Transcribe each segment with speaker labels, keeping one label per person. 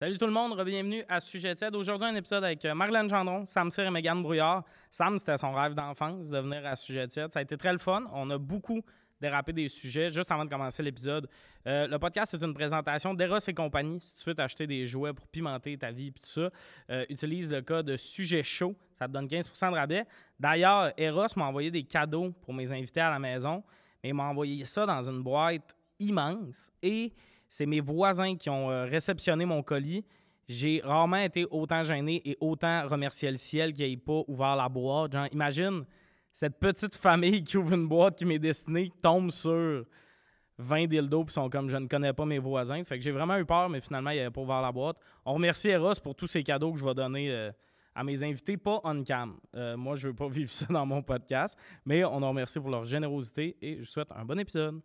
Speaker 1: Salut tout le monde, bienvenue à Sujet Tiède. Aujourd'hui, un épisode avec euh, Marlène Gendron, Sam Cyr et Mégane Brouillard. Sam, c'était son rêve d'enfance de venir à Sujet Tiède. Ça a été très le fun. On a beaucoup dérapé des sujets juste avant de commencer l'épisode. Euh, le podcast, c'est une présentation d'Eros et compagnie. Si tu veux t'acheter des jouets pour pimenter ta vie et tout ça, euh, utilise le code Sujet Chaud. Ça te donne 15 de rabais. D'ailleurs, Eros m'a envoyé des cadeaux pour mes invités à la maison, mais il m'a envoyé ça dans une boîte immense et c'est mes voisins qui ont euh, réceptionné mon colis. J'ai rarement été autant gêné et autant remercié le ciel qu'il n'ait pas ouvert la boîte. Genre, imagine cette petite famille qui ouvre une boîte qui m'est destinée, tombe sur 20 dildos, puis sont comme je ne connais pas mes voisins. Fait que j'ai vraiment eu peur, mais finalement, il n'avait pas ouvert la boîte. On remercie Eros pour tous ces cadeaux que je vais donner euh, à mes invités, pas on cam. Euh, moi, je ne veux pas vivre ça dans mon podcast, mais on en remercie pour leur générosité et je vous souhaite un bon épisode.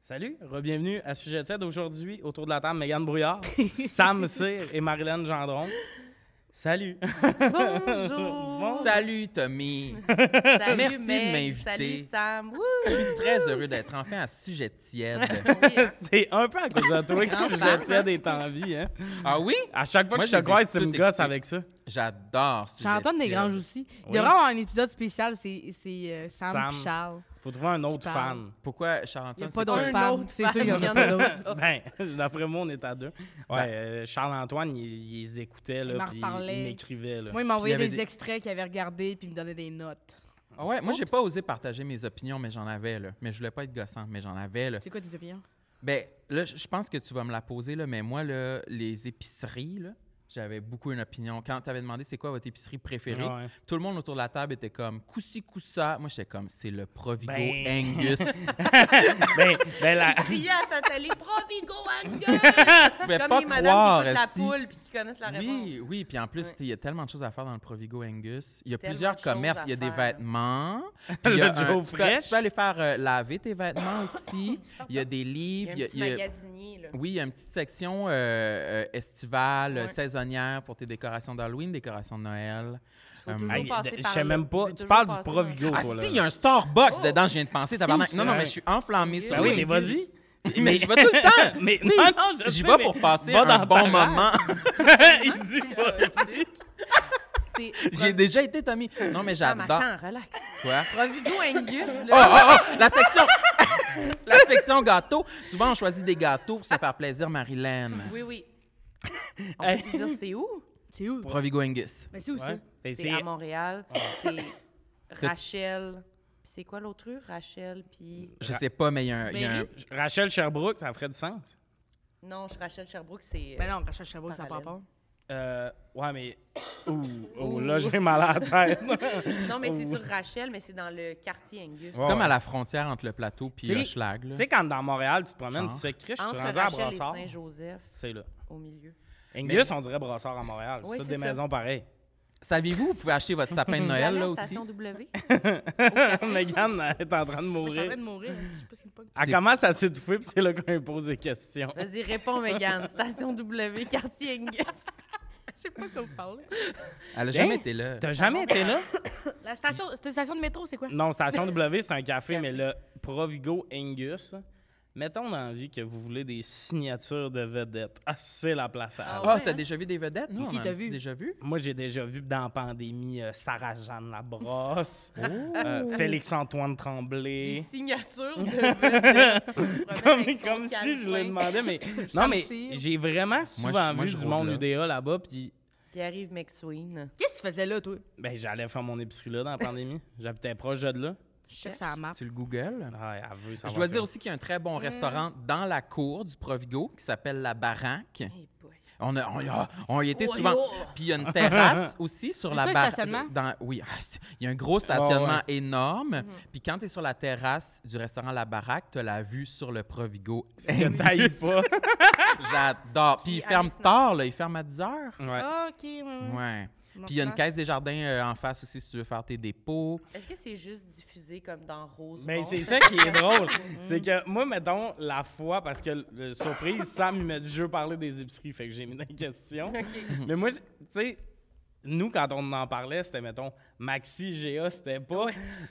Speaker 1: Salut, re-bienvenue à Sujet 7. Aujourd'hui, autour de la table, Mégane Brouillard, Sam Cyr et Marilyn Gendron. Salut!
Speaker 2: Bonjour!
Speaker 3: Salut Tommy,
Speaker 2: Salut,
Speaker 3: Merci de
Speaker 2: Meg.
Speaker 3: m'inviter.
Speaker 2: Salut Sam! Wouh!
Speaker 3: je suis très heureux d'être enfin à sujet tiède.
Speaker 2: Oui, hein.
Speaker 1: C'est un peu à cause de toi que Sujet 7 est en vie. Hein?
Speaker 3: Ah oui,
Speaker 1: À chaque fois
Speaker 3: Moi,
Speaker 1: que je te
Speaker 3: je les ai
Speaker 1: croise, tu me
Speaker 3: toutes
Speaker 1: gosses
Speaker 3: écoutées.
Speaker 1: avec ça.
Speaker 3: j'adore sujet
Speaker 4: Jean-Antoine
Speaker 3: tiède.
Speaker 4: Desgranges aussi.
Speaker 1: Oui.
Speaker 4: Il devrait avoir un épisode spécial, c'est c'est, euh, Sam,
Speaker 1: Sam.
Speaker 4: puis Charles.
Speaker 1: Faut trouver un autre fan.
Speaker 4: parle.
Speaker 3: Pourquoi
Speaker 4: Il n'y
Speaker 3: Charles-Antoine
Speaker 4: a pas
Speaker 3: c'est quoi?
Speaker 4: d'autres
Speaker 2: un
Speaker 4: femmes.
Speaker 2: autre
Speaker 4: C'est sûr qu'il n'y en
Speaker 2: fan.
Speaker 4: a pas
Speaker 2: Oh.
Speaker 4: d'autres.
Speaker 1: Ben, d'après moi, on est à deux. Ouais,
Speaker 3: Ben.
Speaker 1: euh, Charles-Antoine, il, il les écoutait,
Speaker 4: Il
Speaker 1: là,
Speaker 4: m'en
Speaker 1: puis il
Speaker 4: reparlait.
Speaker 1: m'écrivait, là.
Speaker 4: Moi, il m'envoyait
Speaker 3: Puis il y
Speaker 4: des,
Speaker 3: avait des-
Speaker 4: extraits qu'il avait regardés puis il me donnait des notes.
Speaker 3: Ah ouais, moi j'ai pas
Speaker 4: Oups.
Speaker 3: osé partager mes opinions, mais j'en avais là. Mais je voulais pas être gossant, mais j'en avais là.
Speaker 4: C'est quoi tes opinions?
Speaker 3: Ben là, je je pense que tu vas me la poser là, mais moi là, les épiceries là, j'avais beaucoup une opinion. Quand tu avais demandé c'est quoi votre épicerie préférée,
Speaker 1: Ouais.
Speaker 3: tout le monde autour de la table était comme coussi coussa. Moi j'étais comme c'est le Provigo
Speaker 1: Ben.
Speaker 3: Angus.
Speaker 1: ben, ben, la-
Speaker 2: Crier à sa télé, Provigo Angus!
Speaker 3: Je pouvais
Speaker 2: Comme
Speaker 3: pas
Speaker 2: les madames
Speaker 3: croire,
Speaker 2: qui écoutent la
Speaker 3: esti.
Speaker 2: poule puis qui connaissent la réponse.
Speaker 3: Oui, oui. Puis en plus,
Speaker 2: Ouais.
Speaker 3: tu sais, il y a tellement de choses à faire dans le Provigo Angus. Il y a
Speaker 2: Tellement
Speaker 3: plusieurs
Speaker 2: de choses
Speaker 3: commerces.
Speaker 2: à
Speaker 3: Il y a des
Speaker 2: faire.
Speaker 3: vêtements. puis il y a
Speaker 1: Le Joe
Speaker 3: tu, peux, tu
Speaker 1: Fresh.
Speaker 3: peux aller faire euh, laver tes vêtements aussi. Il y a des
Speaker 2: Il y a
Speaker 3: livres.
Speaker 2: un
Speaker 3: il y a-
Speaker 2: petit
Speaker 3: il y a-
Speaker 2: magasinier, là.
Speaker 3: oui, il y a une petite section euh, euh, estivale,
Speaker 2: Ouais.
Speaker 3: saisonnière pour tes décorations d'Halloween, décorations de Noël.
Speaker 2: Faut
Speaker 3: Euh,
Speaker 2: toujours
Speaker 1: Hey,
Speaker 2: passer
Speaker 1: je
Speaker 2: par
Speaker 1: sais
Speaker 2: là.
Speaker 1: même pas.
Speaker 2: Faut
Speaker 1: Tu
Speaker 2: toujours
Speaker 1: parles du
Speaker 2: passer
Speaker 1: Provigo,
Speaker 3: Ah
Speaker 1: toi, là.
Speaker 3: si, il y a un Starbucks
Speaker 2: Oh!
Speaker 3: dedans, je viens de penser. tabarnak.
Speaker 4: C'est
Speaker 3: Non, non, mais
Speaker 1: vrai.
Speaker 3: je suis enflammée sur
Speaker 1: Ben oui,
Speaker 3: le
Speaker 1: mais
Speaker 3: Angus.
Speaker 1: vas-y.
Speaker 3: Mais je vais tout le temps.
Speaker 1: Mais
Speaker 3: Oui,
Speaker 1: non, non, je
Speaker 3: J'y
Speaker 1: sais,
Speaker 3: vais
Speaker 1: mais
Speaker 3: pour passer
Speaker 1: va
Speaker 3: un
Speaker 1: dans
Speaker 3: bon
Speaker 1: ta rage.
Speaker 3: moment.
Speaker 1: il dit vas-y.
Speaker 4: C'est
Speaker 3: J'ai déjà été, Tommy. Non, mais
Speaker 2: Ah, mais
Speaker 3: j'adore.
Speaker 2: attends, relax.
Speaker 3: Quoi?
Speaker 2: Provigo Angus,
Speaker 4: Ah!
Speaker 3: Oh,
Speaker 2: là.
Speaker 3: oh, oh, la section... la section gâteaux. Souvent, on choisit des gâteaux pour se faire plaisir, Marilyn.
Speaker 2: Oui, oui. On peut-tu dire c'est où?
Speaker 4: C'est où?
Speaker 3: Provigo Angus.
Speaker 4: Mais c'est où ça?
Speaker 1: Ouais. Ben,
Speaker 2: C'est
Speaker 1: c'est-
Speaker 2: à Montréal.
Speaker 3: Ah.
Speaker 2: C'est Rachel. Puis c'est quoi l'autre rue? Rachel, puis...
Speaker 3: Je
Speaker 1: Ah.
Speaker 3: sais pas, mais il y a un... il y a un-
Speaker 2: Berry?
Speaker 1: Rachel Sherbrooke, ça ferait du sens.
Speaker 2: Non, je- Rachel Sherbrooke, c'est... euh,
Speaker 4: Ben non, Rachel Chabot, ça part pas.
Speaker 1: Euh, ouais, mais. Ouh, oh, là, j'ai mal à la tête.
Speaker 2: Non, mais c'est
Speaker 1: Oh,
Speaker 2: sur Rachel, mais c'est dans le quartier Angus.
Speaker 3: C'est comme à la frontière entre le plateau puis
Speaker 1: Tu sais-
Speaker 3: le schlag. là.
Speaker 1: Tu sais, quand dans Montréal, tu te promènes,
Speaker 3: Genre.
Speaker 1: tu fais criche, je suis
Speaker 2: Entre
Speaker 1: rendu à
Speaker 2: Rachel et
Speaker 1: Brassard.
Speaker 2: Saint-Joseph,
Speaker 1: C'est là.
Speaker 2: au milieu.
Speaker 1: Angus, on dirait Brassard à Montréal. C'est
Speaker 2: Oui,
Speaker 1: toutes
Speaker 2: c'est
Speaker 1: des
Speaker 2: ça.
Speaker 1: maisons pareilles.
Speaker 3: Saviez-vous, vous pouvez acheter votre sapin de Noël
Speaker 2: J'allais à
Speaker 3: là
Speaker 2: la
Speaker 3: aussi.
Speaker 2: station W.
Speaker 1: Megan est en train de
Speaker 4: Je suis en
Speaker 1: mourir.
Speaker 4: train de mourir. Je sais pas ce qu'il me pogne.
Speaker 1: Elle
Speaker 3: C'est-
Speaker 1: commence à s'étouffer, puis c'est là qu'on lui pose des questions.
Speaker 2: Vas-y, réponds, Mégane. Station W, quartier Angus.
Speaker 4: Je sais pas de quoi vous parlez.
Speaker 3: Elle a
Speaker 1: Hein?
Speaker 3: jamais été là.
Speaker 1: T'as jamais été là?
Speaker 4: La station, cette station de métro, c'est quoi?
Speaker 1: Non, Station W, c'est un café, mais le Provigo Angus, mettons dans la vie que vous voulez des signatures de vedettes. Ah, c'est la place à
Speaker 2: Ah
Speaker 1: aller.
Speaker 3: Oh,
Speaker 2: ouais,
Speaker 3: t'as
Speaker 2: hein?
Speaker 3: déjà vu des vedettes? Non,
Speaker 4: Qui
Speaker 3: on en
Speaker 4: t'a
Speaker 3: a-tu
Speaker 4: vu?
Speaker 3: déjà vu?
Speaker 1: Moi, j'ai déjà vu dans la pandémie euh, Sarah-Jeanne Labrosse,
Speaker 3: Oh.
Speaker 1: euh, Félix-Antoine Tremblay.
Speaker 2: Les signatures de vedettes.
Speaker 1: Comme, comme si je le demandais, mais non, mais
Speaker 4: Cire.
Speaker 1: j'ai vraiment souvent
Speaker 3: moi,
Speaker 1: vu
Speaker 3: je
Speaker 1: du
Speaker 3: roule
Speaker 1: monde
Speaker 3: là.
Speaker 1: UDA là-bas, puis
Speaker 2: Puis arrive McSween.
Speaker 4: Qu'est-ce que tu faisais là, toi?
Speaker 1: ben, j'allais faire mon épicerie là dans la pandémie. J'habitais proche de là.
Speaker 4: Je sais que ça marche.
Speaker 3: Tu le googles?
Speaker 1: Ah, elle veut
Speaker 3: Je
Speaker 1: savoir
Speaker 3: dois
Speaker 1: ça.
Speaker 3: dire aussi qu'il y a un très bon restaurant dans la cour du Provigo qui s'appelle La Baraque.
Speaker 2: Hey boy.
Speaker 3: On, a, on, y a- on y était
Speaker 2: Oh,
Speaker 3: souvent.
Speaker 2: yo!
Speaker 3: Puis il y a une terrasse aussi sur
Speaker 4: Y
Speaker 3: la
Speaker 4: a-tu un
Speaker 3: barre.
Speaker 4: stationnement?
Speaker 3: Dans, oui, il y a un
Speaker 1: Ah,
Speaker 3: gros stationnement énorme. Puis quand tu es sur la terrasse du restaurant La Baraque, tu as la vue sur le Provigo.
Speaker 1: Ce que t'ailles pas.
Speaker 3: J'adore. Puis il
Speaker 2: C'est
Speaker 3: ferme
Speaker 2: hallucinant.
Speaker 3: tard, là. il ferme à 10 heures.
Speaker 1: Ouais.
Speaker 4: Ah, OK, ouais,
Speaker 1: Mm.
Speaker 4: ouais.
Speaker 3: Ouais.
Speaker 4: Mon
Speaker 3: Puis il y a une
Speaker 4: place.
Speaker 3: caisse des jardins euh, en face aussi si tu veux faire tes dépôts.
Speaker 2: Est-ce que c'est juste diffusé comme dans Rose?
Speaker 1: Ben, c'est ça qui est drôle. c'est que moi, mettons, la fois, parce que euh, surprise, Sam, il m'a dit je veux parler des épiceries, fait que j'ai mis dans la question. Mais moi, je- tu sais, nous, quand on en parlait, c'était, mettons, Maxi, GA, c'était pas.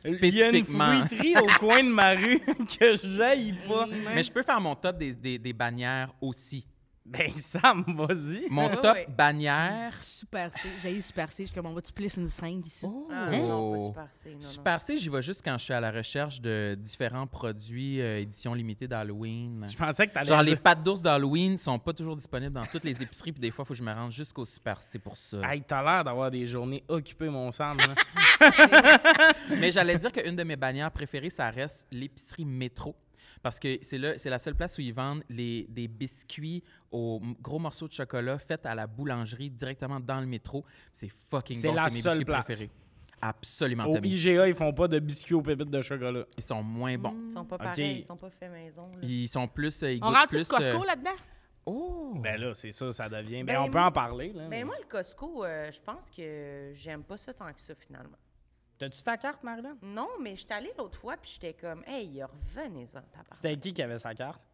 Speaker 1: Il y a une
Speaker 3: Spécifiquement.
Speaker 1: fruiterie au coin de ma rue que j'aille pas.
Speaker 2: Mm.
Speaker 3: Mais je peux faire mon top des, des- des bannières aussi.
Speaker 1: Ben, Sam, vas-y.
Speaker 3: Mon
Speaker 2: Ouais,
Speaker 3: top
Speaker 2: ouais.
Speaker 3: bannière.
Speaker 4: Super C. J'ai eu Super C. Je suis comme, on va-tu plisser une seringue ici?
Speaker 2: Ah,
Speaker 3: Hein?
Speaker 2: non, pas
Speaker 3: Oh.
Speaker 2: super C, non, non.
Speaker 3: Super C, j'y vais juste quand je suis à la recherche de différents produits euh, édition limitée d'Halloween.
Speaker 1: Je pensais que t'allais.
Speaker 3: Genre, les
Speaker 1: dire-
Speaker 3: pâtes d'ours d'Halloween sont pas toujours disponibles dans toutes les épiceries, puis des fois, il faut que je me rende jusqu'au Super C pour ça.
Speaker 1: Hey, t'as l'air d'avoir des journées occupées, mon Sam. là.
Speaker 3: Mais j'allais dire qu'une de mes bannières préférées, ça reste l'épicerie métro. Parce que c'est là- c'est la seule place où ils vendent les, des biscuits aux m- gros morceaux de chocolat faits à la boulangerie directement dans le métro. C'est fucking
Speaker 1: C'est
Speaker 3: bon,
Speaker 1: la
Speaker 3: c'est mes
Speaker 1: seule
Speaker 3: biscuits
Speaker 1: place.
Speaker 3: préférés. Absolument,
Speaker 1: Au
Speaker 3: Tommy.
Speaker 1: IGA, ils font pas de biscuits aux pépites de chocolat.
Speaker 3: Ils sont moins bons.
Speaker 2: Ils sont pas
Speaker 1: Ok.
Speaker 2: pareils, ils sont pas faits maison. là.
Speaker 3: Ils sont plus... euh, Ils
Speaker 4: Mm. On
Speaker 3: goûtent
Speaker 4: rentre-tu
Speaker 3: plus,
Speaker 4: de Costco
Speaker 3: euh,
Speaker 4: là-dedans?
Speaker 3: Oh!
Speaker 1: Ben là, c'est ça, ça devient. Ben,
Speaker 2: Ben,
Speaker 1: on peut en parler. Là, mais-
Speaker 2: Ben moi, le Costco, euh, je pense que j'aime pas ça tant que ça, finalement.
Speaker 1: T'as-tu ta carte, Marilyn?
Speaker 2: Non, mais j'étais allée l'autre fois, puis j'étais comme, hey, revenez-en, tabarnak.
Speaker 1: C'était qui qui avait sa carte?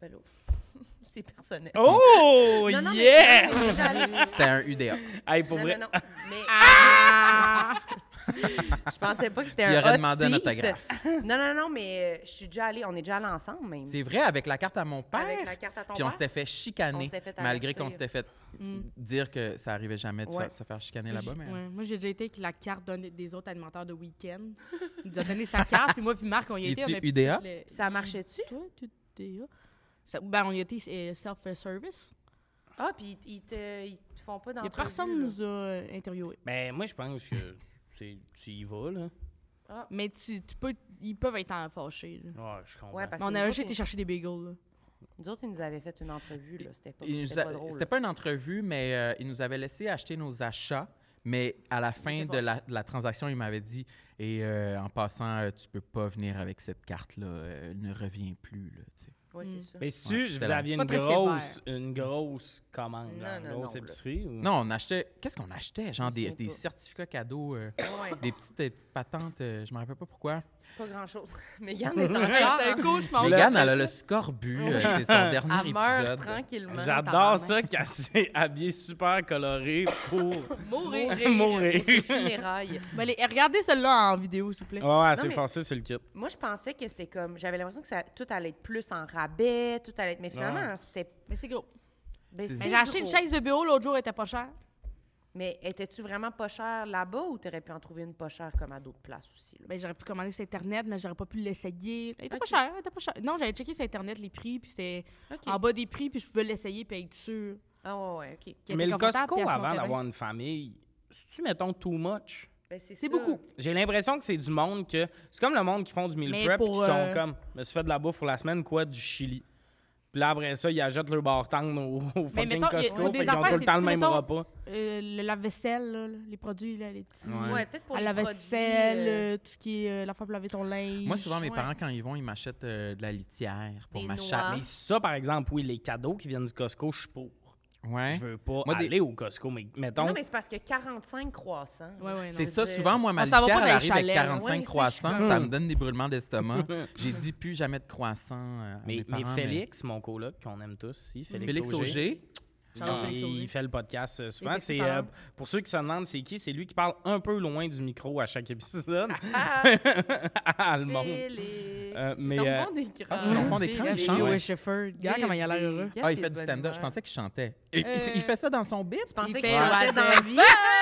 Speaker 2: Bello. C'est personnel.
Speaker 1: Oh,
Speaker 2: Non, non, mais-
Speaker 1: yeah!
Speaker 2: non, mais j'allais-
Speaker 3: C'était un UDA.
Speaker 1: Hey, pour
Speaker 2: Non,
Speaker 1: vrai.
Speaker 2: non, non. Mais
Speaker 4: Ah!
Speaker 2: je pensais pas que c'était
Speaker 3: Tu
Speaker 2: un
Speaker 3: lui aurais
Speaker 2: hot
Speaker 3: demandé un
Speaker 2: seat.
Speaker 3: autographe.
Speaker 2: Non, non, non, mais euh, je suis déjà allée, on est déjà allés ensemble, même.
Speaker 3: C'est vrai, avec la carte à mon père.
Speaker 2: Avec la carte à ton
Speaker 3: Puis on
Speaker 2: père.
Speaker 3: s'était fait
Speaker 2: On
Speaker 3: chicaner,
Speaker 2: s'était fait
Speaker 3: malgré
Speaker 2: avertir. Hmm.
Speaker 3: qu'on s'était fait dire que ça arrivait jamais de se
Speaker 2: Ouais.
Speaker 3: faire- se faire chicaner là-bas.
Speaker 4: J-
Speaker 3: Mais... hein.
Speaker 4: ouais, Moi, j'ai déjà été avec la carte d'un des- des autres alimenteurs de week-end. Il nous a donné sa carte, puis moi, puis Marc, on y
Speaker 3: Y
Speaker 4: était. on
Speaker 3: est-tu
Speaker 4: a pu-
Speaker 3: UDA?
Speaker 4: le-
Speaker 2: Ça marchait-tu?
Speaker 4: Toi, tu UDA? Ça- ben, on y était euh, self-service.
Speaker 2: Ah, puis ils, ils te, ils te font pas
Speaker 4: Il
Speaker 2: dans
Speaker 4: n'y a personne qui nous a euh, interviewés.
Speaker 1: Ben moi, je pense que c'est- tu y vas, là.
Speaker 4: Mais tu, tu peux, ils peuvent être en fâchés. là.
Speaker 1: Ouais, je comprends.
Speaker 2: Ouais, parce que
Speaker 4: On
Speaker 2: nous
Speaker 4: a
Speaker 2: autres,
Speaker 4: juste été
Speaker 2: ils-
Speaker 4: chercher des bagels. Là.
Speaker 2: Nous autres, ils nous avaient fait une entrevue, là. C'était pas,
Speaker 3: euh, Il nous
Speaker 2: c'était
Speaker 3: a-
Speaker 2: pas drôle.
Speaker 3: C'était pas une entrevue, mais euh, il nous avait laissé acheter nos achats. Mais à la fin de la, de la transaction, il m'avait dit Et euh, en passant, euh, tu peux pas venir avec cette carte-là, euh, elle ne revient plus. là, tu sais.
Speaker 2: Ouais, c'est ça.
Speaker 1: Mais si tu,
Speaker 3: Ouais,
Speaker 1: vous
Speaker 3: excellent.
Speaker 1: aviez une
Speaker 4: Pas très
Speaker 1: grosse, une grosse commande,
Speaker 2: Non,
Speaker 1: genre, une
Speaker 2: non,
Speaker 1: grosse
Speaker 2: non, là.
Speaker 1: épicerie? Ou...
Speaker 3: Non, on achetait. Qu'est-ce qu'on achetait Genre
Speaker 2: Je
Speaker 3: des,
Speaker 2: sais
Speaker 3: des
Speaker 2: pas.
Speaker 3: certificats cadeaux, euh,
Speaker 2: Ouais,
Speaker 3: des petites, euh, petites patentes, euh, je me rappelle pas pourquoi.
Speaker 2: pas grand-chose. Mégane est encore...
Speaker 4: C'était un
Speaker 2: hein.
Speaker 4: cauchemar.
Speaker 3: Megan, elle a le scorbut, euh, c'est son dernier
Speaker 2: Elle meurt
Speaker 3: épisode.
Speaker 2: tranquillement.
Speaker 1: J'adore ça quand c'est habillé super coloré pour.
Speaker 4: Mourir.
Speaker 2: Mourir.
Speaker 1: Mourir.
Speaker 2: Mourir. C'est funérailles.
Speaker 4: Ben, allez, regardez celui-là en vidéo, s'il vous
Speaker 3: Ah
Speaker 4: plaît.
Speaker 1: Ouais, ouais, c'est
Speaker 2: mais-
Speaker 1: forcé sur le kit.
Speaker 2: Moi, je pensais que c'était comme. J'avais l'impression que ça, tout allait être plus en rabais, tout allait être. Mais finalement,
Speaker 1: Ouais.
Speaker 2: c'était.
Speaker 4: Mais c'est gros.
Speaker 2: ben,
Speaker 3: C'est-
Speaker 2: c'est
Speaker 4: Mais j'ai acheté une
Speaker 2: gros.
Speaker 4: chaise de bureau l'autre jour, elle était pas chère.
Speaker 2: Mais étais-tu vraiment pas chère là-bas ou t'aurais pu en trouver une pas chère comme à d'autres places aussi? là?
Speaker 4: Ben, j'aurais pu commander sur Internet, mais j'aurais pas pu l'essayer. Elle était pas
Speaker 2: Ok.
Speaker 4: chère, elle était pas chère. Non, j'avais checké sur Internet les prix, puis c'était
Speaker 2: OK.
Speaker 4: en bas des prix, puis je pouvais l'essayer, puis être sûre
Speaker 2: Ah, ouais, ouais, OK.
Speaker 4: qu'elle
Speaker 1: Mais
Speaker 4: était
Speaker 1: le
Speaker 4: confortable, puis
Speaker 1: Costco,
Speaker 4: elle se
Speaker 1: avant
Speaker 4: montait
Speaker 1: d'avoir une famille, si tu mettons too much,
Speaker 2: Ben, c'est
Speaker 4: C'est
Speaker 2: ça.
Speaker 4: beaucoup.
Speaker 1: j'ai l'impression que c'est du monde que. C'est comme le monde qui font du meal
Speaker 4: Mais
Speaker 1: prep
Speaker 4: pour,
Speaker 1: qui sont
Speaker 4: euh,
Speaker 1: comme. Je me suis fait de la bouffe pour la semaine, quoi, du Chili. Puis là, après ça, ils achètent leur bar tendre au, au fucking
Speaker 4: mettons, il y a-
Speaker 1: Costco.
Speaker 2: ouais,
Speaker 1: fait
Speaker 2: des
Speaker 1: qu'ils ont
Speaker 2: affaires,
Speaker 1: tout le temps le
Speaker 4: c'est-
Speaker 1: même
Speaker 4: mettons-
Speaker 1: repas.
Speaker 4: bien. Euh, le lave-vaisselle, là, là, les produits, là, les petits.
Speaker 1: Ouais.
Speaker 2: Ouais, peut-être pour
Speaker 4: Mm. À
Speaker 2: les
Speaker 4: la
Speaker 2: produits,
Speaker 4: vaisselle,
Speaker 2: euh,
Speaker 4: euh, tout ce qui est euh, la fois pour laver ton linge.
Speaker 3: Moi, souvent, mes
Speaker 2: Ouais.
Speaker 3: parents, quand ils vont, ils m'achètent euh, de la litière pour
Speaker 2: Des
Speaker 3: ma
Speaker 2: noix.
Speaker 3: chatte.
Speaker 4: Hein?
Speaker 1: Mais ça, par exemple, oui, les cadeaux qui viennent du Costco, je suis pour.
Speaker 3: Ouais.
Speaker 1: Je veux pas
Speaker 3: Hein? Moi, des-
Speaker 1: aller au Costco, mais mettons.
Speaker 2: Non, mais c'est parce que 45 croissants.
Speaker 4: Ouais, ouais, non,
Speaker 3: C'est
Speaker 4: je
Speaker 3: ça,
Speaker 4: sais.
Speaker 3: souvent, moi, ma
Speaker 4: On s'en Ah, va
Speaker 3: litière,
Speaker 4: pas dans
Speaker 3: elle
Speaker 4: les
Speaker 3: arrive avec
Speaker 4: chalets, là.
Speaker 3: 45
Speaker 2: Ouais, c'est
Speaker 3: croissants,
Speaker 2: chiant.
Speaker 3: ça me donne des brûlements d'estomac. J'ai dit plus jamais de croissants. euh, à mes
Speaker 1: Mais, mais
Speaker 3: parents,
Speaker 1: Félix, mon coloc qu'on aime tous ici, Félix,
Speaker 3: Félix
Speaker 1: Auger,
Speaker 3: Auger.
Speaker 4: Shout out
Speaker 1: il-
Speaker 4: Félix Auger.
Speaker 1: il fait le podcast euh, souvent.
Speaker 4: Il était
Speaker 1: C'est,
Speaker 4: super
Speaker 1: euh,
Speaker 4: bon.
Speaker 1: pour ceux qui se demandent c'est qui, c'est lui qui parle un peu loin du micro à chaque épisode.
Speaker 2: Ah,
Speaker 1: ah, le monde.
Speaker 2: Félix.
Speaker 1: Euh, mais,
Speaker 2: Ton
Speaker 1: euh,
Speaker 2: monde est grand.
Speaker 3: Ah, c'est ton fond d'écran,
Speaker 4: Regarde,
Speaker 3: il chante.
Speaker 4: Louis Schiffer, regarde comment il a l'air heureux.
Speaker 3: Ah, il fait du stand-up. Je pensais qu'il chantait. Et- il-
Speaker 4: Euh,
Speaker 3: Il fait ça dans son beat?
Speaker 2: Je pensais
Speaker 4: Il
Speaker 2: qu'il
Speaker 4: fait-
Speaker 2: chantait
Speaker 4: Ouais.
Speaker 2: dans la vie.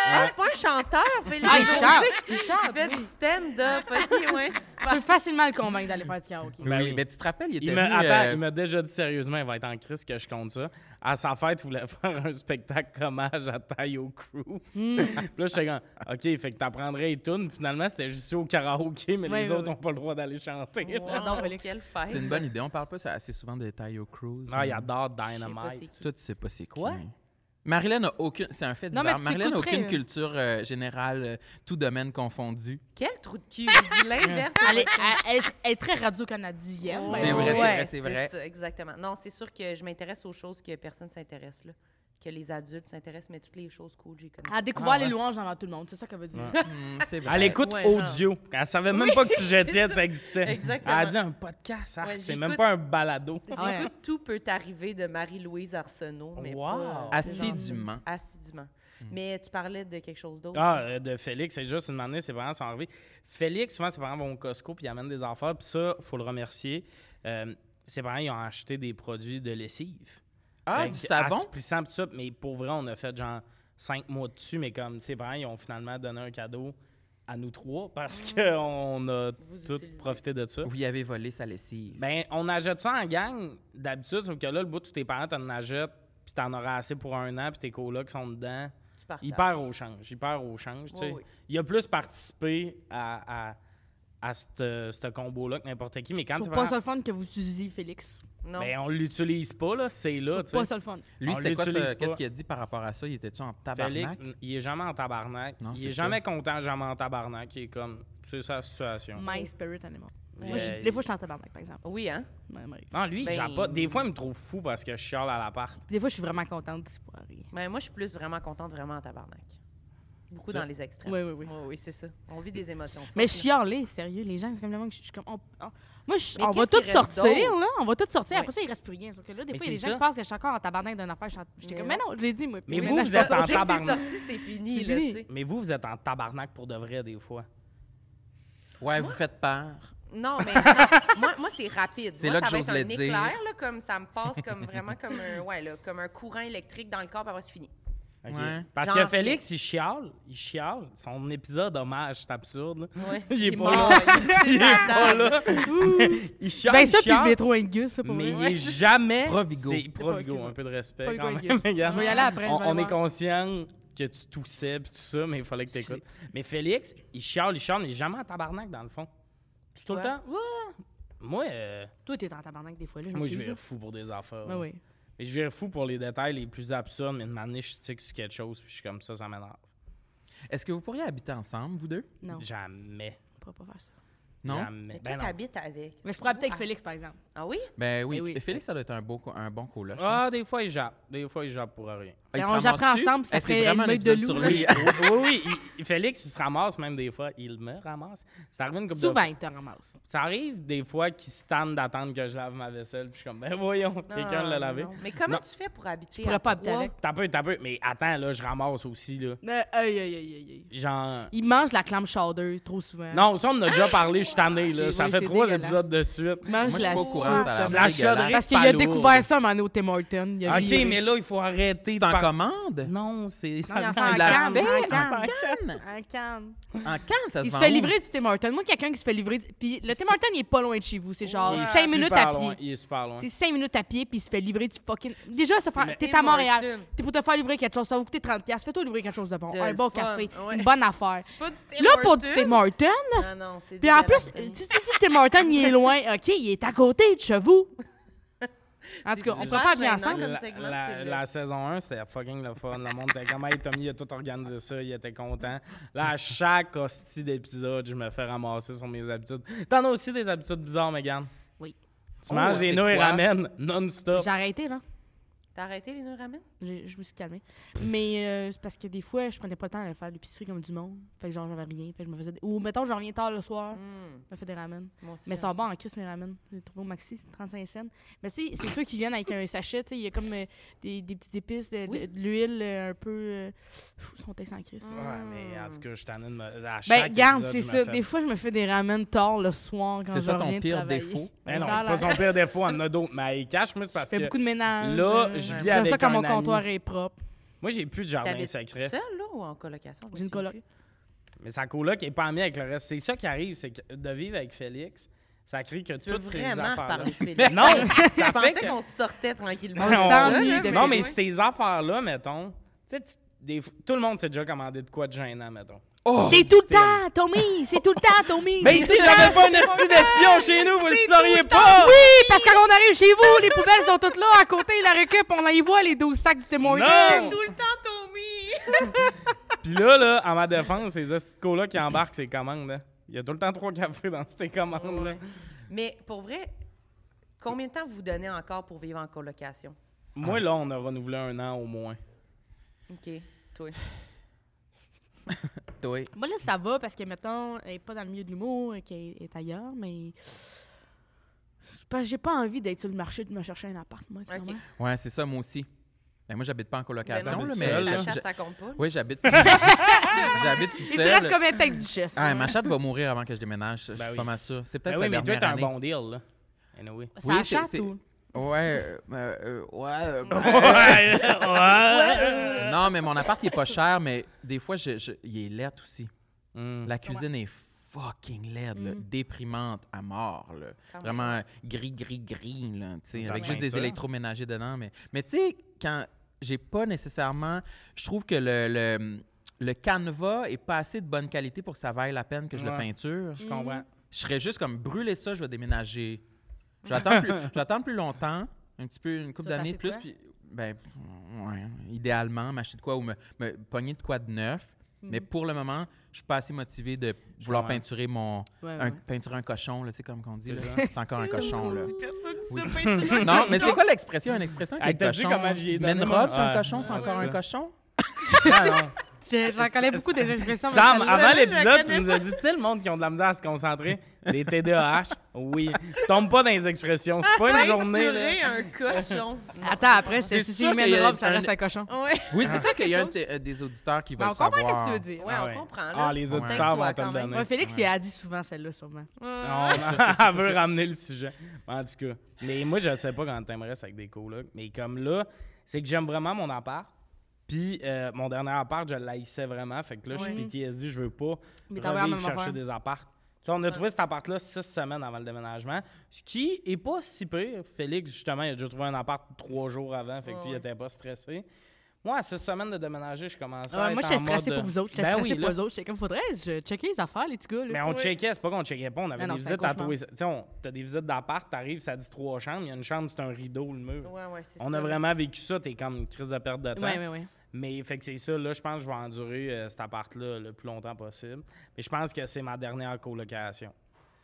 Speaker 2: Ah, c'est pas un chanteur, Félix.
Speaker 4: Ah, il chante! Il
Speaker 2: Il
Speaker 4: chante!
Speaker 2: fait du
Speaker 4: oui.
Speaker 2: stand-up. OK, ouais,
Speaker 4: Tu
Speaker 2: super.
Speaker 4: peux facilement le convaincre d'aller faire du karaoké.
Speaker 1: Ben
Speaker 3: oui,
Speaker 1: oui.
Speaker 3: mais tu te rappelles, il était
Speaker 1: Il
Speaker 3: venu...
Speaker 1: m'a, attends,
Speaker 3: euh,
Speaker 1: il m'a déjà dit sérieusement, il va être en crise que je compte ça. À sa fête, il voulait faire un spectacle hommage à Tayo Cruz.
Speaker 2: Mm.
Speaker 4: Mm.
Speaker 1: Puis là, j'étais comme, OK, fait que t'apprendrais les tunes. Finalement, c'était juste au karaoké, mais
Speaker 4: Ouais,
Speaker 1: les
Speaker 4: ouais,
Speaker 1: autres
Speaker 4: ouais.
Speaker 1: n'ont pas le droit d'aller chanter. là.
Speaker 4: Ouais. Pardon, Ah, Félix.
Speaker 2: Quelle fête.
Speaker 3: C'est une bonne idée. On parle pas assez souvent de Tayo Cruz.
Speaker 1: Ah, il
Speaker 3: Euh,
Speaker 1: adore
Speaker 2: Je sais pas c'est
Speaker 1: Dynamite.
Speaker 2: qui.
Speaker 3: Toi, tu sais pas c'est
Speaker 1: Quoi?
Speaker 3: quoi? Marilyn n'a aucune... C'est un fait
Speaker 4: Non,
Speaker 3: divers.
Speaker 4: mais
Speaker 3: Marilyn n'a
Speaker 4: t'écouterais,
Speaker 3: aucune
Speaker 4: euh.
Speaker 3: culture euh, générale, euh, tout domaine confondu.
Speaker 2: Quel trou de cul. Je dis l'inverse.
Speaker 4: Elle est, elle- elle- elle est très radio-canadienne.
Speaker 3: C'est
Speaker 4: ben,
Speaker 3: vrai, c'est
Speaker 4: ouais.
Speaker 3: vrai, c'est vrai.
Speaker 2: ça, exactement. Non, c'est sûr que je m'intéresse aux choses que personne s'intéresse, là. Que les adultes s'intéressent, mais toutes les choses cool, j'ai connu.
Speaker 4: Elle a découvert
Speaker 1: Ah, ouais.
Speaker 4: les louanges avant tout le monde, c'est ça qu'elle veut dire.
Speaker 3: Hmm, c'est vrai.
Speaker 1: Elle écoute
Speaker 2: Ouais, genre.
Speaker 1: audio. Elle savait même pas que Sujet tiède, ça existait.
Speaker 2: Exactement.
Speaker 1: Elle a dit un podcast, arc,
Speaker 2: Ouais,
Speaker 1: c'est
Speaker 2: j'écoute.
Speaker 1: même pas un balado.
Speaker 2: J'écoute
Speaker 4: Ah, Ouais.
Speaker 2: Tout peut arriver de Marie-Louise Arsenault, mais
Speaker 1: Wow.
Speaker 2: pas...
Speaker 3: Assidûment.
Speaker 2: Assidûment.
Speaker 3: Hmm.
Speaker 2: Mais tu parlais de quelque chose d'autre.
Speaker 1: Ah, euh, de Félix, c'est juste une année, ses parents sont arrivés. Félix, souvent, ses parents vont au Costco puis ils amènent des affaires. Puis ça, faut le remercier. Euh, ses parents, ils ont acheté des produits de lessive.
Speaker 3: Ah,
Speaker 1: Fait
Speaker 3: du
Speaker 1: que,
Speaker 3: savon?
Speaker 1: asplissant pis ça, mais pour vrai, on a fait genre cinq mois dessus, mais comme ses parents, ils ont finalement donné un cadeau à nous trois parce
Speaker 3: Ah.
Speaker 1: qu'on a
Speaker 2: Vous
Speaker 1: tous
Speaker 2: utilisez.
Speaker 1: profité de ça.
Speaker 3: Vous y avez volé sa lessive.
Speaker 1: Ben, on achète ça en gang d'habitude, sauf que là, le bout de tous tes parents, t'en achètes, puis t'en auras assez pour un an, puis tes colocs sont dedans.
Speaker 2: tu partages.
Speaker 1: Il perd au change. Il perd au change. tu
Speaker 2: Oui,
Speaker 1: sais.
Speaker 2: oui.
Speaker 1: Il a plus participé à, à, à ce ce combo-là que n'importe qui, mais quand
Speaker 4: Faut
Speaker 1: tu Ben,
Speaker 4: pas ça le fun que vous utilisiez, Félix.
Speaker 2: Non.
Speaker 3: Ben,
Speaker 1: on l'utilise pas, là, c'est là.
Speaker 4: Faut
Speaker 1: tu sais.
Speaker 4: pas ça le fun.
Speaker 3: Lui,
Speaker 1: on
Speaker 3: c'est quoi ça?
Speaker 1: l'utilise
Speaker 3: Qu'est-ce
Speaker 1: pas.
Speaker 3: qu'il a dit par rapport à ça? Il était-tu en
Speaker 1: Félix,
Speaker 3: tabarnak?
Speaker 1: n- il est jamais en tabarnak.
Speaker 3: Non,
Speaker 1: il
Speaker 3: c'est
Speaker 1: est
Speaker 3: ça.
Speaker 1: jamais content, jamais en tabarnak. Il est comme, c'est sa situation.
Speaker 4: My spirit animal.
Speaker 1: Mais-
Speaker 4: Moi, je- des fois, je suis en tabarnak, par exemple.
Speaker 2: Oui, hein?
Speaker 4: Ouais, ouais.
Speaker 1: Non, lui, il
Speaker 2: Ben-
Speaker 1: jappe pas. Des fois, il me trouve fou parce que je chiale à l'appart.
Speaker 4: Des fois, je suis vraiment contente d'ici pour rien.
Speaker 2: Ben, moi, je suis plus vraiment contente, vraiment en tabarnak. Beaucoup
Speaker 1: C'est
Speaker 2: dans
Speaker 1: ça?
Speaker 2: les extrêmes.
Speaker 4: Oui, oui, oui.
Speaker 2: Oui, oui, c'est ça. On vit des émotions. fortes,
Speaker 4: Mais
Speaker 2: là.
Speaker 4: chialer, sérieux, les gens, c'est comme le monde que je suis comme. on- on- moi, je-
Speaker 2: Mais
Speaker 4: on va
Speaker 2: qu'est-ce
Speaker 4: tout
Speaker 2: qu'il reste
Speaker 4: sortir,
Speaker 2: d'autre?
Speaker 4: là. On va tout sortir.
Speaker 2: Ouais.
Speaker 4: Après ça, il reste plus rien. Sauf que là, des
Speaker 1: Mais
Speaker 4: fois, il y a des
Speaker 1: c'est
Speaker 4: gens
Speaker 1: ça.
Speaker 4: qui pensent que je suis encore en tabarnak d'une affaire. je suis en- J'étais comme,
Speaker 2: Mais
Speaker 4: mais non, je l'ai dit, moi.
Speaker 1: Mais
Speaker 4: Oui,
Speaker 1: vous,
Speaker 4: mais
Speaker 1: vous
Speaker 4: ça-
Speaker 1: êtes en
Speaker 2: Dès que c'est
Speaker 1: tabarnak.
Speaker 2: sorti, c'est fini,
Speaker 4: C'est
Speaker 2: là,
Speaker 4: fini.
Speaker 2: tu sais.
Speaker 1: Mais vous, vous êtes en tabarnak pour de vrai, des fois.
Speaker 3: Ouais, vous faites peur.
Speaker 2: Non, mais non. moi, moi c'est rapide.
Speaker 3: C'est
Speaker 2: moi,
Speaker 3: là que
Speaker 2: ça va
Speaker 3: j'ose
Speaker 2: être un
Speaker 3: le dire.
Speaker 2: éclair, là, comme ça me passe comme vraiment comme un, ouais, là, comme un courant électrique dans le corps, puis après, c'est fini.
Speaker 1: Ok.
Speaker 3: Ouais.
Speaker 1: Parce
Speaker 2: Genre-
Speaker 1: que Félix, il chiale. Il chiale. Son épisode hommage, c'est absurde. là.
Speaker 2: Ouais.
Speaker 1: Il est pas
Speaker 2: mort,
Speaker 1: là.
Speaker 2: Il est
Speaker 1: est
Speaker 2: pas
Speaker 1: pas là. il chiale,
Speaker 4: Ben,
Speaker 1: il
Speaker 4: ça, puis
Speaker 1: chiale,
Speaker 4: le métro Ingus, ça, pour
Speaker 1: mais
Speaker 4: vrai.
Speaker 1: il est jamais...
Speaker 3: Provigo.
Speaker 1: C'est Provigo,
Speaker 4: excuse-moi.
Speaker 1: un peu de respect
Speaker 4: Provigo,
Speaker 1: quand
Speaker 4: il
Speaker 1: même.
Speaker 4: est-
Speaker 1: Regarde.
Speaker 4: Je vais y aller après, je
Speaker 1: On,
Speaker 4: vais aller
Speaker 1: on est
Speaker 4: voir.
Speaker 1: conscient que tu toussais puis tout ça, mais il fallait que tu écoutes. Mais Félix, il chiale, il chiale, mais il est jamais en tabarnak, dans le fond. Tout le
Speaker 2: Toi?
Speaker 1: temps... Ouais. Moi, euh,
Speaker 4: Toi, t'es en tabarnak des fois, là.
Speaker 1: moi je vais fou pour des affaires.
Speaker 4: Ben Oui,
Speaker 1: là.
Speaker 4: oui.
Speaker 1: Mais je vais fou pour les détails les plus absurdes, mais de manière, je stick sur quelque chose, puis je suis comme ça, ça m'énerve.
Speaker 3: Est-ce que vous pourriez habiter ensemble, vous deux?
Speaker 4: Non, je
Speaker 1: Jamais.
Speaker 4: pourrais pas faire ça.
Speaker 3: Non?
Speaker 1: Jamais.
Speaker 2: Mais
Speaker 1: Ben
Speaker 2: toi,
Speaker 1: non.
Speaker 2: t'habites avec.
Speaker 4: Mais je pourrais habiter avec Félix, par exemple.
Speaker 2: Ah oui?
Speaker 3: Ben oui.
Speaker 4: Ben oui.
Speaker 3: Félix, ça doit être un, beau, co- un bon coloc. je
Speaker 1: Ah,
Speaker 3: pense.
Speaker 1: des fois, il jappe. Des fois, il jappe pour rien.
Speaker 3: Ah, il
Speaker 4: Ben,
Speaker 3: se
Speaker 4: on japperait
Speaker 3: ramasse-tu?
Speaker 4: ensemble, ça
Speaker 3: Eh, c'est
Speaker 4: ferait
Speaker 3: vraiment
Speaker 4: une
Speaker 3: un
Speaker 4: meute de
Speaker 3: épisode sur
Speaker 4: loups,
Speaker 3: lui. hein.
Speaker 1: oui, oui. il- Félix, il se ramasse même des fois. Il me ramasse. Ça arrive une couple de
Speaker 4: Souvent,
Speaker 1: fois.
Speaker 4: il te ramasse.
Speaker 1: Ça arrive des fois qu'il se tanne d'attendre que je lave ma vaisselle. Puis je suis comme, ben voyons,
Speaker 4: Ah,
Speaker 1: quelqu'un
Speaker 2: Non,
Speaker 1: l'a lavé.
Speaker 2: non. Mais comment
Speaker 1: Non.
Speaker 2: tu fais pour habiter
Speaker 4: pourrais
Speaker 2: à
Speaker 4: pas habiter
Speaker 2: trois?
Speaker 4: avec.
Speaker 1: T'as peu, t'as peu. Mais attends, là, je ramasse aussi, là.
Speaker 4: Mais, aïe, aïe, aïe, aïe, aïe.
Speaker 1: Genre.
Speaker 4: Il mange la clame chaudeuse trop souvent.
Speaker 1: Non, ça, on en a déjà parlé, je suis tanné, là.
Speaker 4: Oui,
Speaker 1: Ça
Speaker 4: Ah, oui,
Speaker 1: fait
Speaker 4: c'est
Speaker 1: trois
Speaker 4: dégueulasse.
Speaker 1: épisodes de suite.
Speaker 4: Il
Speaker 3: Moi,
Speaker 4: mange
Speaker 3: je suis
Speaker 4: la
Speaker 3: pas au courant,
Speaker 4: soupe,
Speaker 3: ça a
Speaker 4: comme-
Speaker 1: La Ah,
Speaker 3: l'air
Speaker 1: chaudrée.
Speaker 3: dégueulasse.
Speaker 4: Parce qu'il a
Speaker 1: Palourde.
Speaker 4: découvert ça un moment donné au Tim Horton. Il a
Speaker 1: OK,
Speaker 4: viré.
Speaker 1: mais là, il faut arrêter.
Speaker 3: C'est
Speaker 1: de
Speaker 3: en
Speaker 1: par-
Speaker 3: commande?
Speaker 1: Non, c'est. ça
Speaker 4: Non, il
Speaker 1: vient
Speaker 4: en fait
Speaker 1: en
Speaker 4: en
Speaker 1: canne.
Speaker 4: canne, en
Speaker 3: En
Speaker 4: canne.
Speaker 3: canne?
Speaker 4: En canne.
Speaker 3: En canne, ça se
Speaker 4: Il se
Speaker 3: vend
Speaker 4: fait
Speaker 3: où?
Speaker 4: livrer du Tim Horton. Moi, quelqu'un qui se fait livrer. du- Puis le Tim
Speaker 1: C'est-
Speaker 4: Horton, il est pas loin de chez vous. C'est genre
Speaker 1: Il est
Speaker 4: 5
Speaker 1: super
Speaker 4: minutes à
Speaker 1: loin,
Speaker 4: pied.
Speaker 1: Il est super loin.
Speaker 4: C'est 5 minutes à pied, puis il se fait livrer du fucking. Déjà, ça prend-
Speaker 1: mais-
Speaker 4: t'es à Montréal.
Speaker 2: Hortons.
Speaker 4: T'es pour te faire livrer quelque chose. Ça va vous coûter 30$. Fais-toi livrer quelque chose de bon.
Speaker 2: De
Speaker 4: un
Speaker 2: le
Speaker 4: bon
Speaker 2: fun,
Speaker 4: café.
Speaker 2: ouais.
Speaker 4: Une bonne affaire.
Speaker 2: Pas du Tim
Speaker 4: Là, pour du
Speaker 2: Hortons? Ah,
Speaker 4: Tim Horton, là,
Speaker 2: Non, non, c'est
Speaker 4: puis en
Speaker 2: dégueulasse,
Speaker 4: plus,
Speaker 2: Tommy.
Speaker 4: si tu dis que Tim Horton, il est loin, OK, il est à côté de chez vous. En tout cas, on peut
Speaker 2: super
Speaker 4: pas
Speaker 2: gênant.
Speaker 4: bien ensemble.
Speaker 2: comme
Speaker 1: La-
Speaker 2: segment,
Speaker 1: la,
Speaker 2: c'est
Speaker 1: la saison 1, c'était fucking le fun. Le monde était comme, hey, Tommy, il a tout organisé ça, il était content. Là, à chaque hostie d'épisode, je me fais ramasser sur mes habitudes. T'en as aussi des habitudes bizarres, Megan?
Speaker 4: Oui.
Speaker 1: Tu manges
Speaker 3: Oh,
Speaker 1: des
Speaker 3: c'est
Speaker 1: noix et
Speaker 3: quoi?
Speaker 1: ramen non-stop.
Speaker 4: J'ai arrêté, là.
Speaker 2: T'as arrêté les nœuds ramen?
Speaker 4: J'ai- Je me suis calmée. Mais euh, c'est parce que des fois, je prenais pas le temps de faire l'épicerie comme du monde. Fait que genre, j'avais rien. Fait que je me faisais. des- Ou mettons, je reviens tard le soir.
Speaker 2: Hum,
Speaker 4: Je me fais des ramen.
Speaker 2: moi aussi,
Speaker 4: Mais ils
Speaker 2: j'aime
Speaker 4: sont bons en crise, mes ramen. J'ai trouvé au maxi, c'est 35 cents. Mais tu sais, c'est ceux qui viennent avec un sachet. Tu sais, il y a comme euh, des, des petites épices, de, de-
Speaker 2: Oui.
Speaker 4: de l'huile euh, un peu. euh, pfff, ils sont textes en crise.
Speaker 1: Ouais, mais en tout cas, je t'en ai de me- à
Speaker 4: Ben,
Speaker 1: chaque
Speaker 4: garde,
Speaker 1: épisode,
Speaker 4: c'est
Speaker 1: je me
Speaker 4: ça.
Speaker 1: fais-
Speaker 4: Des fois, je me fais des ramen tard le soir quand
Speaker 3: C'est
Speaker 4: je
Speaker 3: ça ton
Speaker 4: reviens de
Speaker 3: pire
Speaker 4: travailler.
Speaker 3: défaut?
Speaker 1: Ben non,
Speaker 4: Ça a
Speaker 1: c'est
Speaker 4: l'air.
Speaker 1: pas son pire défaut, on en a d'autres. Mais elle cache, moi, c'est parce
Speaker 4: Je
Speaker 1: que
Speaker 4: fais beaucoup de ménage.
Speaker 1: là,
Speaker 4: euh,
Speaker 1: je
Speaker 4: j'aime
Speaker 1: vis
Speaker 4: ça
Speaker 1: avec
Speaker 4: quand mon
Speaker 1: un ami.
Speaker 4: comptoir est propre.
Speaker 1: moi, j'ai plus de jardin
Speaker 2: T'habites
Speaker 1: secret.
Speaker 2: seule, là, ou en colocation? Je me
Speaker 4: J'ai une
Speaker 2: souviens
Speaker 4: coloc.
Speaker 2: plus.
Speaker 1: Mais sa coloc est pas amie avec le reste. C'est ça qui arrive, c'est que de vivre avec Félix, ça crée que
Speaker 2: Tu veux
Speaker 1: toutes ces
Speaker 2: vraiment
Speaker 1: affaires-là.
Speaker 2: reparler de Félix?
Speaker 1: Non,
Speaker 2: Je
Speaker 1: ça
Speaker 2: pensais
Speaker 1: fait que...
Speaker 2: qu'on sortait tranquillement.
Speaker 4: On
Speaker 2: de
Speaker 1: Non,
Speaker 2: ça,
Speaker 4: s'ennuie
Speaker 2: là,
Speaker 4: de
Speaker 1: Non,
Speaker 4: Félix.
Speaker 1: mais ces affaires-là, mettons, tu sais, tu- des fois- tout le monde s'est déjà commandé de quoi de gênant, mettons.
Speaker 3: Oh!
Speaker 4: C'est tout le
Speaker 1: Tim.
Speaker 4: temps, Tommy! C'est tout le temps, Tommy!
Speaker 1: Mais ici, j'avais pas un esti d'espion chez nous, vous le sauriez
Speaker 3: Ah!
Speaker 1: pas!
Speaker 4: Oui, parce que quand on arrive chez vous, les poubelles sont toutes là, à côté, ils la récupèrent, on les voit, les 12 sacs du témoin.
Speaker 1: Non!
Speaker 2: Tout le temps, Tommy!
Speaker 1: Puis là, là, à ma défense, ces hosties de colas qui embarquent ces commandes, hein. il y a tout le temps trois cafés dans ces commandes-là.
Speaker 2: Ouais. Mais pour vrai, combien de temps vous donnez encore pour vivre en colocation?
Speaker 1: Moi,
Speaker 3: Ah.
Speaker 1: là, on a renouvelé un an au moins.
Speaker 2: OK. Toi.
Speaker 3: Toi.
Speaker 4: Moi, là, ça va parce que, mettons, elle est pas dans le milieu de l'humour, euh, qu'elle est ailleurs, mais. C'est parce que j'ai pas envie d'être sur le marché de me chercher un appart, moi, tu
Speaker 2: Ok.
Speaker 4: comprends?
Speaker 3: Ouais, c'est ça, moi aussi. Ben, moi, j'habite pas en colocation,
Speaker 1: non,
Speaker 3: là,
Speaker 1: c'est
Speaker 3: mais.
Speaker 1: seul,
Speaker 3: j'a-
Speaker 1: là.
Speaker 2: la
Speaker 3: j'a-
Speaker 2: chatte, ça compte pas. là.
Speaker 3: Oui, j'habite tout J'habite tout
Speaker 4: Il te reste
Speaker 3: seul.
Speaker 4: comme une tête duchesse.
Speaker 3: Ah,
Speaker 4: hein.
Speaker 3: ma chatte va mourir avant que je déménage. je
Speaker 1: Ben
Speaker 3: suis
Speaker 1: oui.
Speaker 3: pas mal sûr. C'est
Speaker 1: Ben
Speaker 3: peut-être
Speaker 1: oui,
Speaker 3: sa
Speaker 1: mais toi,
Speaker 3: dernière
Speaker 1: t'as un
Speaker 3: année.
Speaker 1: bon deal, là. Anyway.
Speaker 4: Ça
Speaker 3: Oui, c'est-
Speaker 4: achète
Speaker 3: c'est-
Speaker 4: ou?
Speaker 3: Ouais, euh, euh, ouais. euh,
Speaker 1: Ouais, ouais.
Speaker 3: euh, non, mais mon appart, il est pas cher, mais des fois, je, je- il est laid aussi.
Speaker 1: Hmm.
Speaker 3: La cuisine est fucking laide, là, déprimante à mort. là.
Speaker 2: Quand même.
Speaker 3: Vraiment gris, gris, gris, là, tu sais,
Speaker 1: Ça
Speaker 3: avec
Speaker 1: se
Speaker 3: juste des
Speaker 1: peinture.
Speaker 3: électroménagers dedans. Mais, mais tu sais, quand j'ai pas nécessairement. Je trouve que le, le, le canevas est pas assez de bonne qualité pour que ça vaille la peine que je le
Speaker 1: Ouais.
Speaker 3: peinture.
Speaker 1: Je comprends.
Speaker 3: Je serais juste comme brûler ça, je vais déménager. Je vais attendre plus, je vais attendre plus longtemps, un petit peu, une couple
Speaker 4: Tu vas
Speaker 3: d'années de plus.
Speaker 4: t'acheter
Speaker 3: Puis, ben, ouais, idéalement, m'acheter de quoi ou me, me pogner de quoi de neuf.
Speaker 4: Hmm.
Speaker 3: Mais pour le moment, je suis pas assez motivé de vouloir
Speaker 1: comprends.
Speaker 3: peinturer mon
Speaker 4: Ouais, Ah ouais.
Speaker 3: un, peinturer un cochon, là, tu sais, comme qu'on dit. là.
Speaker 1: C'est
Speaker 3: C'est encore un cochon. là. Oui. Non,
Speaker 2: Non,
Speaker 3: mais c'est quoi l'expression? Une expression
Speaker 1: Hey,
Speaker 3: avec
Speaker 1: t'as
Speaker 3: un
Speaker 1: vu
Speaker 3: cochon?
Speaker 1: comment j'y ai
Speaker 3: Mais une
Speaker 1: donné?
Speaker 3: robe sur
Speaker 1: Ouais.
Speaker 3: un cochon, Ah, c'est
Speaker 1: Ouais,
Speaker 3: encore
Speaker 1: c'est
Speaker 3: un
Speaker 1: ça.
Speaker 3: cochon?
Speaker 1: Ah, non.
Speaker 4: J'ai- J'en connais beaucoup des expressions. mais
Speaker 1: Sam,
Speaker 4: celle-là,
Speaker 1: avant
Speaker 4: je
Speaker 1: l'épisode,
Speaker 4: la
Speaker 1: tu
Speaker 4: connais
Speaker 1: nous as dit, tu sais, le monde qui ont de la misère à se concentrer, des TDAH, oui. Tombe pas dans les expressions. C'est pas une journée. là.
Speaker 5: Peinturer un cochon.
Speaker 4: pas. Attends, après,
Speaker 3: ah. C'est
Speaker 4: c'est si tu
Speaker 3: sûr
Speaker 4: lui mets
Speaker 3: qu'il y
Speaker 4: une
Speaker 3: a
Speaker 4: robe, ça
Speaker 3: un-
Speaker 4: reste un cochon.
Speaker 5: Ouais.
Speaker 3: Oui, c'est
Speaker 5: Ah.
Speaker 3: ça qu'il y a un
Speaker 5: Quelque
Speaker 3: de- des auditeurs qui
Speaker 4: Ben,
Speaker 3: veulent
Speaker 4: on comprend
Speaker 3: savoir.
Speaker 4: qu'est-ce que tu veux dire.
Speaker 5: Ouais,
Speaker 1: Ah
Speaker 5: on
Speaker 1: ouais.
Speaker 5: comprend. Là.
Speaker 1: Ah, les
Speaker 3: Ouais.
Speaker 1: auditeurs vont
Speaker 5: Tais-toi
Speaker 1: te le
Speaker 5: quand même.
Speaker 1: donner.
Speaker 4: Ouais, Félix,
Speaker 3: Ouais.
Speaker 4: il a dit souvent celle-là, sûrement.
Speaker 1: Non, non, elle veut ramener le sujet. En tout cas. Mais moi, je sais pas quand t'aimerais ça avec des colocs. Mais comme là, c'est que j'aime vraiment mon appart. Puis euh, mon dernier appart, je l'haïssais vraiment. Fait que là, je suis PTSD, je veux pas
Speaker 4: Mais t'en veux la
Speaker 1: revivre
Speaker 4: même
Speaker 1: chercher
Speaker 4: affaire.
Speaker 1: des apparts. Tu sais, on a trouvé cet appart-là six semaines avant le déménagement, ce qui est pas si pire. Félix, justement, il a déjà trouvé un appart trois jours avant, fait que lui, il était pas stressé. Moi, à six semaines de déménager, je commençais à être
Speaker 4: Ouais, Ah, moi,
Speaker 1: en
Speaker 4: j'étais stressée
Speaker 1: mode-
Speaker 4: pour vous autres. J'étais
Speaker 1: Ben oui,
Speaker 4: stressée
Speaker 1: là.
Speaker 4: pour vous autres. J'étais comme, faudrait je checker les affaires, les petits gars. là.
Speaker 1: Mais on checkait, c'est pas qu'on checkait pas, on avait
Speaker 4: Ah non,
Speaker 1: des
Speaker 4: c'est un
Speaker 1: visites à
Speaker 4: cauchemar.
Speaker 1: trouver. Tu sais, on- t'as des visites d'appart, t'arrives, ça dit trois chambres, il y a une chambre, c'est un rideau, le mur.
Speaker 2: Ouais, ouais, c'est
Speaker 1: on
Speaker 2: ça.
Speaker 1: a vraiment vécu ça, t'es comme une crise de perte de temps.
Speaker 4: Ouais, ouais, ouais.
Speaker 1: Mais fait que c'est ça, là, je pense que je vais endurer euh, cet appart-là le plus longtemps possible. Mais je pense que c'est ma dernière colocation.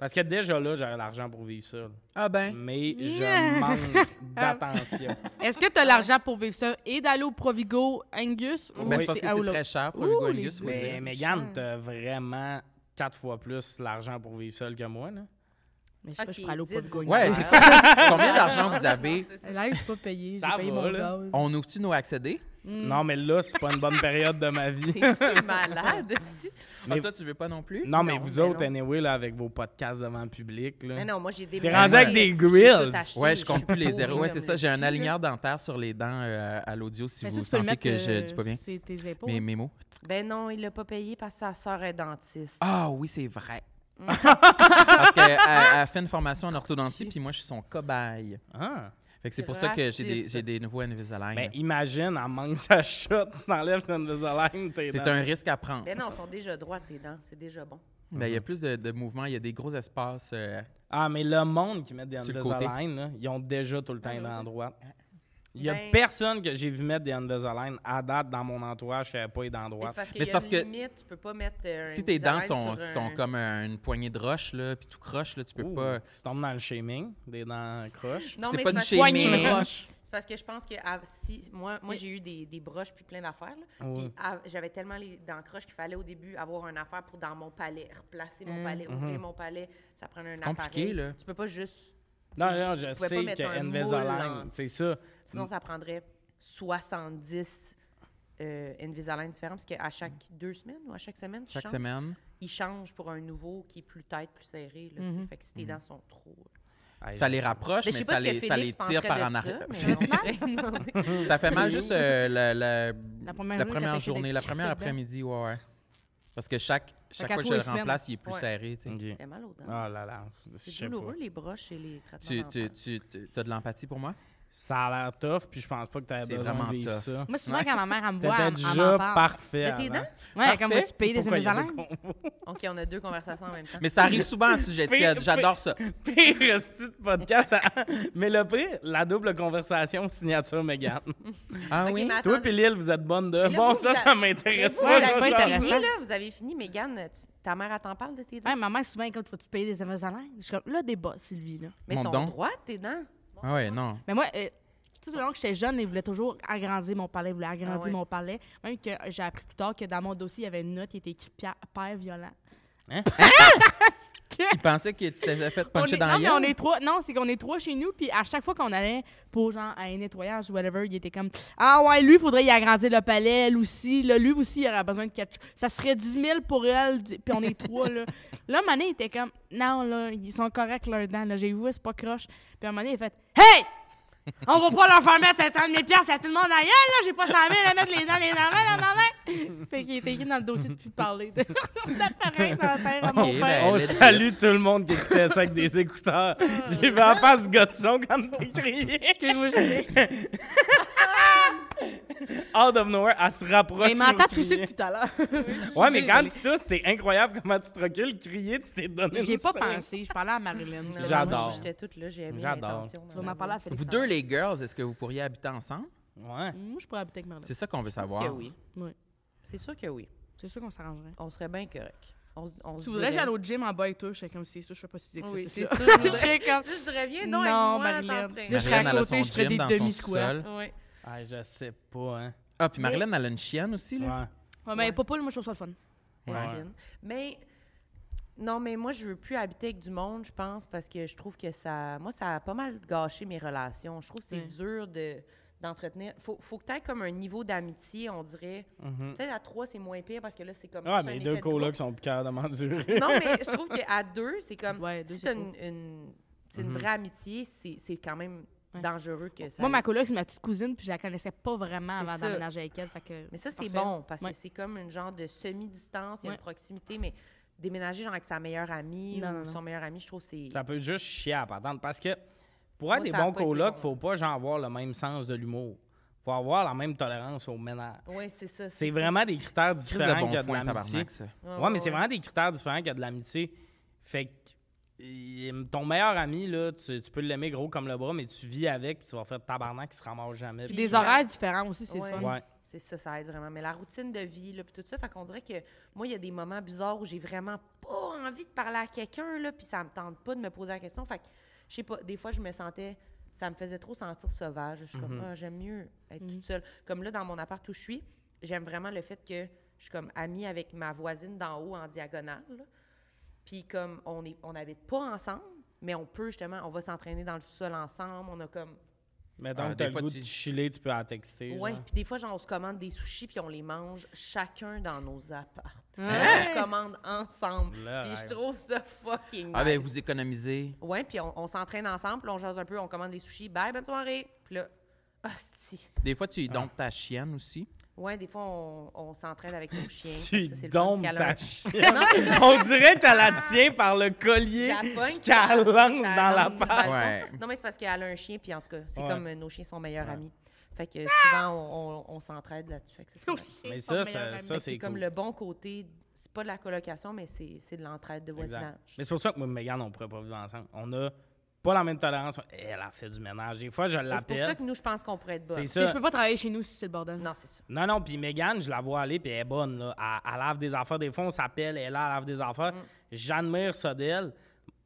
Speaker 1: Parce que déjà là, j'aurais l'argent pour vivre ça. là.
Speaker 3: Ah ben,
Speaker 1: Mais
Speaker 4: Yeah.
Speaker 1: je manque d'attention.
Speaker 4: Est-ce que t'as l'argent pour vivre ça et d'aller au Provigo Angus ou
Speaker 3: ben, c'est parce que
Speaker 4: ah, ou
Speaker 3: c'est
Speaker 4: l'autre?
Speaker 3: très cher pour
Speaker 4: Ouh,
Speaker 3: Hugo
Speaker 4: les
Speaker 3: Angus, faut
Speaker 4: deux.
Speaker 3: dire.
Speaker 1: Mais Mégane, t'as vraiment quatre fois plus l'argent pour vivre seul que moi, là.
Speaker 4: Mais je sais pas, je
Speaker 2: Ok,
Speaker 4: pourrais aller au
Speaker 2: dites,
Speaker 4: Provigo
Speaker 2: vous
Speaker 3: Ouais,
Speaker 2: Ouais.
Speaker 3: c'est ça. Combien d'argent vous avez?
Speaker 5: C'est ça.
Speaker 4: Là, je suis pas payé.
Speaker 1: Ça
Speaker 4: J'ai payé
Speaker 1: va,
Speaker 4: mon
Speaker 1: là.
Speaker 4: gaz.
Speaker 3: On ouvre-tu nos accédés?
Speaker 4: Mm.
Speaker 1: Non, mais là, c'est pas une bonne période de ma vie.
Speaker 2: T'es-tu malade, esti?
Speaker 3: Mais
Speaker 1: Mais-
Speaker 3: toi, tu veux pas non plus?
Speaker 1: Non, mais
Speaker 2: Non,
Speaker 1: vous
Speaker 2: mais
Speaker 1: autres,
Speaker 2: non.
Speaker 1: anyway, là, avec vos podcasts devant le public, là.
Speaker 2: Mais non, moi, j'ai des...
Speaker 1: T'es
Speaker 2: moyens,
Speaker 1: rendu avec des
Speaker 2: esti, j'ai tout
Speaker 1: grills.
Speaker 2: acheté,
Speaker 3: Ouais, je compte plus les
Speaker 2: suis
Speaker 3: zéros.
Speaker 2: pourrie
Speaker 3: Ouais,
Speaker 2: comme
Speaker 3: c'est ça.
Speaker 2: le
Speaker 3: J'ai un
Speaker 2: cul, là.
Speaker 3: aligneur dentaire sur les dents euh, à l'audio si
Speaker 4: Mais ça,
Speaker 3: vous
Speaker 4: tu peux le
Speaker 3: sentez
Speaker 4: mettre,
Speaker 3: que je
Speaker 4: euh,
Speaker 3: dis pas bien
Speaker 4: C'est tes épaules.
Speaker 3: mes, mes mots.
Speaker 2: Ben non, il l'a pas payé parce que sa sœur est dentiste.
Speaker 3: Ah oui, c'est vrai. Parce qu'elle a fait une formation en orthodontie, puis moi, je suis son cobaye.
Speaker 1: Ah.
Speaker 3: Fait que c'est pour ça que j'ai des,
Speaker 2: Gratis.
Speaker 3: j'ai des nouveaux Invisalign.
Speaker 1: Ben, imagine, elle manque sa chute, t'enlèves ton Invisalign, t'es
Speaker 3: c'est
Speaker 1: dans-
Speaker 3: un risque à prendre.
Speaker 2: Ben non, ils sont déjà droites, tes dents. C'est déjà bon.
Speaker 3: Ben, il y a plus de, de mouvements, il y a des gros espaces. euh,
Speaker 1: Ah, mais le monde qui met des
Speaker 3: Sur le côté.
Speaker 1: Invisalign, là, ils ont déjà tout le temps les dents droites. Il y a
Speaker 2: Ah, Ben-
Speaker 1: personne que j'ai vu mettre des Invisalign à date dans mon entourage qui n'avait pas les dents
Speaker 2: Mais c'est
Speaker 1: droites.
Speaker 2: parce qu'il
Speaker 3: Mais
Speaker 2: y
Speaker 3: c'est
Speaker 2: a
Speaker 3: parce
Speaker 2: une
Speaker 3: que
Speaker 2: limite, tu peux pas mettre euh, un
Speaker 3: si tes dents
Speaker 2: design
Speaker 3: sont,
Speaker 2: sur un-
Speaker 3: sont comme un- une poignée de roche, là, puis tout croche, là, tu peux
Speaker 1: Ouh,
Speaker 3: pas.
Speaker 1: Tu tombes dans le shaming, des dents croches.
Speaker 2: Non,
Speaker 3: c'est
Speaker 2: mais
Speaker 3: pas
Speaker 2: c'est
Speaker 3: du
Speaker 2: parce-
Speaker 3: shaming.
Speaker 4: Poignée
Speaker 3: Mais-
Speaker 4: de roche.
Speaker 2: C'est parce que je pense que ah, si moi, moi j'ai eu des, des broches puis plein d'affaires. là.
Speaker 1: Ouais.
Speaker 2: Puis ah, j'avais tellement les dents croches qu'il fallait au début avoir une affaire pour dans mon palais, replacer mon palais, ouvrir mon palais. Ça prenait un
Speaker 3: Mmh. C'est
Speaker 2: appareil.
Speaker 3: compliqué, là.
Speaker 2: Tu peux pas juste.
Speaker 1: Non,
Speaker 2: tu sais,
Speaker 1: non,
Speaker 2: tu
Speaker 1: je
Speaker 2: pouvais pas
Speaker 1: sais
Speaker 2: mettre
Speaker 1: que
Speaker 2: un moule
Speaker 1: Invisalign,
Speaker 2: en-
Speaker 1: c'est ça.
Speaker 3: Mm.
Speaker 2: Sinon, ça prendrait 70 euh, Invisalign différents parce qu'à chaque deux semaines ou à chaque semaine, tu
Speaker 3: Mm. Chaque
Speaker 2: changes.
Speaker 3: semaine.
Speaker 2: ils changent pour un nouveau qui est plus tête, plus serré. Là, tu sais.
Speaker 3: Mm-hmm.
Speaker 2: Fait que si tes dents sont trop.
Speaker 1: Hey,
Speaker 3: Ça les
Speaker 1: je-
Speaker 3: rapproche, mais,
Speaker 2: euh. je sais pas
Speaker 3: Ah, ça,
Speaker 2: ce que
Speaker 3: les, ça les
Speaker 2: Félix
Speaker 3: tire
Speaker 2: penserait
Speaker 3: par
Speaker 2: de
Speaker 3: en
Speaker 2: ça,
Speaker 3: arrière.
Speaker 2: mais on dirait-
Speaker 3: Ça fait mal juste euh, la, la- la
Speaker 4: première
Speaker 3: première,
Speaker 4: journée, t'as essayé
Speaker 3: journée,
Speaker 4: de
Speaker 3: la
Speaker 4: crisser
Speaker 3: première
Speaker 4: dedans.
Speaker 3: après-midi, ouais, ouais. Parce que chaque, chaque
Speaker 4: qu'à
Speaker 3: fois que
Speaker 4: tous
Speaker 3: je le
Speaker 4: les semaines.
Speaker 3: remplace, il est plus
Speaker 2: Ouais.
Speaker 3: serré. tu sais.
Speaker 1: Ok.
Speaker 2: C'est mal aux dents.
Speaker 1: Ah là là, je sais
Speaker 2: c'est
Speaker 1: pas.
Speaker 2: douloureux, les broches et les traitements.
Speaker 3: Tu, tu,
Speaker 2: dentaires.
Speaker 3: tu, as de l'empathie pour moi?
Speaker 1: Ça a l'air tough, puis je pense pas que t'avais
Speaker 3: C'est
Speaker 1: besoin
Speaker 3: vraiment
Speaker 1: de vivre
Speaker 3: tough.
Speaker 1: ça.
Speaker 4: Moi, souvent, quand ma mère, elle me voit, elle
Speaker 1: T'étais
Speaker 4: elle m'en
Speaker 1: déjà
Speaker 4: parle.
Speaker 1: parfait.
Speaker 2: De tes
Speaker 1: avant.
Speaker 2: dents?
Speaker 4: Ouais, comme moi,
Speaker 3: Parfait.
Speaker 4: tu payes des
Speaker 1: Pourquoi il y a des
Speaker 4: Invisalign.
Speaker 1: combos?
Speaker 2: OK, on a deux conversations en même temps.
Speaker 3: Mais ça arrive souvent à sujet de
Speaker 1: Pire-
Speaker 3: tiède.
Speaker 1: pire-
Speaker 3: J'adore ça.
Speaker 1: Pire esti de podcast. à- Mais le pire, la double conversation signature Mégane.
Speaker 3: Ah
Speaker 2: OK,
Speaker 3: oui?
Speaker 2: mais
Speaker 1: Toi
Speaker 2: attendez.
Speaker 1: puis Lille, vous êtes bonne de.
Speaker 2: Mais là,
Speaker 1: bon,
Speaker 2: vous,
Speaker 1: ça,
Speaker 2: vous
Speaker 1: ça
Speaker 2: avez-
Speaker 1: m'intéresse
Speaker 2: Mais
Speaker 1: pas.
Speaker 2: vous,
Speaker 1: là,
Speaker 2: vous avez
Speaker 1: genre.
Speaker 4: intéressant.
Speaker 2: fini, là, Vous avez fini, Mégane. tu- Ta mère, elle t'en parle de tes dents?
Speaker 3: Ah,
Speaker 4: Ouais, ma mère, souvent, elle est comme, faut-tu payer des Invisalign? Je suis comme, là, débat, Sylvie, là.
Speaker 2: Mais
Speaker 3: Mon
Speaker 2: sont
Speaker 3: don.
Speaker 2: droites, tes dents?
Speaker 3: Ah ouais, non.
Speaker 4: Mais moi, euh, tout le long que j'étais jeune, ils voulaient toujours agrandir mon palais, ils voulaient agrandir
Speaker 2: Ah ouais.
Speaker 4: mon palais. Même que j'ai appris plus tard que dans mon dossier, il y avait une note qui était écrite Pierre- père violent. que.
Speaker 3: Il pensait que tu t'avais fait
Speaker 4: On
Speaker 3: puncher
Speaker 4: est-
Speaker 3: dans
Speaker 4: non,
Speaker 3: la
Speaker 4: mais on
Speaker 3: gueule.
Speaker 4: est trois. Non, c'est qu'on est trois chez nous, puis à chaque fois qu'on allait pour genre un nettoyage ou whatever, il était comme Ah ouais, lui, il faudrait y agrandir le palais, elle aussi. Là, lui aussi, il aurait besoin de quelque chose. Ça serait 10 000 pour elle, dix- puis on est trois, là. Là, Mané était comme Non, là, ils sont corrects leurs dents, là, j'ai vu, c'est pas croche. Puis à Mané, il a fait Hey! On va pas leur faire mettre 700 000 piastres à tout le monde ailleurs, là, j'ai pas 100 000 à mettre les dents, les dents, là, maman! Fait qu'il était écrit dans le dossier depuis de parler. de- Ça fait rien dans la terre à mon
Speaker 3: Ok, ben,
Speaker 4: père.
Speaker 1: On
Speaker 3: legit.
Speaker 1: salue tout le monde qui écoutait ça avec des écouteurs.
Speaker 4: Ah.
Speaker 1: J'ai vu en face Godson quand t'es crié.
Speaker 4: Excuse-moi, j'ai-
Speaker 1: Out of nowhere, elle se rapproche.
Speaker 4: Mais il m'entend
Speaker 1: pour
Speaker 4: tousser
Speaker 1: crier.
Speaker 4: depuis tout à l'heure.
Speaker 1: Ouais, mais quand tu tousses, t'es incroyable comment tu te recules. Crier, tu t'es donné
Speaker 4: J'y ai
Speaker 1: une
Speaker 4: pas
Speaker 1: scène.
Speaker 4: pensé. Je parlais à Marilyn.
Speaker 2: Non, non,
Speaker 1: J'adore.
Speaker 2: moi, J'étais toute là, j'ai aimé
Speaker 1: J'adore.
Speaker 2: l'intention.
Speaker 4: Je vais m'en parler à Félix.
Speaker 3: Vous deux, les girls, est-ce que vous pourriez habiter ensemble?
Speaker 1: Ouais.
Speaker 4: Moi, je pourrais habiter avec Marilyn.
Speaker 3: C'est ça qu'on veut
Speaker 2: Je pense
Speaker 3: savoir.
Speaker 2: que oui.
Speaker 4: Oui.
Speaker 2: C'est sûr que oui.
Speaker 4: C'est sûr qu'on s'arrangerait.
Speaker 2: On serait bien correct. On, s- on
Speaker 4: Tu
Speaker 2: se
Speaker 4: voudrais que
Speaker 2: dirait-
Speaker 4: j'aille au gym en bas et tout. Je sais comme si ça, je sais pas si c'est
Speaker 2: Oui,
Speaker 4: c'est
Speaker 2: c'est
Speaker 4: ça.
Speaker 2: ça. Je voudrais-
Speaker 4: J'étais comme.
Speaker 2: Si je reviens, non,
Speaker 4: Non,
Speaker 2: avec moi,
Speaker 4: Marilyn.
Speaker 2: t'entraînes.
Speaker 4: Là, je serais à
Speaker 3: Marilyn, elle a
Speaker 4: côté,
Speaker 3: son
Speaker 4: je ferais
Speaker 3: gym
Speaker 4: des
Speaker 3: dans son
Speaker 4: demi-squats.
Speaker 3: sous-sol.
Speaker 2: Ouais.
Speaker 1: Ah, je sais pas, hein.
Speaker 3: Ah, puis Marilyn, elle a une chienne aussi, là?
Speaker 1: Ouais.
Speaker 4: Ouais, mais pas poule, moi, je trouve ça le fun.
Speaker 2: Elle
Speaker 1: Ouais.
Speaker 2: est fine. Mais non, mais moi, je veux plus habiter avec du monde, je pense, parce que je trouve que ça. Moi, ça a pas mal gâché mes relations. Je trouve que c'est
Speaker 4: Ouais.
Speaker 2: dur de d'entretenir. Faut, faut que tu aies comme un niveau d'amitié, on dirait. Peut-être à trois, c'est moins pire parce que là, c'est comme.
Speaker 1: Mhm. Ah,
Speaker 2: plus un
Speaker 1: mais
Speaker 2: effet
Speaker 1: deux
Speaker 2: de groupe.
Speaker 1: colocs sont plus capables de m'endurer.
Speaker 2: Non, mais je trouve qu'à deux, c'est comme.
Speaker 4: Ouais, deux,
Speaker 2: si
Speaker 4: c'est
Speaker 2: t'as
Speaker 4: trop.
Speaker 2: une, une, c'est
Speaker 1: Mm-hmm.
Speaker 2: une vraie amitié, c'est c'est quand même
Speaker 4: Ouais.
Speaker 2: dangereux que ça.
Speaker 4: Moi, ma coloc, c'est ma petite cousine, puis je la connaissais pas vraiment
Speaker 2: C'est
Speaker 4: avant
Speaker 2: ça.
Speaker 4: d'emménager avec elle. fait que-
Speaker 2: Mais ça, c'est
Speaker 4: parfait.
Speaker 2: bon parce
Speaker 4: Ouais.
Speaker 2: que c'est comme une genre de semi-distance, il y a
Speaker 4: Ouais.
Speaker 2: une proximité, mais déménager genre avec sa meilleure amie
Speaker 4: Non,
Speaker 2: ou
Speaker 4: non, non.
Speaker 2: son meilleur ami, je trouve que c'est.
Speaker 1: Ça peut juste chier à la patente. Parce que pour
Speaker 2: Moi,
Speaker 1: être des
Speaker 2: ça a
Speaker 1: bons
Speaker 2: pas été
Speaker 1: colocs,
Speaker 2: bon.
Speaker 1: faut pas genre avoir le même sens de l'humour. Faut avoir la même tolérance au ménage.
Speaker 2: Oui, c'est ça.
Speaker 1: C'est
Speaker 2: ça.
Speaker 1: vraiment des critères
Speaker 3: C'est de
Speaker 1: différents
Speaker 3: bon
Speaker 1: qu'il y a de
Speaker 3: point,
Speaker 1: l'amitié.
Speaker 3: tabarnak, ça.
Speaker 2: Ouais,
Speaker 1: Ouais, mais c'est vraiment des critères différents qu'il y a de l'amitié. Fait que il- ton meilleur ami, là, tu, tu peux l'aimer gros comme le bras, mais tu vis avec, puis tu vas faire tabarnak qui se ramasse jamais.
Speaker 4: Puis
Speaker 1: Puis-
Speaker 4: des horaires différents aussi, c'est le
Speaker 2: Ouais.
Speaker 4: fun.
Speaker 1: Ouais.
Speaker 2: C'est ça, ça aide vraiment. Mais la routine de vie, là, puis tout ça, fait qu'on dirait que moi, il y a des moments bizarres où j'ai vraiment pas envie de parler à quelqu'un, là, puis ça me tente pas de me poser la question. Fait que, je sais pas, des fois, je me sentais, ça me faisait trop sentir sauvage. Je suis comme, ah, j'aime mieux être toute seule. Comme là, dans mon appart où je suis, j'aime vraiment le fait que je suis comme amie avec ma voisine d'en haut en diagonale. là. Puis comme on est, on n'habite pas ensemble, mais on peut justement, on va s'entraîner dans le sol ensemble. On a comme
Speaker 1: Mettons
Speaker 3: Ah,
Speaker 1: que
Speaker 3: des
Speaker 1: t'as le
Speaker 3: fois,
Speaker 1: goût
Speaker 3: tu-
Speaker 1: de chiller, tu peux la texter.
Speaker 2: Ouais,
Speaker 1: genre.
Speaker 2: puis des fois, genre, on se commande des sushis, puis on les mange chacun dans nos appartes.
Speaker 4: Hein?
Speaker 2: On se commande ensemble.
Speaker 1: Là,
Speaker 2: Puis
Speaker 1: ouais.
Speaker 2: je trouve ça fucking
Speaker 3: Ah,
Speaker 2: nice.
Speaker 3: ben, vous économisez.
Speaker 2: Ouais, puis on, on s'entraîne ensemble, puis on jase un peu, on commande des sushis. Bye, bonne soirée. Puis là, hostie.
Speaker 3: Des fois,
Speaker 1: Ah.
Speaker 3: tu y domptes ta chienne aussi.
Speaker 2: Ouais, des fois, on, on s'entraîne avec nos chiens.
Speaker 1: Tu
Speaker 2: Fait que ça, c'est le fun,
Speaker 1: dompes
Speaker 2: parce qu'elle a
Speaker 1: ta
Speaker 2: un-
Speaker 1: chienne.
Speaker 2: Non, mais
Speaker 1: On dirait qu'elle la tient par le collier,
Speaker 2: je la pogne,
Speaker 1: puis qu'elle lance
Speaker 2: je
Speaker 1: dans
Speaker 2: la
Speaker 1: la
Speaker 2: lance sur le
Speaker 1: part.
Speaker 2: balcon.
Speaker 3: Ouais.
Speaker 2: Non, mais c'est parce qu'elle a un chien, puis en tout cas, c'est
Speaker 1: Ouais.
Speaker 2: comme euh, nos chiens sont meilleurs
Speaker 1: Ouais.
Speaker 2: amis. Fait que souvent, on, on- on s'entraide là-dessus. Fait que ça, c'est nice.
Speaker 1: Mais ça,
Speaker 4: Son meilleur
Speaker 1: ça,
Speaker 4: ami.
Speaker 1: ça,
Speaker 2: C'est
Speaker 1: c'est
Speaker 2: comme
Speaker 1: cool.
Speaker 2: le bon côté, c'est pas de la colocation, mais c'est c'est de l'entraide de
Speaker 1: Exact.
Speaker 2: voisinage.
Speaker 1: Mais c'est pour ça que moi et Mégane, on pourrait pas vivre ensemble. On a pas la même tolérance. Elle a fait du ménage. Des fois, je
Speaker 2: Mais C'est pour ça
Speaker 1: l'appelle.
Speaker 2: que nous, je pense qu'on pourrait être bonnes.
Speaker 1: C'est
Speaker 4: Tu sais, Je
Speaker 1: ça.
Speaker 4: peux pas travailler chez nous si c'est le bordel.
Speaker 2: Non, c'est ça.
Speaker 1: Non, non, puis Mégane, je la vois aller, puis elle est bonne. Là. Elle, elle lave des affaires. Des fois, on s'appelle, elle est là, elle lave des affaires.
Speaker 2: Mm.
Speaker 1: J'admire ça d'elle.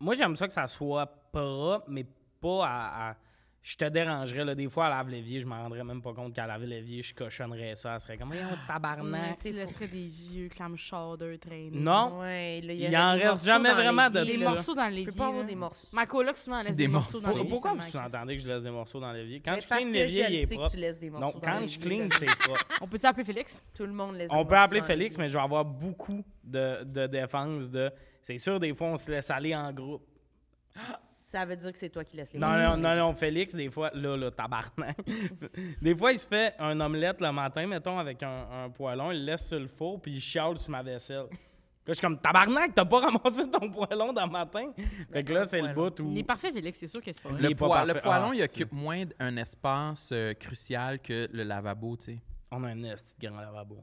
Speaker 1: Moi, j'aime ça que ça soit propre, mais pas à. à- Je te dérangerais. Là. Des fois, elle lave l'évier, je m'en rendrais même pas compte qu'elle lavait l'évier, je cochonnerais ça. Elle serait comme, voyons,
Speaker 2: Ah,
Speaker 1: tabarnak.
Speaker 4: Tu laisserais des vieux clams chardeurs traîner.
Speaker 1: Non.
Speaker 2: Ouais, là,
Speaker 1: Il
Speaker 2: y aurait
Speaker 1: en
Speaker 2: des
Speaker 1: reste
Speaker 2: morceaux
Speaker 1: jamais
Speaker 2: dans
Speaker 1: vraiment de
Speaker 2: l'évier,
Speaker 4: Des
Speaker 1: ça.
Speaker 2: là.
Speaker 4: morceaux dans
Speaker 2: Je
Speaker 4: l'évier.
Speaker 2: peux pas avoir
Speaker 4: là.
Speaker 2: des morceaux.
Speaker 4: Ma coloc, souvent, elle laisse
Speaker 3: Des
Speaker 4: des, morceaux dans
Speaker 3: morceaux.
Speaker 4: l'évier.
Speaker 1: Pourquoi
Speaker 4: ça
Speaker 1: vous
Speaker 4: m'inquiète.
Speaker 1: entendez que je laisse des morceaux dans l'évier? Quand
Speaker 2: Mais
Speaker 1: je
Speaker 2: parce
Speaker 1: clean
Speaker 2: que
Speaker 1: l'évier,
Speaker 2: je
Speaker 1: il est
Speaker 2: sais que
Speaker 1: propre.
Speaker 2: tu laisses des morceaux
Speaker 1: Non,
Speaker 2: dans
Speaker 1: quand je
Speaker 2: l'évier,
Speaker 1: clean,
Speaker 2: là.
Speaker 1: c'est propre.
Speaker 4: On peut-tu appeler Félix?
Speaker 2: Tout le monde laisse des
Speaker 1: On peut
Speaker 2: morceaux
Speaker 1: appeler
Speaker 2: dans
Speaker 1: Félix,
Speaker 2: l'évier.
Speaker 1: mais je vais avoir beaucoup de, de défense de. C'est sûr, des fois, on se laisse aller en groupe.
Speaker 2: Ça veut dire que c'est toi qui laisses les
Speaker 1: Non,
Speaker 2: morceaux.
Speaker 1: non, non, non, Félix, des fois, là, là, tabarnak. des fois, il se fait un omelette le matin, mettons, avec un, un poêlon, il le laisse sur le four, puis il chiale sur ma vaisselle. Là, je suis comme, tabarnak, t'as pas ramassé ton poêlon dans le matin. Fait que là, c'est le
Speaker 2: poêlon.
Speaker 1: bout
Speaker 4: Il est
Speaker 1: où.
Speaker 4: parfait, Félix, c'est sûr que c'est pas vrai.
Speaker 1: Il
Speaker 3: Le,
Speaker 1: est pas
Speaker 3: poi-
Speaker 1: parfait.
Speaker 3: le poêlon,
Speaker 1: Ah,
Speaker 3: il
Speaker 1: c'est-
Speaker 3: occupe moins d'un espace euh, crucial que le lavabo, tu sais.
Speaker 1: On a un esti de grand lavabo.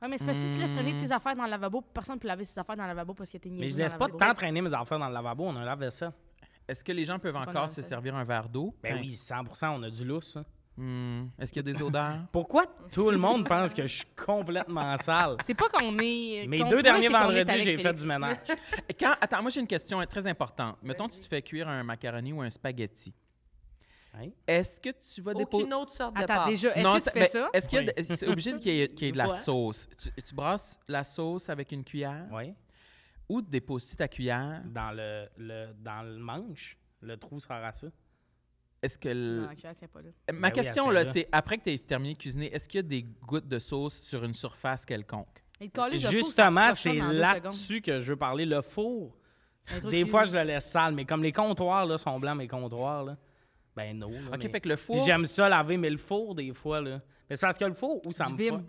Speaker 4: Ouais, mais c'est parce que si tu laisses traîner tes affaires dans le lavabo, personne ne peut laver ses affaires dans le lavabo parce que t'es niaiseux
Speaker 1: Mmh. Mais je
Speaker 4: dans
Speaker 1: laisse
Speaker 4: le
Speaker 1: pas
Speaker 4: lavabo.
Speaker 1: t'entraîner mes affaires dans le lavabo, on a un lave-vaisselle.
Speaker 3: Est-ce que les gens peuvent
Speaker 4: pas
Speaker 3: encore
Speaker 4: grave,
Speaker 3: se
Speaker 4: ça.
Speaker 3: servir un verre d'eau?
Speaker 1: Ben
Speaker 3: Quand-
Speaker 1: oui, 100 on a du lousse. hein.
Speaker 3: Hmm. Est-ce qu'il y a des odeurs?
Speaker 1: Pourquoi tout le monde pense que je suis complètement sale?
Speaker 4: C'est pas qu'on est.
Speaker 1: Mes
Speaker 4: contre
Speaker 1: deux
Speaker 4: toi,
Speaker 1: derniers
Speaker 4: c'est qu'on est
Speaker 1: vendredis,
Speaker 4: avec
Speaker 1: j'ai fait
Speaker 4: Félix.
Speaker 1: du ménage.
Speaker 3: Quand... Attends, moi, j'ai une question euh, très importante. Mettons que tu te fais cuire un macaroni ou un spaghetti.
Speaker 1: Hein?
Speaker 3: Est-ce que tu vas déposer...
Speaker 2: Aucune autre sorte de
Speaker 4: Attends,
Speaker 2: pâte.
Speaker 4: déjà, est-ce
Speaker 3: Non,
Speaker 4: que tu
Speaker 3: c'est-
Speaker 4: fais
Speaker 3: ben,
Speaker 4: ça?
Speaker 3: Est-ce qu'il y a
Speaker 1: Oui.
Speaker 3: de- c'est obligé qu'il y, ait- qu'il y ait de la
Speaker 4: Ouais.
Speaker 3: sauce? Tu, tu brasses la sauce avec une cuillère
Speaker 1: Oui.
Speaker 3: Où déposes-tu ta cuillère?
Speaker 1: Dans le, le- dans le manche, le trou sert à ça.
Speaker 3: Est-ce que... le-
Speaker 4: Non, la cuillère tient pas là.
Speaker 3: Ma
Speaker 1: Ben oui,
Speaker 3: question,
Speaker 1: elle
Speaker 3: là,
Speaker 1: tient là.
Speaker 3: c'est après que tu aies terminé de cuisiner, est-ce qu'il y a des gouttes de sauce sur une surface quelconque?
Speaker 4: Et le coller, je trouve, Ah, ça
Speaker 1: Justement,
Speaker 4: se
Speaker 1: c'est
Speaker 4: cochonne en deux secondes.
Speaker 1: là-dessus que je veux parler. Le four,
Speaker 4: Un truc
Speaker 1: des
Speaker 4: qui-
Speaker 1: fois, je le laisse sale, mais comme les comptoirs là, sont blancs, mes comptoirs, là, ben non. là,
Speaker 3: OK,
Speaker 1: mais-
Speaker 3: fait que le
Speaker 1: Puis
Speaker 3: four...
Speaker 1: j'aime ça laver, mais le four, des fois, là. Mais c'est parce que le four, où ça
Speaker 4: Tu
Speaker 1: me
Speaker 4: vimes.
Speaker 1: fuck.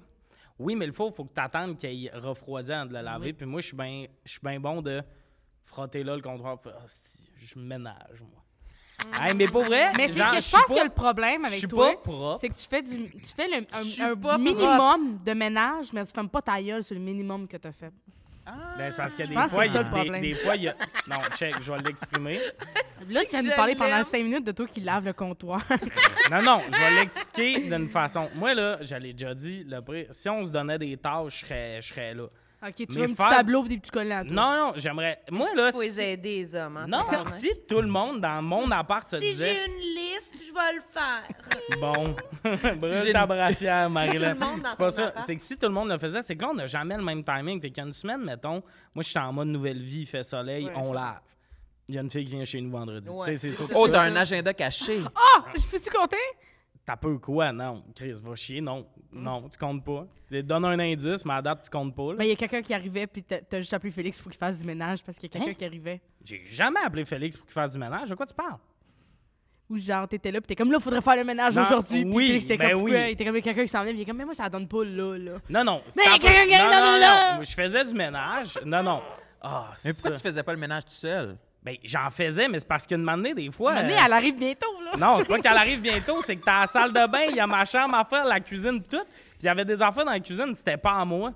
Speaker 1: Oui, mais le four, faut que t'attendes qu'il refroidisse avant de le laver. Puis moi, je suis bien bon de frotter là le comptoir. Puis, ah, c'ti, je ménage, moi. Hey, mais pour vrai,
Speaker 4: Mm. Mais c'est
Speaker 1: genre,
Speaker 4: que
Speaker 1: je
Speaker 4: je
Speaker 1: suis
Speaker 4: pense
Speaker 1: pas-
Speaker 4: que le problème
Speaker 1: je suis
Speaker 4: avec
Speaker 1: pas
Speaker 4: toi,
Speaker 1: propre.
Speaker 4: c'est que tu fais du, tu fais le-
Speaker 2: Je suis
Speaker 4: un, un
Speaker 2: pas
Speaker 4: minimum de ménage, mais tu fermes pas ta gueule sur le minimum que t'as fait.
Speaker 1: Ben, c'est parce que des
Speaker 4: pense que
Speaker 1: fois,
Speaker 4: c'est
Speaker 1: il y
Speaker 4: ça,
Speaker 1: a-
Speaker 4: le
Speaker 1: des-
Speaker 4: problème.
Speaker 1: des fois, il y a. Non, check, je vais l'exprimer.
Speaker 4: Là, tu viens de
Speaker 2: je
Speaker 4: nous parler pendant
Speaker 2: l'aime.
Speaker 4: 5 minutes de toi qui lave le comptoir.
Speaker 1: Non, non, je vais l'expliquer d'une façon. Moi, là, j'allais déjà dit, le prix- si on se donnait des tâches, je serais, je serais là.
Speaker 4: OK, tu
Speaker 1: Mais
Speaker 4: veux un petit
Speaker 1: faire-
Speaker 4: tableau pis des petits collants. toi.
Speaker 1: Non, non, j'aimerais. Moi, là.
Speaker 2: Faut les
Speaker 1: Si...
Speaker 2: aider, les hommes. hein,
Speaker 1: Non,
Speaker 2: tabarnak.
Speaker 1: si tout le monde dans mon appart se
Speaker 2: Si
Speaker 1: disait.
Speaker 2: j'ai une liste, je vais le faire.
Speaker 1: Bon,
Speaker 3: Si
Speaker 1: brûle
Speaker 3: j'ai
Speaker 1: ta
Speaker 3: une-
Speaker 1: brassière, Marie-Hélène.
Speaker 2: Tout le monde dans
Speaker 1: C'est pas
Speaker 2: ton
Speaker 1: ça.
Speaker 2: appart.
Speaker 1: C'est que si tout le monde le faisait, c'est que là, on n'a jamais le même timing. Fait qu'il y a une semaine, mettons, moi, je suis en mode nouvelle vie, il fait soleil,
Speaker 2: Ouais,
Speaker 1: on
Speaker 2: je-
Speaker 1: lave. Il y a une fille qui vient chez nous vendredi.
Speaker 2: Ouais.
Speaker 1: Tu sais, c'est sûr que
Speaker 3: Oh,
Speaker 1: ça-
Speaker 3: t'as un agenda caché!
Speaker 4: Ah! Je peux-tu compter?
Speaker 1: T'as peu quoi? Non. Chris, va chier. Non. Non, tu comptes pas. Tu Donne un indice, mais à date, tu comptes pas. là.
Speaker 4: Ben, il y a quelqu'un qui arrivait, puis t'as t'as juste appelé Félix, faut qu'il fasse du ménage parce qu'il y a quelqu'un
Speaker 1: Hein?
Speaker 4: qui arrivait.
Speaker 1: J'ai jamais appelé Félix pour qu'il fasse du ménage. De quoi tu parles?
Speaker 4: Ou genre, t'étais là, pis t'es comme là, faudrait faire le ménage
Speaker 1: Non,
Speaker 4: aujourd'hui. Puis
Speaker 1: oui,
Speaker 4: Félix, t'es
Speaker 1: ben
Speaker 4: comme,
Speaker 1: oui.
Speaker 4: pourquoi? Il était comme, il y a quelqu'un qui s'en vient, pis il est comme, mais moi, ça donne pas là, là.
Speaker 1: Non, non. c'est
Speaker 4: Mais
Speaker 1: pas-
Speaker 4: quelqu'un qui
Speaker 1: non,
Speaker 4: arrive dans
Speaker 1: non, non,
Speaker 4: le là!
Speaker 1: Je faisais du ménage. Non, non. Ah,
Speaker 3: Mais
Speaker 1: ça.
Speaker 3: pourquoi tu faisais pas le ménage tout seul?
Speaker 1: Ben, j'en faisais, mais c'est parce qu'une manée, des fois.
Speaker 4: Mané,
Speaker 1: euh,
Speaker 4: elle arrive bientôt, là.
Speaker 1: Non, c'est pas qu'elle arrive bientôt, c'est que t'as la salle de bain, il y a ma chambre à faire, la cuisine, pis tout. Puis il y avait des enfants dans la cuisine, c'était pas à moi.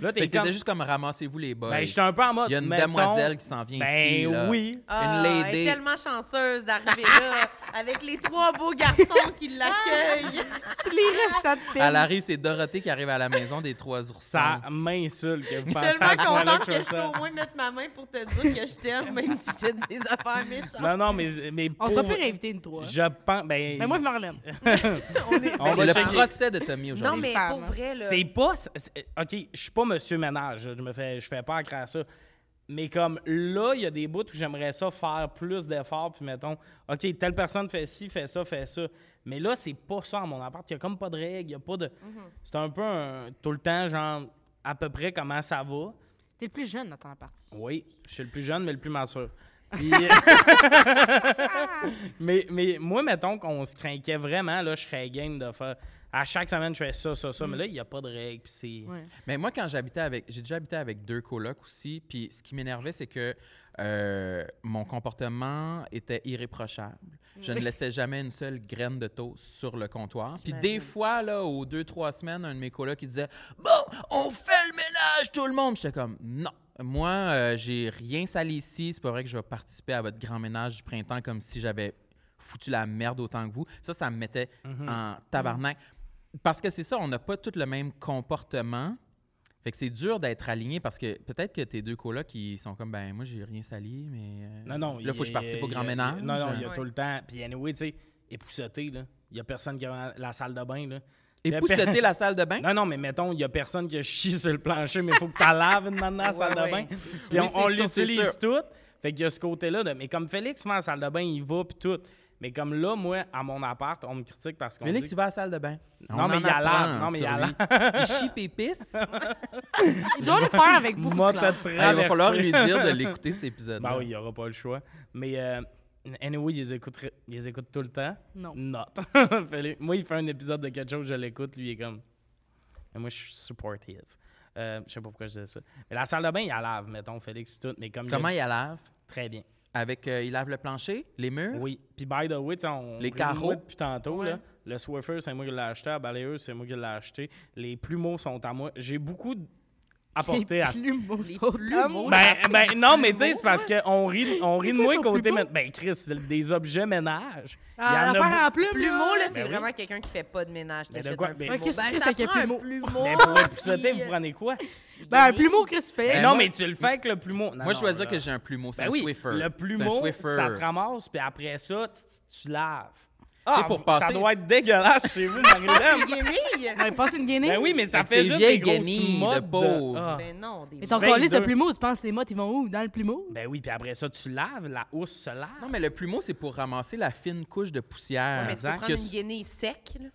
Speaker 1: Là,
Speaker 3: Fait
Speaker 1: t'es
Speaker 3: que
Speaker 1: comme.
Speaker 3: t'étais juste comme ramassez-vous les boys.
Speaker 1: Ben, j'étais un peu en mode.
Speaker 3: Il y a une
Speaker 1: mettons,
Speaker 3: demoiselle qui s'en vient
Speaker 1: Ben
Speaker 3: ici. là.
Speaker 1: oui.
Speaker 2: Ah, Elle est
Speaker 3: lady.
Speaker 2: tellement chanceuse d'arriver là avec les trois beaux garçons qui l'accueillent.
Speaker 4: Les restants de
Speaker 3: Elle
Speaker 4: thème.
Speaker 3: arrive, c'est Dorothée qui arrive à la maison des trois oursons.
Speaker 1: Ça m'insulte que vous
Speaker 2: Je
Speaker 1: pensiez
Speaker 2: suis
Speaker 1: à ce
Speaker 2: tellement
Speaker 1: moment-là
Speaker 2: contente
Speaker 1: que
Speaker 2: que
Speaker 1: je fais
Speaker 2: je peux au
Speaker 1: ça.
Speaker 2: moins mettre ma main pour te dire que je t'aime, même si je te dis des affaires méchantes.
Speaker 1: Non, non, mais. mais
Speaker 4: On
Speaker 1: pour-
Speaker 4: sera plus réinvités, une trois.
Speaker 1: Je pense. Ben.
Speaker 4: Mais moi, je me relève.
Speaker 2: On est-
Speaker 1: On
Speaker 3: C'est
Speaker 1: va
Speaker 3: le
Speaker 1: checker.
Speaker 3: procès de Tommy
Speaker 2: Non,
Speaker 3: aujourd'hui.
Speaker 2: mais
Speaker 4: femme,
Speaker 2: pour
Speaker 4: hein.
Speaker 2: vrai, là.
Speaker 1: C'est pas. c'est- OK, je suis pas monsieur ménage. Je me fais, je fais pas accroire à ça. Mais comme là, il y a des bouts où j'aimerais ça faire plus d'efforts, puis mettons, OK, telle personne fait ci, fait ça, fait ça. Mais là, c'est pas ça à mon appart. Il y a comme pas de règles, il y a pas de. C'est un peu un- tout le temps, genre, à peu près comment ça va.
Speaker 4: T'es le plus jeune dans ton appart.
Speaker 1: Oui, je suis le plus jeune, mais le plus mature. Puis- mais, mais moi, mettons qu'on se craquait vraiment, là, je serais game de faire. À chaque semaine, je fais ça, ça, ça, mais là, il n'y a pas de règles, puis c'est.
Speaker 4: Ouais.
Speaker 3: Mais moi, quand j'habitais avec. J'ai déjà habité avec deux colocs aussi. Puis ce qui m'énervait, c'est que euh, mon comportement était irréprochable. Je ne laissais jamais une seule graine de toast sur le comptoir. Puis des
Speaker 2: J'imagine.
Speaker 3: fois, là, aux deux, trois semaines, un de mes colocs, il disait Bon, on fait le ménage, tout le monde. J'étais comme Non. Moi, euh, j'ai rien sali ici. C'est pas vrai que je vais participer à votre grand ménage du printemps comme si j'avais foutu la merde autant que vous. Ça, ça me mettait en tabarnak. Parce que c'est ça, on n'a pas tout le même comportement. Fait que c'est dur d'être aligné parce que peut-être que tes deux colocs qui sont comme ben moi j'ai rien sali mais euh,
Speaker 1: Non, non.
Speaker 3: là faut que je participe
Speaker 1: participe
Speaker 3: au grand ménage. hein.
Speaker 1: Non, non, il y a
Speaker 2: Ouais.
Speaker 1: tout le temps. Puis anyway, tu sais, épousseté, là. Il y a personne qui a la salle de bain, là.
Speaker 3: et pousseter la salle de bain.
Speaker 1: Non, non, mais mettons, il y a personne qui a chié sur le plancher, mais il faut que tu laves une maintenant la salle
Speaker 2: Ouais,
Speaker 1: de bain.
Speaker 2: ouais.
Speaker 1: Puis
Speaker 3: Oui,
Speaker 1: on, on
Speaker 3: c'est sûr, c'est
Speaker 1: l'utilise
Speaker 3: sûr.
Speaker 1: tout. Fait qu'il y a ce côté-là de. Mais comme Félix, souvent, à la salle de bain, il va, puis tout. Mais comme là, moi, à mon appart, on me critique parce qu'on
Speaker 3: Mais là
Speaker 1: dit...
Speaker 3: tu vas à la salle de bain.
Speaker 1: Non, mais il y a l'air. Non, mais il y a l'air.
Speaker 3: l'air. Il chie pis il pisse. Ah,
Speaker 4: Il doit le faire avec beaucoup
Speaker 1: Moi,
Speaker 4: de
Speaker 1: t'as
Speaker 4: classe.
Speaker 1: traversé.
Speaker 3: il va falloir lui dire de l'écouter cet épisode.
Speaker 1: Ben oui, il n'y aura pas le choix. Mais euh, anyway, ils les, écouteraient- ils les écoutent tout le temps.
Speaker 4: Non.
Speaker 1: Not. Fallait- moi, il fait un épisode de quelque chose, je l'écoute, lui, il est comme. Mais moi, je suis supportive. Euh, je sais pas pourquoi je disais ça. Mais la salle de bain, il la lave, mettons, Félix, puis tout. Mais comme il y a-
Speaker 3: Comment il la lave
Speaker 1: Très bien.
Speaker 3: Avec euh, il lave le plancher, les murs.
Speaker 1: Oui. Puis, by the way, tu sais, on.
Speaker 3: Les
Speaker 1: rit de
Speaker 3: carreaux.
Speaker 1: moi Depuis tantôt,
Speaker 2: Ouais.
Speaker 1: là. Le Swiffer, c'est moi qui l'ai acheté. La balayeuse, c'est moi qui l'ai acheté. Les plumeaux sont à moi. J'ai beaucoup d- apporté à
Speaker 4: Les plumeaux
Speaker 2: Les
Speaker 4: sont à
Speaker 2: plumeaux.
Speaker 4: moi.
Speaker 1: Ben,
Speaker 2: Après,
Speaker 1: ben,
Speaker 2: les
Speaker 1: non, mais tu sais,
Speaker 2: plumeaux,
Speaker 1: c'est parce qu'on rit, on rit de moi
Speaker 4: ton
Speaker 1: côté.
Speaker 4: plumeau?
Speaker 1: mé- Ben, Chris, c'est des objets ménages.
Speaker 4: Ah,
Speaker 1: il y en
Speaker 4: l'affaire
Speaker 1: a
Speaker 4: en Ben, plume,
Speaker 2: Plumeau, là,
Speaker 4: c'est...
Speaker 2: c'est
Speaker 1: oui.
Speaker 2: vraiment quelqu'un qui fait pas de ménage. qui
Speaker 1: Mais de
Speaker 2: achète
Speaker 1: quoi?
Speaker 2: un
Speaker 1: Mais-
Speaker 2: plumeau.
Speaker 4: Ouais, qu'est-ce que
Speaker 2: Ben,
Speaker 4: c'est
Speaker 2: ça
Speaker 4: qu'un
Speaker 2: prend un
Speaker 4: plumeau?
Speaker 2: plumeau.
Speaker 1: Mais Ben, pour être sauter,
Speaker 2: euh,
Speaker 1: vous prenez quoi?
Speaker 4: Ben, un plumeau, qu'est-ce que tu fais?
Speaker 3: Ben,
Speaker 1: non,
Speaker 3: moi-
Speaker 1: mais tu le fais avec le plumeau. Non,
Speaker 3: Moi je
Speaker 1: non,
Speaker 3: dois dire
Speaker 1: là.
Speaker 3: que j'ai un plumeau, c'est
Speaker 1: Ben
Speaker 3: un
Speaker 1: oui,
Speaker 3: Swiffer.
Speaker 1: le
Speaker 3: C'est un
Speaker 1: plumeau,
Speaker 3: Swiffer.
Speaker 1: ça te ramasse, puis après ça, tu, tu- tu laves.
Speaker 3: Tu sais, Ah, pour passer.
Speaker 1: Ça doit être dégueulasse chez vous, Marilyn.
Speaker 2: Guenille?
Speaker 4: Ouais, passe une guinée.
Speaker 1: ben oui, mais ça
Speaker 3: Fait que
Speaker 1: fait
Speaker 3: c'est
Speaker 1: juste
Speaker 3: vieille
Speaker 1: des grosses
Speaker 3: guenille de
Speaker 1: mottes de...
Speaker 3: pauvre.
Speaker 1: Ah.
Speaker 2: Ben non, des
Speaker 4: Mais ton
Speaker 1: Tu fais
Speaker 4: colis,
Speaker 1: deux.
Speaker 4: le plumeau, tu penses que les mottes, ils vont où? Dans le plumeau?
Speaker 1: Ben oui, puis après ça, tu laves, la housse se lave.
Speaker 3: Non, mais le plumeau, c'est pour ramasser la fine couche de poussière.
Speaker 2: Ouais, mais tu peux
Speaker 1: exact.
Speaker 2: prendre
Speaker 3: Que-
Speaker 2: une guenille sec, là,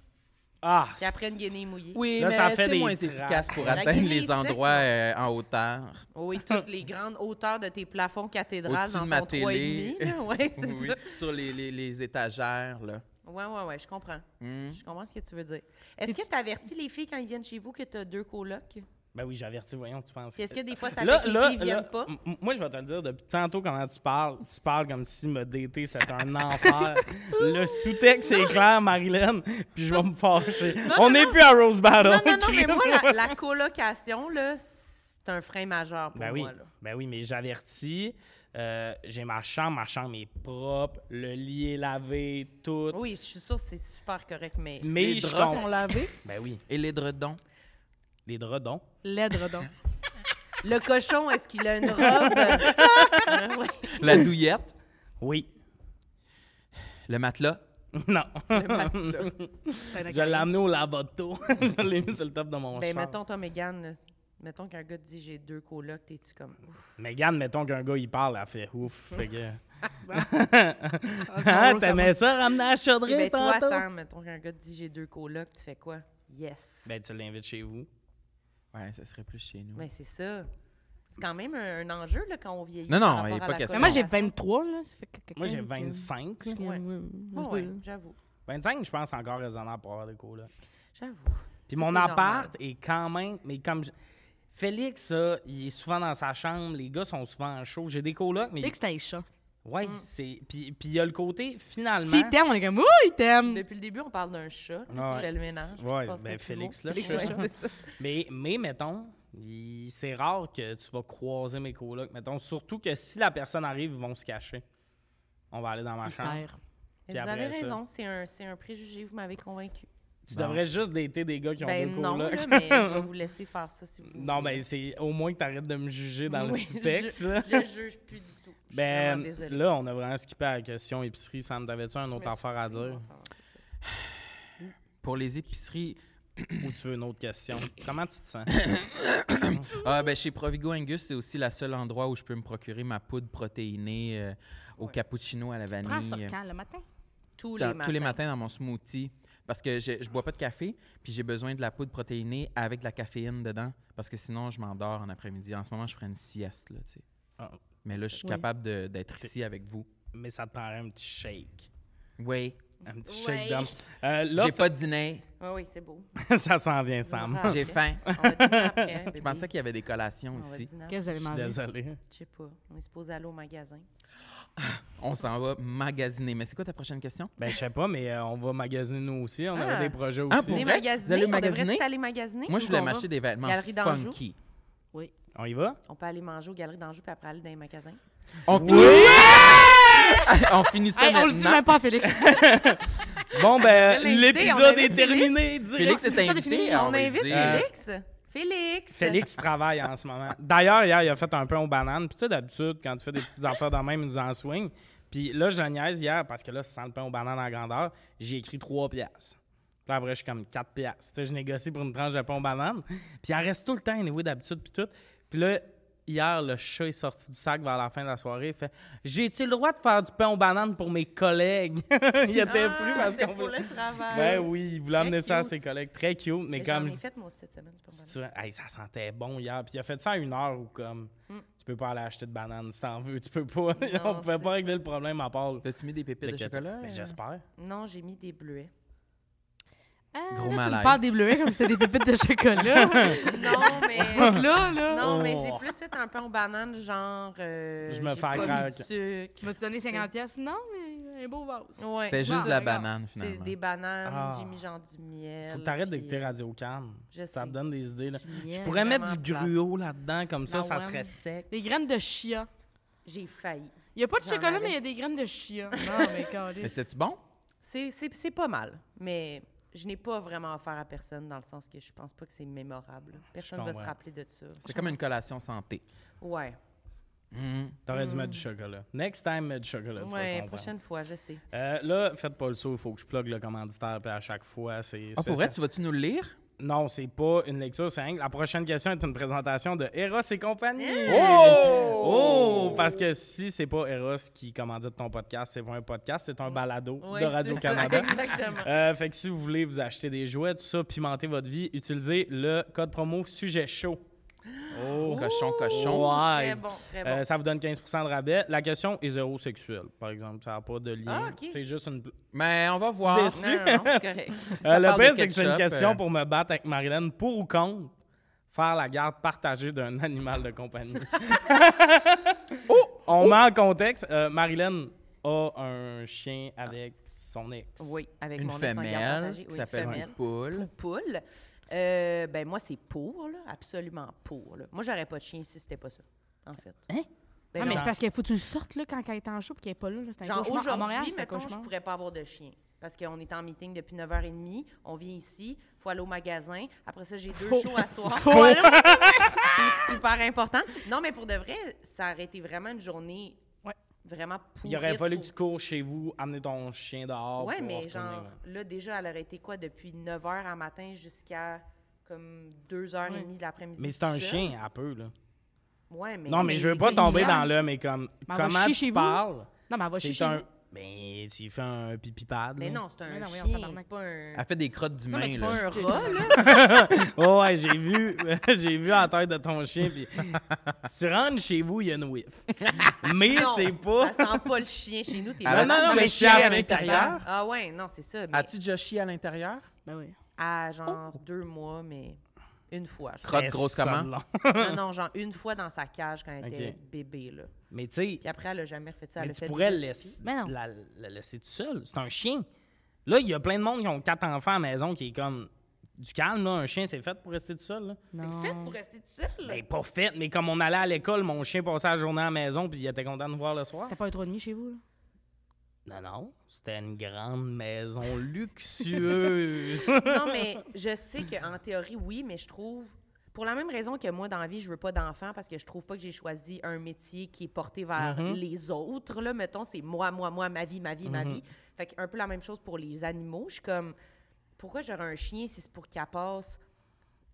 Speaker 1: Ah,
Speaker 2: puis après une guenille mouillée.
Speaker 3: Oui,
Speaker 1: Là,
Speaker 3: mais
Speaker 1: ça fait
Speaker 3: c'est
Speaker 1: des
Speaker 3: moins
Speaker 1: traces.
Speaker 3: efficace pour
Speaker 2: La
Speaker 3: atteindre
Speaker 2: guenille
Speaker 3: les
Speaker 2: sec,
Speaker 3: endroits
Speaker 2: non.
Speaker 3: euh, en hauteur.
Speaker 2: Oui, toutes les grandes hauteurs de tes plafonds cathédrales
Speaker 3: Au-dessus
Speaker 2: dans
Speaker 3: de ma
Speaker 2: ton 3,5.
Speaker 3: télé.
Speaker 2: là. Ouais, c'est
Speaker 3: Oui,
Speaker 2: ça.
Speaker 3: Sur les, les- les étagères, là.
Speaker 2: Ouais, ouais, ouais, je comprends.
Speaker 3: Hmm.
Speaker 2: Je comprends ce que tu veux dire. Est-ce que tu avertis les filles quand ils viennent chez vous que tu as deux colocs?
Speaker 1: Ben oui, j'avertis, voyons, tu penses.
Speaker 2: Puis est-ce que des fois, ça
Speaker 1: Là,
Speaker 2: fait que
Speaker 1: là,
Speaker 2: les filles viennent
Speaker 1: là,
Speaker 2: pas?
Speaker 1: m- m- moi, je vais te le dire, depuis tantôt, comment tu parles, tu parles comme si me dater, c'était un enfer. le sous-texte est clair, Marilyn, puis je vais me fâcher. On n'est plus à Rose Battle.
Speaker 2: Non, non, non, mais
Speaker 1: Chris.
Speaker 2: moi, la, la colocation, là, c'est un frein majeur pour
Speaker 1: Ben oui,
Speaker 2: moi. là.
Speaker 1: ben oui, mais j'avertis. euh, j'ai ma chambre, ma chambre est propre, le lit est lavé, tout.
Speaker 2: Oui, je suis sûre que c'est super correct, mais
Speaker 1: Mais
Speaker 3: les
Speaker 1: je
Speaker 3: draps
Speaker 1: com-
Speaker 3: sont lavés
Speaker 1: Ben oui,
Speaker 3: et les dredons.
Speaker 1: les draps donc.
Speaker 4: L'aide, donc.
Speaker 2: le cochon, est-ce qu'il a une robe? Ah ouais.
Speaker 3: La douillette,
Speaker 1: Oui.
Speaker 3: le matelas.
Speaker 1: Non.
Speaker 2: Le matelas.
Speaker 1: Je l'ai amené au lavato. je l'ai mis sur le top de mon
Speaker 2: Ben,
Speaker 1: char.
Speaker 2: mettons, toi, Mégane, mettons qu'un gars te dit j'ai deux colocs, t'es-tu comme. Ouf.
Speaker 1: Mégane, mettons qu'un gars, il parle, elle fait ouf. Fait que...
Speaker 4: Ah,
Speaker 1: Hein,
Speaker 4: ça
Speaker 1: t'aimais
Speaker 4: va.
Speaker 1: ça, ramener à la
Speaker 2: Eh ben,
Speaker 1: chaudrée
Speaker 2: toi,
Speaker 1: tantôt?
Speaker 2: Sam, mettons qu'un gars te dit j'ai deux colocs, tu fais quoi? Yes. Ben,
Speaker 1: Ben, tu l'invites chez vous.
Speaker 3: Ouais, ça serait plus chez nous.
Speaker 2: c'est ça. C'est quand même un, un enjeu là, quand on vieillit.
Speaker 3: Non, non,
Speaker 2: par
Speaker 3: il est
Speaker 2: rapport à
Speaker 3: pas
Speaker 2: la
Speaker 3: question.
Speaker 4: Mais moi, j'ai
Speaker 2: coloration.
Speaker 4: 23, là. Ça fait que quelqu'un
Speaker 1: Moi, j'ai
Speaker 4: qui-
Speaker 1: 25. là.
Speaker 4: qui-
Speaker 2: Ouais.
Speaker 4: Ouais,
Speaker 2: Ouais,
Speaker 4: ouais.
Speaker 2: ouais, j'avoue.
Speaker 1: 25, je pense, c'est encore raisonnable pour avoir des cours, là.
Speaker 2: J'avoue.
Speaker 1: Puis mon
Speaker 2: est
Speaker 1: appart est quand même... Mais comme... je- Félix, là, il est souvent dans sa chambre. Les gars sont souvent en chaud. J'ai des colocs, mais...
Speaker 4: Dès que c'est un chat.
Speaker 1: Ouais,
Speaker 2: Mm.
Speaker 1: c'est... Puis puis il y a le côté, finalement...
Speaker 4: S'il t'aime, on est comme, ouh, il t'aime.
Speaker 2: Depuis le début, on parle d'un chat, puis
Speaker 1: Ouais.
Speaker 2: le ménage.
Speaker 1: Ouais,
Speaker 2: puis je
Speaker 1: ben,
Speaker 2: pense que c'est le
Speaker 1: Félix,
Speaker 2: mot.
Speaker 1: là,
Speaker 2: Félix,
Speaker 1: je sais
Speaker 2: ouais,
Speaker 1: pas.
Speaker 2: c'est ça.
Speaker 1: Mais, mais mettons, il- c'est rare que tu vas croiser mes colocs, mettons. Surtout que si la personne arrive, ils vont se cacher. On va aller dans ma chambre.
Speaker 4: Mystère.
Speaker 1: Puis
Speaker 2: Mais Vous
Speaker 1: après
Speaker 2: avez
Speaker 1: ça.
Speaker 2: raison, c'est un, c'est un préjugé, vous m'avez convaincu.
Speaker 1: Tu
Speaker 3: Bon.
Speaker 1: devrais juste dater des gars qui ont
Speaker 2: Ben
Speaker 1: deux
Speaker 2: non, là,
Speaker 1: colocs.
Speaker 2: mais je vais vous laisser faire ça si vous voulez.
Speaker 1: non, ben c'est au moins que t'arrêtes de me juger dans
Speaker 2: Oui,
Speaker 1: le sous-texte. là.
Speaker 2: Je, je juge plus du tout. Je suis vraiment
Speaker 1: Ben
Speaker 2: désolée.
Speaker 1: là, on a vraiment skippé à la question épicerie. Sam, t'avais-tu un
Speaker 2: Je
Speaker 1: autre
Speaker 2: me
Speaker 1: affaire à
Speaker 2: suis-
Speaker 1: dire?
Speaker 3: Pour les épiceries,
Speaker 1: Ou tu veux une autre question? Comment tu te sens?
Speaker 3: Ah, ben, chez Provigo Angus, c'est aussi le seul endroit où je peux me procurer ma poudre protéinée euh, au
Speaker 2: Ouais.
Speaker 3: cappuccino à la
Speaker 4: Prends ça
Speaker 3: vanille.
Speaker 4: quand, le matin?
Speaker 2: Tous les
Speaker 3: Dans-
Speaker 2: matins.
Speaker 3: tous les matins dans mon smoothie. Parce que je, je bois pas de café, puis j'ai besoin de la poudre protéinée avec de la caféine dedans, parce que sinon, je m'endors en après-midi. En ce moment, je ferais une sieste, là, tu sais.
Speaker 1: Ah.
Speaker 3: Mais là, je suis
Speaker 4: Oui.
Speaker 3: capable de- d'être ici avec vous.
Speaker 1: mais ça te prendrait un petit shake.
Speaker 3: Oui.
Speaker 1: Un petit
Speaker 2: Ouais.
Speaker 1: shake d'homme. Euh, là,
Speaker 3: J'ai pas de dîner,
Speaker 2: Oui, oui, c'est beau.
Speaker 1: ça s'en vient, Sam.
Speaker 2: Bravo. Ah,
Speaker 3: j'ai
Speaker 2: ok.
Speaker 3: faim.
Speaker 2: On va dîner après.
Speaker 3: Je
Speaker 2: bébé.
Speaker 3: pensais qu'il y avait des collations
Speaker 2: On va
Speaker 3: ici.
Speaker 2: dîner.
Speaker 4: Qu'est-ce que
Speaker 1: Je
Speaker 4: vous allez
Speaker 1: suis
Speaker 4: manger?
Speaker 1: désolé.
Speaker 2: Je sais pas. On est supposé aller au magasin.
Speaker 3: On s'en va magasiner. Mais c'est quoi ta prochaine question?
Speaker 1: Ben, je sais pas, mais euh, on va magasiner nous aussi. On avait
Speaker 2: Ah.
Speaker 1: des projets
Speaker 3: Ah,
Speaker 1: aussi.
Speaker 3: pour
Speaker 2: Aller
Speaker 3: vrai?
Speaker 2: magasiner.
Speaker 3: Vous allez
Speaker 2: on
Speaker 3: magasiner?
Speaker 2: devrait aller magasiner.
Speaker 3: Moi,
Speaker 2: si
Speaker 3: je
Speaker 2: vous
Speaker 3: voulais
Speaker 2: qu'on va.
Speaker 3: m'acheter des vêtements
Speaker 2: hein. Galerie d'Anjou?
Speaker 3: funky.
Speaker 1: On y va?
Speaker 2: On peut aller manger aux Galeries d'Anjou puis après aller dans les magasins.
Speaker 3: On, on finit ça
Speaker 4: Hey, on le dit
Speaker 3: maintenant.
Speaker 4: même pas à Félix.
Speaker 1: Bon, ben,
Speaker 2: Belle idée, on
Speaker 1: l'épisode
Speaker 2: avait
Speaker 1: est
Speaker 2: Félix.
Speaker 1: terminé. Direct.
Speaker 3: Félix
Speaker 4: C'est
Speaker 3: est
Speaker 4: ça
Speaker 3: invité.
Speaker 4: défini?
Speaker 3: on
Speaker 2: on
Speaker 3: va
Speaker 2: invite
Speaker 3: dire.
Speaker 2: Félix. Félix.
Speaker 1: Félix travaille en ce moment. D'ailleurs, hier, il a fait un pain aux bananes. Puis tu sais, d'habitude, quand tu fais des petites affaires de même, il nous en swing. Puis là, je niaise hier, parce que là, ça sent le pain aux bananes en grandeur. J'ai écrit 3 piastres. Puis là, après, je suis comme 4 piastres. Tu sais, je négocie pour une tranche de pain aux bananes. Puis il en reste tout le temps, anyway, d'habitude, puis tout. Puis là, hier, le chat est sorti du sac vers la fin de la soirée. Il fait « J'ai-tu le droit de faire du pain aux bananes pour mes collègues? » Il était
Speaker 2: Ah,
Speaker 1: plus parce
Speaker 2: c'est
Speaker 1: qu'on...
Speaker 2: pour
Speaker 1: voulait-
Speaker 2: le travail.
Speaker 1: Ben oui, il voulait
Speaker 2: Très
Speaker 1: amener ça à
Speaker 2: cute.
Speaker 1: ses collègues. Très cute, mais
Speaker 2: Mais
Speaker 1: comme...
Speaker 2: J'en ai fait, moi, aussi, cette semaine. C'est pas mal.
Speaker 1: Tu vois, hey, ça sentait bon hier. Puis il a fait ça à une heure ou comme. Tu peux pas aller acheter de bananes si t'en veux. Tu peux pas. on pouvait
Speaker 2: Mm. c'est
Speaker 1: pas régler le problème à part.
Speaker 3: T'as-tu mis des pépites
Speaker 1: le-
Speaker 3: de chocolat? euh?
Speaker 1: Mais j'espère.
Speaker 2: Non, j'ai mis des bleuets.
Speaker 4: Ah,
Speaker 3: Gros
Speaker 4: là, tu me
Speaker 3: malaise.
Speaker 4: parles des bleuets comme si c'était des pépites de chocolat.
Speaker 2: Non, mais...
Speaker 4: Donc là, là,
Speaker 2: Non, mais j'ai
Speaker 1: Oh.
Speaker 2: plus fait un pain aux bananes, genre. euh,
Speaker 1: Je me
Speaker 2: j'ai
Speaker 1: fais
Speaker 2: pas mis
Speaker 1: craquer.
Speaker 2: de sucre.
Speaker 4: tu vas te donner 50 pièces? Non, mais un beau vase.
Speaker 2: Ouais,
Speaker 3: C'était
Speaker 2: c'est
Speaker 3: juste
Speaker 2: ça.
Speaker 3: de la
Speaker 4: regarde.
Speaker 3: banane,
Speaker 2: C'est
Speaker 3: finalement.
Speaker 2: des bananes,
Speaker 1: Ah.
Speaker 2: j'ai mis genre du miel.
Speaker 1: Faut que t'arrêtes
Speaker 2: puis,
Speaker 1: d'écouter
Speaker 2: euh,
Speaker 1: Radio Can.
Speaker 2: Je sais.
Speaker 1: Ça te donne des idées. Là.
Speaker 4: Du miel,
Speaker 1: Je pourrais mettre
Speaker 2: vraiment
Speaker 1: du
Speaker 2: plate.
Speaker 1: gruau là-dedans, comme ça,
Speaker 2: Ben
Speaker 1: ça
Speaker 2: ouais.
Speaker 1: serait sec.
Speaker 4: Des graines de chia.
Speaker 2: euh, J'ai failli.
Speaker 4: Il n'y a pas de
Speaker 2: J'en
Speaker 4: chocolat,
Speaker 2: avais.
Speaker 4: mais il y a des graines de chia. Non, mais calé.
Speaker 3: Mais c'est-tu bon?
Speaker 2: C'est- C'est c'est pas mal, mais je n'ai pas vraiment affaire à personne dans le sens que je pense pas que c'est mémorable. Personne ne va se
Speaker 1: comprends.
Speaker 2: rappeler de ça.
Speaker 3: C'est comme une collation santé.
Speaker 2: Ouais.
Speaker 3: Mm.
Speaker 1: T'aurais dû mettre du chocolat. Next time, mets du chocolat. tu vas
Speaker 2: Ouais,
Speaker 1: comprendre.
Speaker 2: prochaine fois, je sais.
Speaker 1: Euh, là, faites pas le saut, il faut que je plug le commanditaire, puis à chaque fois, c'est.
Speaker 3: Ah, pour vrai,
Speaker 1: spécial.
Speaker 3: tu vas-tu nous le lire?
Speaker 1: Non, c'est pas une lecture, c'est rien. que La prochaine question est une présentation de Eros et compagnie.
Speaker 2: Hein?
Speaker 3: Oh!
Speaker 1: Oh! Parce que si c'est pas Eros qui commandite ton podcast, c'est pas un podcast, c'est un balado
Speaker 2: Ouais,
Speaker 1: de
Speaker 2: c'est
Speaker 1: Radio-Canada.
Speaker 2: ça, Exactement.
Speaker 1: Euh, fait que si vous voulez vous acheter des jouets, tout ça, pimenter votre vie, utilisez le code promo sujet chaud. Oh,
Speaker 3: Cochon, cochon.
Speaker 1: Wise.
Speaker 2: Très bon, très bon.
Speaker 1: Euh, ça vous donne 15 de rabais. La question est zéro sexuelle, par exemple. Ça n'a pas de lien.
Speaker 2: Ah, ok.
Speaker 1: C'est juste une. pla-
Speaker 3: Mais on va voir.
Speaker 1: déçu.
Speaker 2: non, non, non, c'est correct.
Speaker 3: Ça
Speaker 1: Euh, le
Speaker 3: parle de
Speaker 1: pire, c'est que c'est une
Speaker 3: ketchup,
Speaker 1: question
Speaker 3: euh.
Speaker 1: pour me battre avec Marilyn pour ou contre faire la garde partagée d'un animal de compagnie. oh, on met en contexte. euh, Marilyn a un chien avec son ex.
Speaker 2: Oui, avec
Speaker 3: Une
Speaker 2: mon ex en garde
Speaker 3: femelle
Speaker 2: partagée.
Speaker 3: qui
Speaker 2: Oui,
Speaker 3: s'appelle
Speaker 2: femelle.
Speaker 3: une poule.
Speaker 2: Poule. Euh, ben moi, c'est pour, là, absolument pour. Là. Moi, j'aurais pas de chien si c'était pas ça, en fait.
Speaker 1: Hein?
Speaker 2: Ben
Speaker 4: Ah, mais
Speaker 2: non.
Speaker 4: c'est parce qu'il faut que tu le sortes là, quand elle est en show et qu'elle est pas là. là. C'est un
Speaker 2: Genre
Speaker 4: cauchemar. À Montréal,
Speaker 2: aujourd'hui,
Speaker 4: c'est un
Speaker 2: mettons, je
Speaker 4: cauchemar.
Speaker 2: pourrais pas avoir de chien. Parce qu'on est en meeting depuis 9h30, on vient ici, faut aller au magasin. Après ça, j'ai deux shows à soir. Faut aller au magasin. C'est super important. Non, mais pour de vrai, ça aurait été vraiment une journée
Speaker 4: Ouais.
Speaker 2: vraiment pourrie.
Speaker 1: Il aurait fallu que
Speaker 2: pour-
Speaker 1: tu cours chez vous, amener ton chien dehors.
Speaker 2: Ouais,
Speaker 1: pour
Speaker 2: mais
Speaker 1: retourner,
Speaker 2: genre,
Speaker 1: ouais.
Speaker 2: là, déjà, elle aurait été quoi depuis 9 h en matin jusqu'à comme 2h30 de l'après-midi.
Speaker 1: Mais c'est
Speaker 2: tout
Speaker 1: un
Speaker 2: seul.
Speaker 1: chien, un peu, là.
Speaker 2: Ouais, mais.
Speaker 1: non, mais, je veux pas
Speaker 4: c'est
Speaker 1: tomber
Speaker 4: image.
Speaker 1: dans le, mais comme.
Speaker 4: Mais elle va
Speaker 1: comment tu
Speaker 4: chier chez vous.
Speaker 1: parles?
Speaker 4: Non, mais elle va chier
Speaker 1: C'est
Speaker 4: chez
Speaker 1: un.
Speaker 4: vous.
Speaker 1: Ben, tu y fais un pipi pad.
Speaker 2: Mais
Speaker 1: là.
Speaker 2: non, c'est un
Speaker 4: Mais non, voyons, Ah,
Speaker 2: chien.
Speaker 4: tabarnak.
Speaker 2: C'est pas un.
Speaker 3: Elle fait des crottes
Speaker 2: Non, mais
Speaker 3: d'humain,
Speaker 2: c'est pas un
Speaker 3: là.
Speaker 2: rat, là.
Speaker 1: Oh, ouais, j'ai vu, j'ai vu en tête de ton chien. Puis, tu rentres chez vous, il y a une whiff. Mais
Speaker 2: Non,
Speaker 1: c'est pas.
Speaker 2: Ça sent pas le chien chez nous. T'es
Speaker 3: Ah,
Speaker 2: pas-
Speaker 3: ben, tu
Speaker 1: mais
Speaker 3: vas
Speaker 1: je
Speaker 3: chier à
Speaker 1: à
Speaker 3: l'intérieur?
Speaker 1: l'intérieur.
Speaker 2: Ah ouais, non, c'est ça. Mais
Speaker 3: As-tu déjà chié à l'intérieur?
Speaker 4: Ben oui.
Speaker 2: à genre
Speaker 1: Oh!
Speaker 2: deux mois, mais une fois. je
Speaker 3: Crotte
Speaker 1: Mais
Speaker 3: grosse
Speaker 1: ça long.
Speaker 3: comment?
Speaker 2: crois. non, non, genre une fois dans sa cage quand elle était
Speaker 1: Ok.
Speaker 2: bébé, là.
Speaker 1: Mais tu sais,
Speaker 2: Puis après, elle a jamais refait ça. Elle
Speaker 1: mais
Speaker 2: a
Speaker 1: tu
Speaker 2: fait
Speaker 1: pourrais
Speaker 2: juste-
Speaker 1: laisser,
Speaker 4: Mais non.
Speaker 1: la, la laisser tout seul. C'est un chien. Là, il y a plein de monde qui ont quatre enfants à la maison qui est comme. Du calme, là. Un chien, c'est fait pour rester tout seul. Là.
Speaker 4: Non.
Speaker 2: C'est fait pour rester tout seul.
Speaker 1: Ben, pas fait, mais comme on allait à l'école, mon chien passait la journée à la maison puis il était content de nous voir le soir.
Speaker 4: C'était pas un trou de demi chez vous, là?
Speaker 1: Non, non. C'était une grande maison luxueuse.
Speaker 2: non, mais je sais qu'en théorie, oui, mais je trouve. Pour la même raison que moi, dans la vie, je veux pas d'enfants parce que je trouve pas que j'ai choisi un métier qui est porté vers
Speaker 3: Mm-hmm.
Speaker 2: les autres. Là, mettons, c'est moi, moi, moi, ma vie, ma vie, ma vie. Fait que un peu la même chose pour les animaux. Je suis comme, pourquoi j'aurais un chien si c'est pour qu'il passe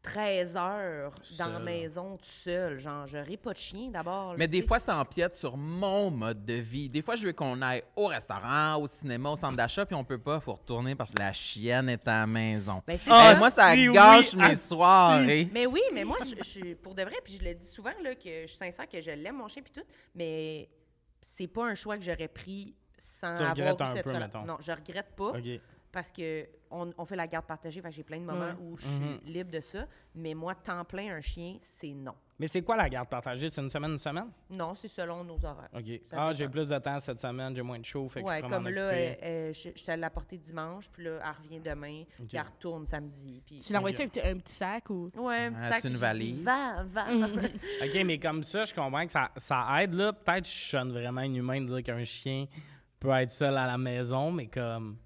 Speaker 2: 13 heures dans la
Speaker 1: Seul.
Speaker 2: maison tout seul? Genre, j'aurais pas de chien d'abord. là,
Speaker 3: Mais des
Speaker 2: tu sais.
Speaker 3: fois, ça empiète sur mon mode de vie. Des fois, je veux qu'on aille au restaurant, au cinéma, au centre d'achat, puis on peut pas, faut retourner parce que la chienne est à la maison.
Speaker 2: Ben, c'est
Speaker 3: Hey,
Speaker 2: ça.
Speaker 3: Ah, moi, ça
Speaker 1: Ah, si, oui,
Speaker 3: gâche mes
Speaker 1: asti.
Speaker 3: soirées.
Speaker 2: Mais oui, mais moi, je, je suis pour de vrai, puis je le dis souvent, là, que je suis sincère, que je l'aime, mon chien, puis tout, mais c'est pas un choix que j'aurais pris sans
Speaker 1: Tu
Speaker 2: avoir
Speaker 1: regrettes
Speaker 2: eu
Speaker 1: un
Speaker 2: cette
Speaker 1: peu,
Speaker 2: rela-
Speaker 1: mettons.
Speaker 2: Non, je regrette pas,
Speaker 1: OK.
Speaker 2: parce que on, on fait la garde partagée, fait que j'ai plein de moments où je suis
Speaker 1: Mm-hmm.
Speaker 2: libre de ça, mais moi, temps plein, un chien, c'est non.
Speaker 1: Mais c'est quoi la garde partagée? C'est une semaine, une semaine?
Speaker 2: Non, c'est selon nos horaires.
Speaker 1: OK.
Speaker 2: Ça
Speaker 1: Ah,
Speaker 2: dépend.
Speaker 1: j'ai plus de temps cette semaine, j'ai moins de chaud, fait que
Speaker 2: ouais,
Speaker 1: je peux m'en
Speaker 2: comme là,
Speaker 1: occuper.
Speaker 2: euh, euh, je, je t'allais la porter dimanche, puis là, elle revient demain, puis elle retourne samedi, puis...
Speaker 4: Tu l'envoies-tu avec un petit sac ou.
Speaker 2: Ouais, un petit
Speaker 3: Ah,
Speaker 2: sac,
Speaker 3: tu une
Speaker 2: puis j'ai dit,
Speaker 3: valise?
Speaker 2: Va, va. euh,
Speaker 1: OK, mais comme ça, je comprends que ça, ça aide, là. Peut-être que je sonne vraiment inhumain de dire qu'un chien peut être seul à la maison, mais comme...
Speaker 3: Hey,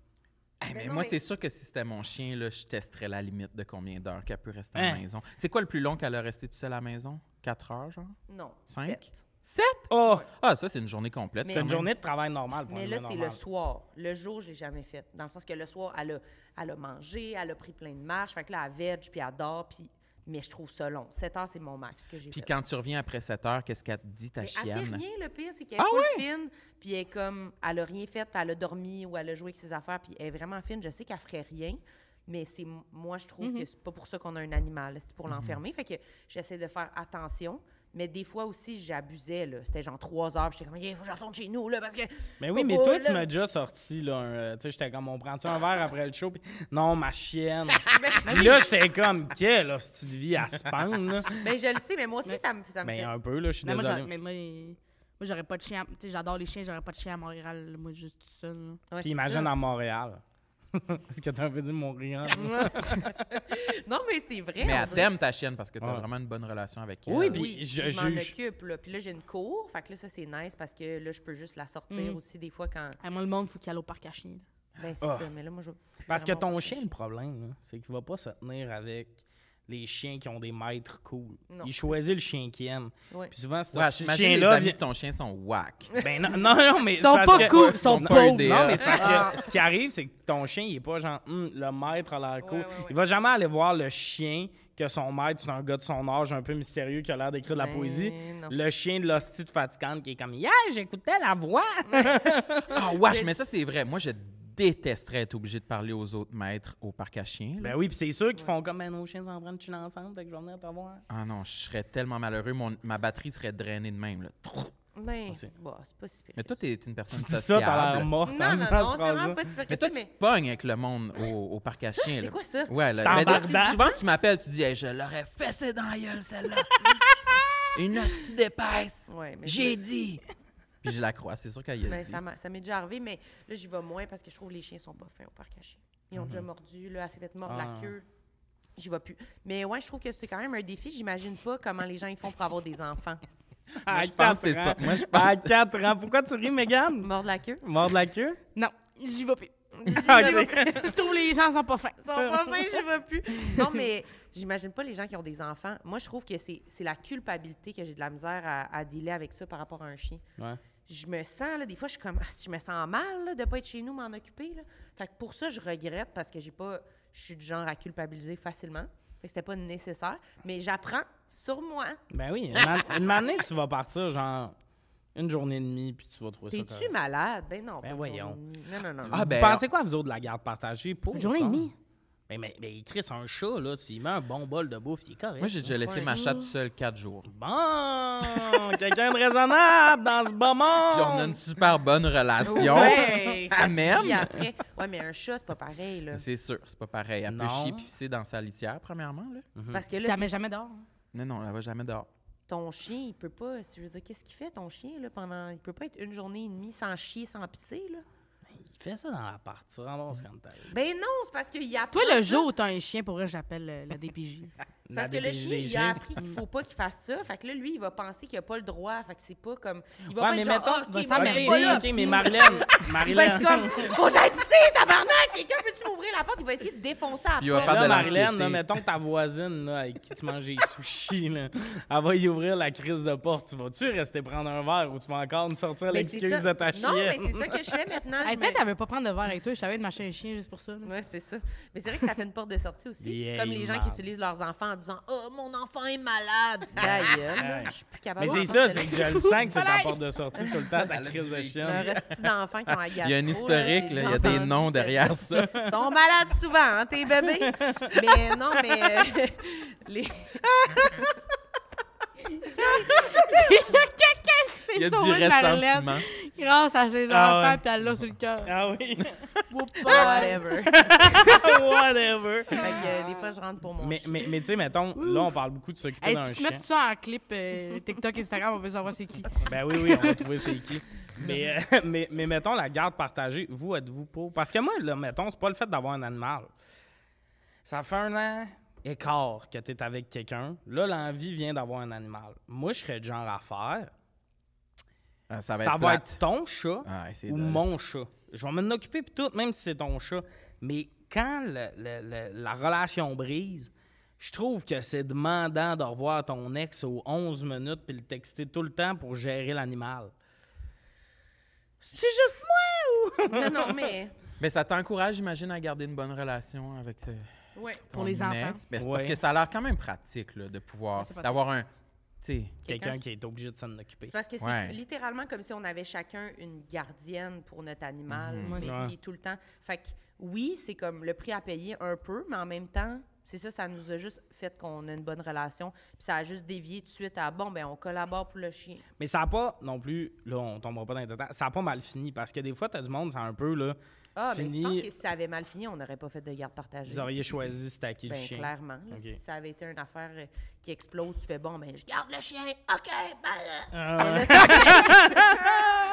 Speaker 3: Eh, mais
Speaker 2: non,
Speaker 3: moi,
Speaker 2: mais-
Speaker 3: c'est sûr que si c'était mon chien, là, je testerais la limite de combien d'heures qu'elle peut rester à
Speaker 1: Hein?
Speaker 3: la maison. C'est quoi le plus long qu'elle a resté toute seule à la maison? Quatre heures, genre?
Speaker 2: Non,
Speaker 3: Cinq?
Speaker 2: sept.
Speaker 3: Sept?
Speaker 1: Oh!
Speaker 3: Ah, ça, c'est une journée complète.
Speaker 2: Mais-
Speaker 1: C'est
Speaker 3: quand
Speaker 1: une
Speaker 3: même.
Speaker 1: journée de travail normale pour un
Speaker 2: Mais là,
Speaker 1: humain
Speaker 2: c'est le
Speaker 1: normal.
Speaker 2: soir. Le jour, je l'ai jamais fait. Dans le sens que le soir, elle a, elle a mangé, elle a pris plein de marches. Fait que là, elle veg, puis elle dort, puis... Mais je trouve ça long. 7 heures, c'est mon max que j'ai
Speaker 3: Puis
Speaker 2: fait.
Speaker 3: quand tu reviens après 7 heures, qu'est-ce qu'elle te dit, ta
Speaker 2: Mais elle fait
Speaker 3: chienne?
Speaker 2: rien, le pire, c'est qu'elle
Speaker 3: Ah
Speaker 2: est full fine, puis elle est comme... Elle a rien fait, puis elle a dormi ou elle a joué avec ses affaires, puis elle est vraiment fine. Je sais qu'elle ferait rien, mais c'est... m- Moi, je trouve que c'est pas pour ça qu'on a un animal. C'est
Speaker 1: Mm-hmm.
Speaker 2: pour l'enfermer. Fait que j'essaie de faire attention. Mais des fois aussi, j'abusais, là. C'était genre 3 heures, puis j'étais comme, Hey, faut que je retourne chez nous, là, parce que...
Speaker 1: Mais oui, mais
Speaker 2: Oh,
Speaker 1: toi,
Speaker 2: là-
Speaker 1: tu m'as déjà sorti, là, un, euh, Tu sais, j'étais comme, on prend-tu un verre après le show? Puis, non, ma chienne.
Speaker 2: Ben
Speaker 1: Puis là, j'étais comme, quelle hostie de vie à se pendre, là.
Speaker 2: Ben, je le sais, mais moi aussi, ça me, ça me
Speaker 1: Mais
Speaker 2: fait...
Speaker 1: un peu, là, je suis
Speaker 4: Mais moi,
Speaker 1: désolé.
Speaker 4: j'aurais- mais moi, euh, moi, j'aurais pas de chien. à- Tu sais, j'adore les chiens, j'aurais pas de chien à Montréal, moi, juste tout seul. là.
Speaker 2: Ouais,
Speaker 1: Puis
Speaker 2: c'est
Speaker 1: imagine
Speaker 2: ça.
Speaker 1: à Montréal. Est-ce que t'as un peu dit mourir?
Speaker 2: Non, mais c'est vrai.
Speaker 3: Mais
Speaker 2: on
Speaker 3: elle
Speaker 2: dirait
Speaker 3: t'aime, ta chienne, parce que tu as
Speaker 1: Ouais.
Speaker 3: vraiment une bonne relation avec elle.
Speaker 1: Oui,
Speaker 2: que-
Speaker 1: puis
Speaker 2: Oui,
Speaker 1: je-
Speaker 2: je, m'en
Speaker 1: je-
Speaker 2: occupe, là. Puis là, j'ai une cour. Fait que là, ça, c'est nice parce que là, je peux juste la sortir aussi des fois quand.
Speaker 4: Ah, moi, le monde, faut qu'il aille au parc à chiens. là.
Speaker 2: Ben, c'est
Speaker 1: Ah.
Speaker 2: ça. Mais là, moi, je. veux plus
Speaker 1: Parce que
Speaker 2: vraiment
Speaker 1: ton
Speaker 2: pas
Speaker 1: chien, le problème, là, c'est qu'il va pas se tenir avec les chiens qui ont des maîtres cool.
Speaker 2: Non,
Speaker 1: il
Speaker 2: c'est
Speaker 1: choisit le chien qu'il aime.
Speaker 2: Ouais.
Speaker 1: Puis souvent, c'est
Speaker 3: Ouais,
Speaker 1: ce
Speaker 3: j'imagine les
Speaker 1: chien-là.
Speaker 3: amis
Speaker 1: vient-
Speaker 3: de ton chien sont whack.
Speaker 1: Ben non, non, non, mais
Speaker 4: Ils
Speaker 1: c'est
Speaker 4: sont
Speaker 1: parce
Speaker 4: pas
Speaker 1: que-
Speaker 4: cool, ils sont
Speaker 3: sont pas
Speaker 4: pauvres.
Speaker 3: aidés.
Speaker 1: Non,
Speaker 3: euh,
Speaker 1: mais c'est parce
Speaker 2: Ah.
Speaker 1: que ce qui arrive, c'est que ton chien, il est pas genre, Hum, le maître a l'air cool.
Speaker 2: Ouais, ouais, ouais.
Speaker 1: Il va jamais aller voir le chien que son maître, c'est un gars de son âge un peu mystérieux qui a l'air d'écrire de la
Speaker 2: Ben,
Speaker 1: poésie.
Speaker 2: non.
Speaker 1: Le chien de l'hostie de fatigante qui est comme, hier, j'écoutais la voix.
Speaker 3: Ah, wesh, mais ça, c'est vrai. Moi, je détesterais être obligé de parler aux autres maîtres au parc à chiens. là.
Speaker 1: ben oui, puis c'est sûr qu'ils font comme, ben nos chiens sont en train de chiller ensemble, fait que je vais venir te voir.
Speaker 3: Ah non, je serais tellement malheureux. mon- ma batterie serait drainée de même. là. Trou.
Speaker 2: Ben,
Speaker 1: Aussi.
Speaker 2: bon, c'est pas si pire.
Speaker 3: Mais toi, t'es une personne
Speaker 1: Tu dis ça, t'as l'air
Speaker 3: sociable.
Speaker 1: morte hein, en
Speaker 2: Non, non,
Speaker 1: disant
Speaker 2: non,
Speaker 1: cette
Speaker 2: c'est
Speaker 1: phrase-là.
Speaker 2: vraiment pas si pire que
Speaker 3: mais
Speaker 2: ça,
Speaker 3: toi, tu
Speaker 2: mais...
Speaker 3: te pognes avec le monde au, au parc à chiens.
Speaker 2: C'est
Speaker 3: là.
Speaker 2: quoi ça?
Speaker 3: Ouais, là.
Speaker 1: T'en
Speaker 3: ben,
Speaker 1: bardes
Speaker 3: là, souvent,
Speaker 1: d'as.
Speaker 3: tu m'appelles, tu dis, Hey, je l'aurais fessé dans la gueule, celle-là. Une hostie d'épaisse.
Speaker 2: Ouais, mais
Speaker 3: J'ai
Speaker 2: je-
Speaker 3: dit. Puis je la crois, c'est sûr qu'elle y a
Speaker 2: Ben,
Speaker 3: dit.
Speaker 2: ça m'a- ça m'est déjà arrivé, mais là, j'y vais moins parce que je trouve que les chiens sont pas fins au parc à chiens. Ils ont déjà mordu, là, elle s'est fait mordre
Speaker 1: Mm-hmm. Ah.
Speaker 2: la queue. J'y vais plus. Mais ouais, je trouve que c'est quand même un défi. J'imagine pas comment les gens ils font pour avoir des enfants.
Speaker 1: À
Speaker 3: je
Speaker 1: quatre
Speaker 3: pense que c'est
Speaker 1: ans.
Speaker 3: ça. Moi, je
Speaker 1: À
Speaker 3: pense-
Speaker 1: 4 ans. Pourquoi tu ris, Mégane?
Speaker 2: Mordre la queue.
Speaker 1: Mort de la queue?
Speaker 4: Non, j'y vais plus.
Speaker 1: Ok.
Speaker 4: Je trouve les gens sont pas fins.
Speaker 2: Ils sont pas fins, j'y vais plus. Non, mais j'imagine pas les gens qui ont des enfants. Moi, je trouve que c'est c'est la culpabilité que j'ai de la misère à, à dealer avec ça par rapport à un chien.
Speaker 1: Ouais.
Speaker 2: je me sens, là, des fois, je suis comme, Ah, je me sens mal là, de pas être chez nous, m'en occuper. Là. Fait que pour ça, je regrette parce que j'ai pas, je suis du genre à culpabiliser facilement. Fait que c'était pas nécessaire, mais j'apprends sur moi.
Speaker 1: Ben oui, une, man- une manée, tu vas partir genre une journée et demie, puis tu vas trouver ça.
Speaker 2: T'es-tu
Speaker 1: correct.
Speaker 2: malade? Ben non.
Speaker 1: Ben
Speaker 2: pas une
Speaker 1: voyons.
Speaker 2: journée et demie. Non, non, non.
Speaker 3: Ah,
Speaker 1: Vous
Speaker 3: ben,
Speaker 1: pensez quoi, vous autres, de la garde partagée? Pour,
Speaker 4: Une journée et
Speaker 1: contre?
Speaker 4: demie.
Speaker 1: Ben, mais, mais il crisse un chat, là. Tu lui mets un bon bol de bouffe, il est correct.
Speaker 3: Moi, j'ai déjà laissé
Speaker 2: Ouais.
Speaker 3: ma chatte seule quatre jours.
Speaker 1: Oh Bon! Quelqu'un de raisonnable dans ce bas
Speaker 3: Puis on a
Speaker 1: monde!
Speaker 3: une super bonne relation.
Speaker 2: Ouais, ça se
Speaker 3: Amen.
Speaker 2: dit après. Ouais, mais un chat, c'est pas pareil. Là.
Speaker 1: Mm-hmm.
Speaker 3: Mais C'est sûr, c'est pas pareil. Elle peut
Speaker 1: Non.
Speaker 3: chier pisser dans sa litière, premièrement. Là.
Speaker 2: C'est parce que
Speaker 4: Tu la
Speaker 2: là,
Speaker 4: mets
Speaker 2: c'est-
Speaker 4: jamais dehors.
Speaker 3: Non, non, elle va jamais dehors.
Speaker 2: ton chien, il peut pas. Je veux dire, qu'est-ce qu'il fait, ton chien, là, pendant. Il peut pas être une journée et demie sans chier, sans pisser, là.
Speaker 1: Il fait ça dans la partie, tu rembourses quand t'arrives.
Speaker 2: Ben non, c'est parce qu'il a
Speaker 4: Toi, le jour où t'as un chien, pour vrai, j'appelle euh, la DPJ.
Speaker 2: C'est parce que
Speaker 1: La
Speaker 2: le
Speaker 1: DPJ
Speaker 2: chien,
Speaker 1: des
Speaker 2: il
Speaker 1: chiens.
Speaker 2: a appris qu'il faut pas qu'il fasse ça. Fait que là, lui, il va penser qu'il a pas le droit. Fait que c'est pas comme. Il va
Speaker 1: Ouais,
Speaker 2: pas
Speaker 1: mais
Speaker 2: être genre,
Speaker 1: mettons-
Speaker 2: Ah, OK,
Speaker 4: va
Speaker 2: mais
Speaker 4: s'en
Speaker 1: Ok,
Speaker 2: mais
Speaker 4: mêler.
Speaker 2: pas là.
Speaker 1: ok, mais Marlène,
Speaker 2: Il va
Speaker 1: Marlène,
Speaker 2: être comme. Faut que j'aille pisser, tabarnak! Quelqu'un, peux-tu m'ouvrir la porte? Il va essayer de défoncer la
Speaker 3: Il va
Speaker 2: porte.
Speaker 3: faire
Speaker 1: là,
Speaker 3: de
Speaker 1: Marlène,
Speaker 3: l'anxiété.
Speaker 1: là, mettons que ta voisine là, avec qui tu manges des sushis, là, elle va y ouvrir la crise de porte. Tu vas-tu rester prendre un verre ou tu vas encore me sortir
Speaker 2: Mais c'est
Speaker 1: l'excuse
Speaker 2: ça.
Speaker 1: de ta chienne?
Speaker 2: Non, mais c'est ça que je fais maintenant. je
Speaker 4: Hey,
Speaker 2: me-
Speaker 4: Peut-être qu'elle veut pas prendre de verre avec toi. Je savais de m'acheter un chien juste pour ça. là.
Speaker 2: Ouais, c'est ça. Mais c'est vrai que ça fait une porte de sortie aussi.
Speaker 1: Vieille
Speaker 2: comme les gens qui
Speaker 1: marde.
Speaker 2: utilisent leurs enfants en disant Oh, mon enfant est malade. D'ailleurs, je suis plus capable
Speaker 1: Mais c'est ça,
Speaker 2: d'entendre
Speaker 1: c'est
Speaker 2: cette-
Speaker 1: que je le sens que c'est ta porte de sortie tout le temps, ta
Speaker 3: Elle a
Speaker 1: crise
Speaker 3: du
Speaker 1: de
Speaker 3: vécu.
Speaker 1: chienne.
Speaker 2: un resti d'enfants qui ont la
Speaker 3: Il y a un
Speaker 2: gastro, là,
Speaker 3: historique,
Speaker 2: j'ai
Speaker 3: là, il y
Speaker 2: déjà
Speaker 3: a des
Speaker 2: entendu
Speaker 3: noms
Speaker 2: ça.
Speaker 3: derrière ça.
Speaker 2: Ils sont malades souvent, hein, tes bébés. Mais non, mais. euh, les...
Speaker 4: Quelqu'un qui
Speaker 3: Il y a
Speaker 4: s'est
Speaker 3: du
Speaker 4: sauvé de Marlène
Speaker 3: ressentiment.
Speaker 4: grâce à ses
Speaker 1: Ah ouais.
Speaker 4: enfants, puis elle l'a sur le cœur.
Speaker 1: Ah oui,
Speaker 2: Whatever. fait
Speaker 1: whatever.
Speaker 2: que, euh, des fois, je rentre pour mon.
Speaker 1: Mais,
Speaker 2: chien.
Speaker 1: mais, mais tu sais, mettons, là, on parle beaucoup de s'occuper
Speaker 4: Hey,
Speaker 1: d'un
Speaker 4: tu
Speaker 1: chien.
Speaker 4: mets tout ça en clip euh, TikTok, Instagram, on veut savoir c'est qui.
Speaker 1: Ben oui, oui, on va trouver c'est qui. Mais, euh, mais, mais mettons la garde partagée, vous êtes-vous pour? Parce que moi, là, mettons, c'est pas le fait d'avoir un animal. Ça fait un an et quart que tu es avec quelqu'un. Là, l'envie vient d'avoir un animal. Moi, je serais de genre à faire.
Speaker 3: Ah, ça va
Speaker 1: ça
Speaker 3: être
Speaker 1: va
Speaker 3: plate.
Speaker 1: être ton chat
Speaker 3: Ah, c'est
Speaker 1: ou
Speaker 3: dole.
Speaker 1: mon chat. Je vais m'en occuper pis tout, même si c'est ton chat. Mais quand le- le- le- la relation brise, je trouve que c'est demandant de revoir ton ex aux 11 minutes puis le texter tout le temps pour gérer l'animal. C'est juste moi ou...
Speaker 2: Non, non, mais.
Speaker 3: Mais ça t'encourage, j'imagine, à garder une bonne relation avec euh,
Speaker 2: Ouais.
Speaker 4: Pour
Speaker 3: ton
Speaker 4: les enfants.
Speaker 3: ex. Ben, c'est Parce
Speaker 1: Ouais.
Speaker 3: que ça a l'air quand même pratique là, de
Speaker 4: Ouais,
Speaker 3: pouvoir
Speaker 4: c'est pratique.
Speaker 3: d'avoir un. Tu sais,
Speaker 1: Quelqu'un qui est obligé de s'en occuper.
Speaker 2: C'est parce que c'est
Speaker 3: Ouais.
Speaker 2: littéralement comme si on avait chacun une gardienne pour notre animal,
Speaker 4: Mhm.
Speaker 2: mais qui
Speaker 1: Ouais.
Speaker 2: est tout le temps. Fait que oui, c'est comme le prix à payer un peu, mais en même temps, c'est ça, ça nous a juste fait qu'on a une bonne relation. Puis ça a juste dévié tout de suite à bon, ben on collabore pour le chien.
Speaker 1: Mais ça n'a pas non plus, là, on tombera pas dans les détails, ça n'a pas mal fini parce que des fois, t'as du monde, c'est un peu, là,
Speaker 2: Ah, mais je pense
Speaker 1: Fini.
Speaker 2: que si ça avait mal fini, on n'aurait pas fait de garde partagée.
Speaker 1: vous auriez choisi c'était à qui le
Speaker 2: Ben,
Speaker 1: chien.
Speaker 2: clairement. là,
Speaker 1: Ok.
Speaker 2: Si ça avait été une affaire euh, qui explose, tu fais bon, ben, je garde le chien, OK, ben. euh.
Speaker 1: Ah,
Speaker 2: Mais là,
Speaker 1: ouais.
Speaker 2: c'est-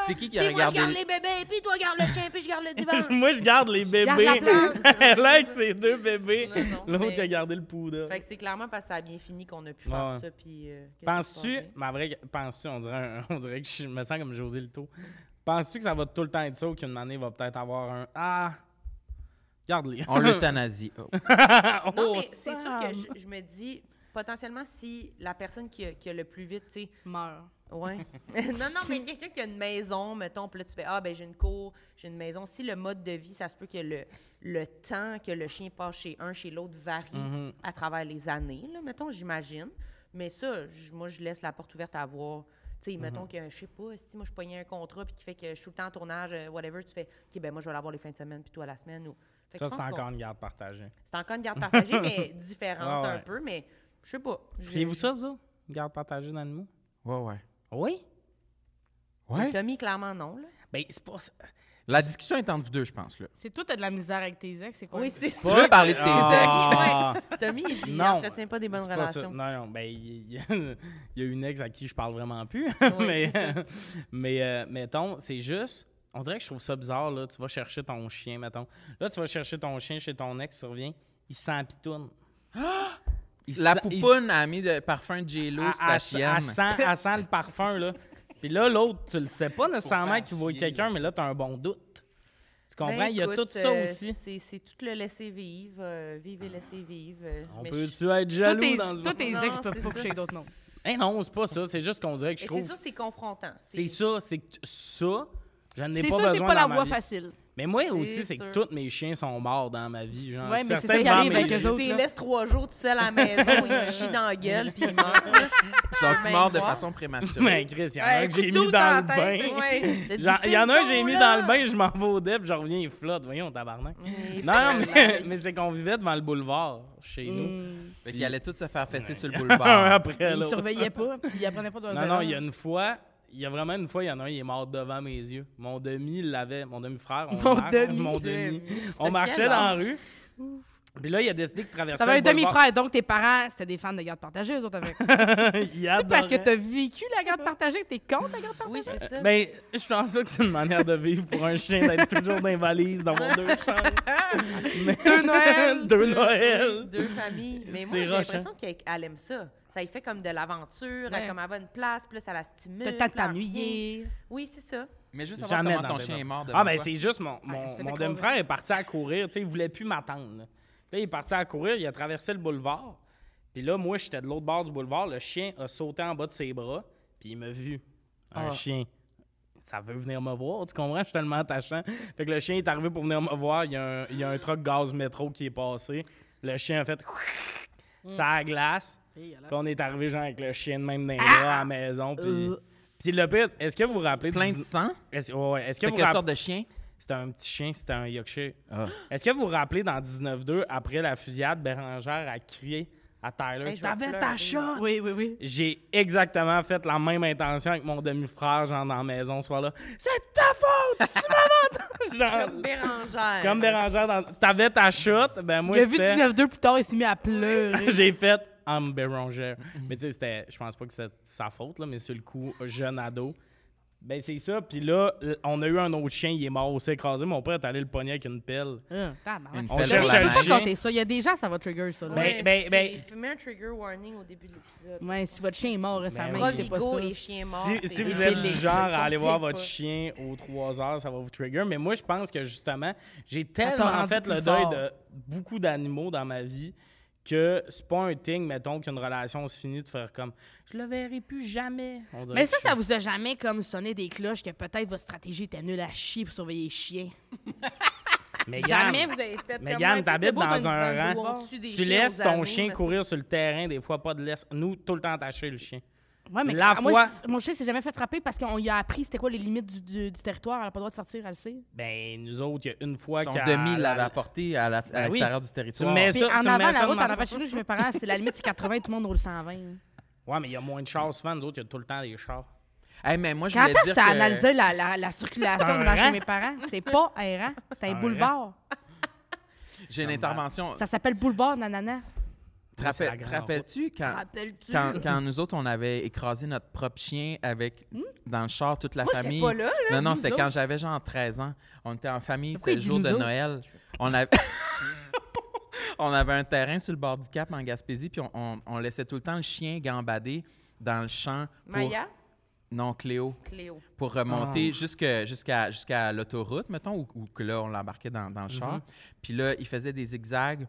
Speaker 3: c'est qui qui a
Speaker 2: puis moi, je
Speaker 3: regardé.
Speaker 2: garde les bébés, puis toi, garde le chien, puis je garde le divan.
Speaker 1: Moi, je garde les
Speaker 4: garde
Speaker 1: bébés.
Speaker 4: la
Speaker 1: Elle avec ses deux bébés.
Speaker 2: Non, non,
Speaker 1: L'autre
Speaker 2: mais-
Speaker 1: a gardé le poudre.
Speaker 2: fait que c'est clairement parce que ça a bien fini qu'on a pu
Speaker 1: Ouais,
Speaker 2: faire
Speaker 1: ouais.
Speaker 2: ça, puis. euh, que ça se
Speaker 1: Penses-tu,
Speaker 2: passe bien.
Speaker 1: ma vraie, penses-tu, on dirait, un- on dirait que je me sens comme José Lito. Penses-tu que ça va tout le temps être ça ou qu'une année va peut-être avoir un Ah, Garde-les.
Speaker 3: On l'euthanasie. Oh.
Speaker 2: Non,
Speaker 1: Oh,
Speaker 2: mais c'est sûr
Speaker 1: Sam.
Speaker 2: que je, je me dis, potentiellement, si la personne qui a, qui a le plus vite, tu sais,
Speaker 4: Meurs.
Speaker 2: ouais. non, non, mais quelqu'un qui a une maison, mettons, puis là, tu fais, ah, ben j'ai une cour, j'ai une maison. Si le mode de vie, ça se peut que le, le temps que le chien passe chez un, chez l'autre varie
Speaker 1: Mhm.
Speaker 2: à travers les années, là, mettons, j'imagine. Mais ça, je- moi, je laisse la porte ouverte à voir. Tu sais, mettons
Speaker 1: Mm-hmm.
Speaker 2: que, je sais pas, si moi, je pognais un contrat puis qui fait que je suis tout le temps en tournage, euh, whatever, tu fais, OK, ben moi, je vais l'avoir les fins de semaine puis toi la semaine. Ou... Fait
Speaker 1: Ça,
Speaker 2: que je
Speaker 1: c'est
Speaker 2: pense qu'on-
Speaker 1: encore une garde partagée.
Speaker 2: c'est encore une garde partagée, mais différente
Speaker 1: Ouais,
Speaker 2: un
Speaker 1: ouais.
Speaker 2: peu, mais je sais pas. Je-
Speaker 1: Feriez-vous
Speaker 2: je-
Speaker 1: ça, vous autres? Une garde partagée d'animaux?
Speaker 3: Ouais, ouais.
Speaker 1: Oui?
Speaker 3: Ouais.
Speaker 2: Tommy, clairement, non. Là.
Speaker 1: Ben, c'est pas.
Speaker 3: La discussion est entre vous deux, je pense. Là.
Speaker 4: C'est toi, t'as de la misère avec tes ex, c'est quoi?
Speaker 2: Oui,
Speaker 4: ça?
Speaker 2: c'est
Speaker 3: Tu
Speaker 2: ça.
Speaker 3: veux parler de tes
Speaker 1: Ah.
Speaker 2: Tommy, il, il
Speaker 1: Non,
Speaker 2: entretient pas des bonnes
Speaker 1: C'est pas ça.
Speaker 2: relations.
Speaker 1: Non, non, ben, il y, il y a une ex à qui je parle vraiment plus.
Speaker 2: c'est
Speaker 1: mais,
Speaker 2: ça.
Speaker 1: mais euh, mettons, c'est juste. On dirait que je trouve ça bizarre, là. Tu vas chercher ton chien, mettons. Là, tu vas chercher ton chien chez ton ex, tu reviens, il s'en pitoune.
Speaker 3: ex.
Speaker 1: Il
Speaker 3: La
Speaker 1: sent- il-
Speaker 3: poupoune a mis de parfum de J-Lo, c'est ta
Speaker 1: elle- elle-
Speaker 3: chienne.
Speaker 1: elle sent- elle sent le parfum, là. Puis là, l'autre, tu le sais pas nécessairement
Speaker 3: faire
Speaker 1: qu'il voit
Speaker 3: chier,
Speaker 1: quelqu'un,
Speaker 3: là.
Speaker 1: mais là, t'as un bon doute. Tu
Speaker 2: Ben,
Speaker 1: comprends? Il y a tout
Speaker 2: écoute,
Speaker 1: ça
Speaker 2: euh,
Speaker 1: aussi.
Speaker 2: C'est c'est tout le laisser vivre, euh, vivre et laisser vivre. euh,
Speaker 1: On
Speaker 2: mais je-
Speaker 1: peut-tu être
Speaker 4: Toi,
Speaker 1: jaloux
Speaker 4: tes,
Speaker 1: dans ce
Speaker 4: toi,
Speaker 1: monde?
Speaker 4: tes
Speaker 2: Non,
Speaker 4: ex peuvent
Speaker 2: c'est
Speaker 4: pas
Speaker 2: ça.
Speaker 4: coucher avec d'autres noms.
Speaker 1: Eh non, c'est pas ça. C'est juste qu'on dirait que je
Speaker 2: Mais
Speaker 1: trouve.
Speaker 2: C'est sûr, c'est confrontant.
Speaker 1: C'est ça, c'est que t- ça, je n'ai
Speaker 4: C'est
Speaker 1: pas
Speaker 4: ça, c'est
Speaker 1: besoin
Speaker 4: pas la
Speaker 1: dans ma
Speaker 4: voie
Speaker 1: vie.
Speaker 4: facile.
Speaker 1: Mais moi
Speaker 2: C'est
Speaker 1: aussi, c'est que
Speaker 2: sûr.
Speaker 1: tous mes chiens sont morts dans ma vie. Genre,
Speaker 4: Ouais, mais c'est ça
Speaker 1: certains
Speaker 4: qui
Speaker 1: dans
Speaker 4: arrive
Speaker 1: mes-
Speaker 4: avec eux autres.
Speaker 2: Tu les
Speaker 4: là.
Speaker 2: laisses trois jours tout seul à la maison, ils se chient dans la gueule, puis ils meurent.
Speaker 3: Sont-tu
Speaker 2: Ben,
Speaker 3: morts de
Speaker 2: quoi?
Speaker 3: façon prématurée?
Speaker 1: Mais Chris, il y en a un
Speaker 4: Ouais,
Speaker 1: que j'ai mis
Speaker 4: couteau
Speaker 1: dans le
Speaker 4: dans la tête,
Speaker 1: bain.
Speaker 2: Ouais.
Speaker 1: Genre, Il y en a un que j'ai mis dans le bain, je m'en vais au dep, je reviens, il flotte. Voyons,
Speaker 4: Mm.
Speaker 1: tabarnak.
Speaker 2: Et
Speaker 1: Non,
Speaker 2: voilà.
Speaker 1: mais, mais c'est qu'on vivait devant le boulevard chez nous.
Speaker 4: Mm.
Speaker 3: Fait qu'ils allaient tous se faire fesser sur le
Speaker 1: Un
Speaker 3: boulevard.
Speaker 1: après
Speaker 4: Ils
Speaker 1: l'autre.
Speaker 4: surveillaient pas, puis ils apprenaient pas de leurs
Speaker 1: Non, non,
Speaker 4: erreurs.
Speaker 1: il y a une fois, il y a vraiment une fois, il y en a un, il est mort devant mes yeux. Mon demi l'avait, mon demi-frère, on
Speaker 4: Mon
Speaker 1: marche- hein,
Speaker 4: demi.
Speaker 1: mon
Speaker 2: Demi.
Speaker 1: demi. On
Speaker 2: T'as
Speaker 1: marchait
Speaker 2: quel
Speaker 1: dans la rue. Puis là, il a décidé de traverser
Speaker 4: T'avais
Speaker 1: le
Speaker 4: un
Speaker 1: boulevard.
Speaker 4: demi-frère, donc tes parents, c'était des fans de garde partagée, eux autres avec.
Speaker 1: Ah, Il
Speaker 4: C'est parce que
Speaker 1: adorait.
Speaker 4: t'as vécu la garde partagée que t'es contre la garde partagée?
Speaker 2: Oui, c'est ça.
Speaker 1: Ben, je pense ça que c'est une manière de vivre pour un chien d'être toujours dans les valises, dans mon deux chambres. Mais-
Speaker 4: Deux Noël.
Speaker 1: deux
Speaker 2: Deux-
Speaker 1: Noël.
Speaker 2: Deux familles. Mais moi,
Speaker 1: C'est
Speaker 2: j'ai
Speaker 1: roche, hein?
Speaker 2: l'impression qu'elle elle aime ça. Ça lui fait comme de l'aventure, elle,
Speaker 4: Ouais.
Speaker 2: comme elle va à une place, plus ça la stimule.
Speaker 4: T'as le temps de
Speaker 2: puis elle
Speaker 4: t'ennuyer.
Speaker 2: revient. Oui, c'est ça.
Speaker 3: Mais juste savoir
Speaker 1: Jamais
Speaker 3: comment
Speaker 1: dans
Speaker 3: ton
Speaker 1: la
Speaker 3: chien
Speaker 1: maison.
Speaker 3: est mort devant
Speaker 1: Ah, ben
Speaker 3: toi.
Speaker 1: c'est juste mon,
Speaker 4: il se
Speaker 1: mon,
Speaker 4: fait
Speaker 1: mon
Speaker 4: écraser.
Speaker 1: demi-frère est parti à courir. Tu sais, il voulait plus m'attendre. là. Puis là, il est parti à courir, il a traversé le boulevard. Puis là, moi, j'étais de l'autre bord du boulevard. Le chien a sauté en bas de ses bras, puis il m'a vu. Un
Speaker 3: Ah.
Speaker 1: chien. Ça veut venir me voir, tu comprends? Je suis tellement attachant. Fait que le chien est arrivé pour venir me voir. Il y a un, il y a un truck gaz métro qui est passé. Le chien a fait...
Speaker 4: Mm.
Speaker 1: Ça a glace. Puis on est arrivé genre avec le chien de même dans les bras à la maison. Puis,
Speaker 4: Ah! Euh.
Speaker 1: puis le pire, est-ce que vous vous rappelez...
Speaker 3: Plein de
Speaker 1: du-
Speaker 3: sang.
Speaker 1: Est-ce ouais, ouais. Est-ce que
Speaker 3: C'est
Speaker 1: vous
Speaker 3: quelle
Speaker 1: rapp-
Speaker 3: sorte de chien?
Speaker 1: C'était un petit chien, c'était un Yorkshire.
Speaker 3: Ah.
Speaker 1: Est-ce que vous vous rappelez, dans 19-2, après la fusillade, Bérangère a crié à Tyler
Speaker 2: Hey, je vais
Speaker 1: T'avais ta
Speaker 2: pleurer.
Speaker 1: shot!
Speaker 4: Oui, oui, oui.
Speaker 1: J'ai exactement fait la même intention avec mon demi-frère, genre dans la maison, soit là. C'est ta faute! Si tu m'avais entendu!
Speaker 2: Comme
Speaker 1: Genre,
Speaker 2: Bérangère.
Speaker 1: comme Bérangère, dans... t'avais ta shot, ben moi
Speaker 4: Il a vu
Speaker 1: c'était.
Speaker 4: 19-2 plus tard, il s'est mis à pleurer.
Speaker 1: J'ai fait I'm Bérangère. Mais tu sais, c'était- je pense pas que c'était sa faute, là, mais sur le coup, jeune ado. Ben c'est ça, puis là, l- on a eu un autre chien, il est mort, aussi écrasé. Mon père est allé le pogner avec une pelle.
Speaker 4: Ah, tabarnak.
Speaker 3: Une
Speaker 1: On
Speaker 3: pelle
Speaker 1: cherche
Speaker 3: pour la
Speaker 1: un
Speaker 4: Je peux
Speaker 3: neige.
Speaker 4: pas compter ça. Il y a des gens, ça va trigger ça. là.
Speaker 1: Ben-
Speaker 2: Ouais,
Speaker 1: ben-
Speaker 2: c'est-
Speaker 1: ben-
Speaker 2: Je mets un trigger warning au début de l'épisode.
Speaker 4: Ouais, si votre chien est mort récemment,
Speaker 1: Ben oui.
Speaker 4: c'est pas ça.
Speaker 2: Provigo et chien mort.
Speaker 1: Si,
Speaker 2: c'est
Speaker 1: si vous
Speaker 2: vrai.
Speaker 1: êtes du genre à aller voir
Speaker 2: Conseille
Speaker 1: votre
Speaker 2: pas.
Speaker 1: chien aux 3 heures, ça va vous trigger. Mais moi, je pense que justement, j'ai
Speaker 4: t'a
Speaker 1: tellement
Speaker 4: rendu
Speaker 1: fait
Speaker 4: plus
Speaker 1: le deuil
Speaker 4: fort.
Speaker 1: de beaucoup d'animaux dans ma vie que c'est pas un thing, mettons, qu'une relation se finit de faire comme je le verrai plus jamais. On dirait
Speaker 4: Mais
Speaker 1: que
Speaker 4: ça,
Speaker 1: je
Speaker 4: ça
Speaker 1: suis-
Speaker 4: vous a jamais comme sonné des cloches que peut-être votre stratégie était nulle à chier pour surveiller les chiens.
Speaker 1: Mégane,
Speaker 4: Jamais vous avez fait
Speaker 1: Mais
Speaker 4: comme,
Speaker 1: Yann,
Speaker 4: hey,
Speaker 1: t'habites
Speaker 4: tout est beau,
Speaker 1: dans
Speaker 4: t'as
Speaker 1: un
Speaker 4: une-
Speaker 1: rang.
Speaker 4: dans le
Speaker 2: On
Speaker 4: bois.
Speaker 2: tue des
Speaker 1: tu
Speaker 2: chiens aux
Speaker 1: laisses ton
Speaker 2: anneaux,
Speaker 1: chien
Speaker 2: mettons.
Speaker 1: courir sur le terrain, des fois pas de laisse. Nous, tout le temps attaché le chien.
Speaker 4: Ouais, mais
Speaker 1: La
Speaker 4: ah, moi,
Speaker 1: fois-
Speaker 4: c'est- Mon chien s'est jamais fait frapper parce qu'on lui a appris c'était quoi les limites du, du- du territoire. Elle a pas le droit de sortir, elle le sait.
Speaker 1: Ben, nous autres, il y a une fois
Speaker 3: Son
Speaker 1: qu'à-
Speaker 3: demi l'avait apporté à la- à
Speaker 1: Ben oui.
Speaker 3: l'extérieur du
Speaker 1: Tu
Speaker 3: territoire.
Speaker 1: mets
Speaker 4: Puis
Speaker 1: ça,
Speaker 4: en
Speaker 1: tu
Speaker 4: avant,
Speaker 1: mets ça de
Speaker 4: la route, en
Speaker 1: même.
Speaker 4: avant de chez nous, chez mes parents, c'est la limite, c'est 80, tout le monde roule 120.
Speaker 1: Ouais, mais il y a moins de chars souvent. Nous autres, il y a tout le temps des chars.
Speaker 3: Hey, mais moi, je
Speaker 4: Quand
Speaker 3: voulais
Speaker 4: est-ce
Speaker 3: dire
Speaker 4: que t'as analysé
Speaker 3: que...
Speaker 4: la, la, la circulation
Speaker 1: un
Speaker 4: devant chez
Speaker 1: rang.
Speaker 4: mes parents? C'est pas un rang, c'est un
Speaker 1: un
Speaker 4: boulevard.
Speaker 3: J'ai une intervention.
Speaker 4: Ça s'appelle boulevard, nanana.
Speaker 3: Te
Speaker 1: Moi, c'est la
Speaker 3: rappelles- te
Speaker 1: grande
Speaker 3: rappelles-tu quand,
Speaker 2: Rappelles-tu?
Speaker 3: quand, quand nous autres, on avait écrasé notre propre chien avec
Speaker 4: Hmm?
Speaker 3: dans le char, toute la
Speaker 2: Moi, j'étais
Speaker 3: famille?
Speaker 2: pas là, là.
Speaker 3: non, non,
Speaker 4: nous
Speaker 3: c'était
Speaker 4: autres.
Speaker 3: quand j'avais genre 13 ans. On était en famille,
Speaker 4: Pourquoi
Speaker 3: c'était le
Speaker 4: il dit
Speaker 3: jour
Speaker 4: nous
Speaker 3: de
Speaker 4: autres?
Speaker 3: Noël. On avait... on avait un terrain sur le bord du cap en Gaspésie, puis on, on- on laissait tout le temps le chien gambader dans le champ. Pour...
Speaker 2: Maya?
Speaker 3: Non, Cléo.
Speaker 2: Cléo.
Speaker 3: Pour remonter
Speaker 1: Ah.
Speaker 3: jusque- jusqu'à jusqu'à l'autoroute, mettons, où, où que là, on l'embarquait dans, dans le
Speaker 1: Mm-hmm.
Speaker 3: char. Puis là, il faisait des zigzags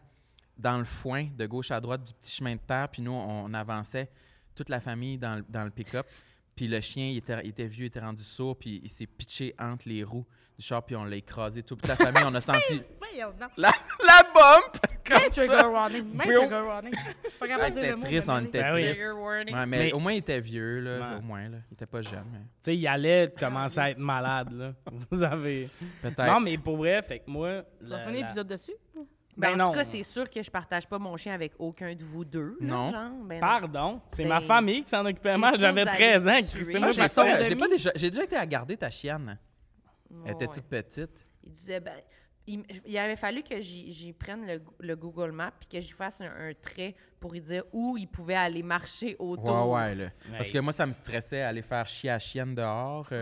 Speaker 3: dans le foin, de gauche à droite du petit chemin de terre. Puis nous, on avançait, toute la famille, dans, le- dans le pick-up. Puis le chien, il était, il était vieux, il était rendu sourd, puis il s'est pitché entre les roues du char, puis on l'a écrasé. Toute la famille, on a senti
Speaker 4: Voyons donc.
Speaker 3: la, la bump!
Speaker 4: Même
Speaker 3: Comme
Speaker 4: trigger
Speaker 3: ça.
Speaker 4: warning. Même
Speaker 3: Bro.
Speaker 4: trigger warning. Pas capable de dire
Speaker 3: C'était
Speaker 4: le mot,
Speaker 3: triste,
Speaker 4: mais
Speaker 3: on
Speaker 4: oui.
Speaker 3: était
Speaker 1: Ben oui.
Speaker 3: triste.
Speaker 2: Trigger warning.
Speaker 3: Ouais, mais
Speaker 1: Mais-
Speaker 3: au moins, il était vieux, là,
Speaker 1: Ouais.
Speaker 3: au moins. Là. Il était pas jeune, mais
Speaker 1: Tu sais, il allait commencer à être malade, là. Vous avez.
Speaker 3: peut-être.
Speaker 1: Non, mais pour vrai, fait que moi.
Speaker 4: Tu vas
Speaker 1: la-
Speaker 4: finir
Speaker 1: la-
Speaker 4: l'épisode dessus?
Speaker 2: Ben,
Speaker 1: Ben
Speaker 2: en
Speaker 1: non.
Speaker 2: tout cas, c'est sûr que je partage pas mon chien avec aucun de vous deux. là,
Speaker 3: Non.
Speaker 2: genre. Ben, non.
Speaker 1: Pardon, c'est
Speaker 2: Ben,
Speaker 1: ma famille qui s'en occupait
Speaker 2: c'est
Speaker 1: moi.
Speaker 2: sûr,
Speaker 1: J'avais
Speaker 2: vous
Speaker 1: 13 ans.
Speaker 2: allez
Speaker 1: Chris,
Speaker 2: tuer.
Speaker 1: c'est
Speaker 2: Moi,
Speaker 1: moi,
Speaker 3: j'ai
Speaker 1: j'ai
Speaker 3: ça,
Speaker 1: ça.
Speaker 3: j'ai pas déjà, j'ai déjà été à garder ta chienne. Elle était
Speaker 2: Ouais.
Speaker 3: toute petite.
Speaker 2: Il disait, ben, il, m- il avait fallu que j'y j'y prenne le, le Google Maps puis que j'y fasse un, un trait pour lui dire où il pouvait aller marcher autour.
Speaker 3: là. Parce
Speaker 1: Ouais.
Speaker 3: que moi, ça me stressait aller faire chier à chienne dehors. euh,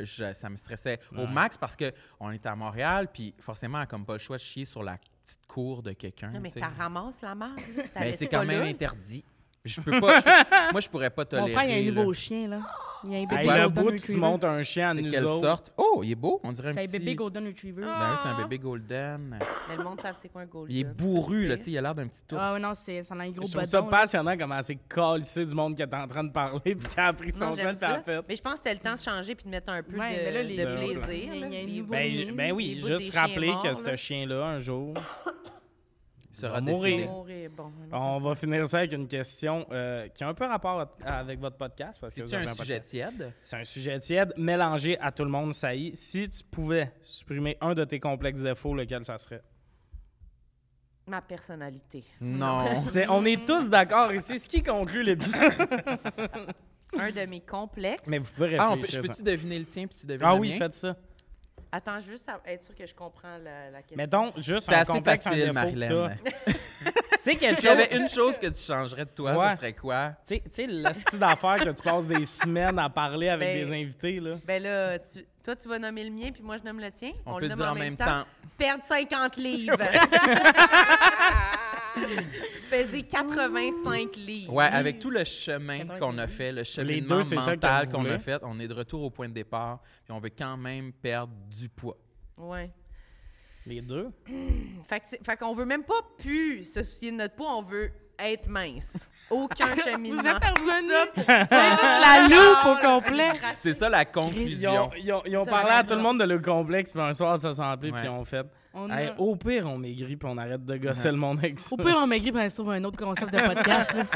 Speaker 3: euh, je- ça me stressait au max parce que on était à Montréal, puis forcément, elle a comme pas le choix de chier sur la petite cour de quelqu'un.
Speaker 2: Non, mais
Speaker 3: tu sais.
Speaker 2: t'as ramasse la marde. là, t'as
Speaker 3: Ben,
Speaker 2: laissé
Speaker 3: c'est quand
Speaker 2: pas
Speaker 3: même
Speaker 2: là.
Speaker 3: interdit. Je peux pas. je- moi, je pourrais pas
Speaker 4: Mon
Speaker 3: tolérer.
Speaker 4: frère, il y a un
Speaker 3: là.
Speaker 4: nouveau chien, là. Il y a un
Speaker 1: Hey,
Speaker 4: bébé
Speaker 1: le
Speaker 4: Golden
Speaker 1: bout, tu
Speaker 4: Retriever.
Speaker 1: montes un chien à
Speaker 3: C'est
Speaker 1: nous
Speaker 3: quelle
Speaker 1: autres.
Speaker 3: sorte? Oh, il est beau. On dirait un
Speaker 4: C'est un
Speaker 3: petit.
Speaker 4: bébé Golden Retriever. Ah,
Speaker 3: Ben oui, c'est un bébé golden.
Speaker 2: Mais le monde savent c'est quoi un golden.
Speaker 3: Il est bourru, là. Tu sais, il a l'air d'un petit ours.
Speaker 4: Ah ouais, non, c'est, ça en a un gros
Speaker 1: Je trouve
Speaker 4: badon.
Speaker 1: ça
Speaker 4: là.
Speaker 1: passionnant comment c'est calissé du monde qui est en train de parler puis qui a appris son
Speaker 2: Non,
Speaker 1: seul
Speaker 2: j'aime
Speaker 1: puis elle
Speaker 2: ça.
Speaker 1: a fait.
Speaker 2: Mais je pense que c'était le temps de changer puis de mettre un peu
Speaker 4: Ouais,
Speaker 2: de,
Speaker 4: mais là, les-
Speaker 2: de
Speaker 1: Ben, ouais.
Speaker 2: plaisir.
Speaker 4: Il y a
Speaker 2: là,
Speaker 4: un
Speaker 2: des-
Speaker 4: nouveau-
Speaker 1: Ben,
Speaker 4: Fourni,
Speaker 1: j- ben oui,
Speaker 2: les bouts des
Speaker 1: juste
Speaker 2: chiens
Speaker 1: rappeler
Speaker 2: morts,
Speaker 1: que
Speaker 2: là.
Speaker 1: ce chien-là, un jour,
Speaker 3: Il sera
Speaker 1: Il va mourir.
Speaker 3: décédé.
Speaker 2: Bon, et bon,
Speaker 1: on va finir ça avec une question euh, qui a un peu rapport à- avec votre podcast. parce que
Speaker 3: C'est-tu
Speaker 1: vous avez
Speaker 3: un
Speaker 1: podcast.
Speaker 3: sujet tiède?
Speaker 1: C'est un sujet tiède, mélangé à tout le monde, ça y est. Si tu pouvais supprimer un de tes complexes défauts, lequel ça serait?
Speaker 2: Ma personnalité.
Speaker 3: Non.
Speaker 1: C'est- on est tous d'accord ici, ce qui conclut l'épisode.
Speaker 2: un de mes complexes.
Speaker 1: Mais vous pouvez
Speaker 3: Ah, on peut-
Speaker 1: réfléchir.
Speaker 3: je peux-tu deviner le tien puis tu devines
Speaker 1: ah
Speaker 3: le
Speaker 1: oui,
Speaker 3: mien?
Speaker 1: faites ça.
Speaker 2: Attends, je veux juste à- être sûr que je comprends la, la question.
Speaker 1: Mettons juste
Speaker 3: C'est
Speaker 1: un
Speaker 3: assez
Speaker 1: complexe, un
Speaker 3: facile,
Speaker 1: défaut que t'as.
Speaker 3: Marilyn.
Speaker 1: Tu sais quelque
Speaker 3: Si
Speaker 1: chose...
Speaker 3: j'avais une chose que tu changerais de toi,
Speaker 1: Ouais.
Speaker 3: ça serait quoi?
Speaker 1: Tu sais- tu sais, le style d'affaires que tu passes des semaines à parler avec
Speaker 2: Ben,
Speaker 1: des invités, là.
Speaker 2: Ben là, tu- toi, tu vas nommer le mien, puis moi, je nomme le tien.
Speaker 3: On,
Speaker 2: le
Speaker 3: peut
Speaker 2: nomme
Speaker 3: dire en même temps.
Speaker 2: Perdre 50 livres. Peser 85 livres.
Speaker 3: Ouais, avec tout le chemin
Speaker 4: 90.
Speaker 3: qu'on a fait, le cheminement
Speaker 1: deux, c'est ça que
Speaker 3: mental
Speaker 1: vous
Speaker 3: qu'on
Speaker 1: voulez.
Speaker 3: a fait, on est de retour au point de départ, puis on veut quand même perdre du poids.
Speaker 2: Ouais.
Speaker 1: Les deux.
Speaker 2: Fait que c'est- fait qu'on veut même pas plus se soucier de notre peau, on veut être mince. Aucun cheminement.
Speaker 4: Vous êtes revenus.
Speaker 2: la
Speaker 4: loupe au complet.
Speaker 3: C'est ça la
Speaker 1: Ils
Speaker 3: conclusion.
Speaker 1: ont, ils ont- ils ont
Speaker 2: Ça
Speaker 1: parlé
Speaker 2: va
Speaker 1: à
Speaker 2: être
Speaker 1: tout le
Speaker 2: là.
Speaker 1: monde de leur complexe, puis un soir, ça s'en plaît, puis
Speaker 3: Ouais.
Speaker 1: ils ont fait.
Speaker 4: On
Speaker 1: Hey,
Speaker 4: a-
Speaker 1: Au pire, on maigrit, puis on arrête de gosser le monde avec ça.
Speaker 4: Au pire, on maigrit, puis on se trouve un autre concept de podcast. là.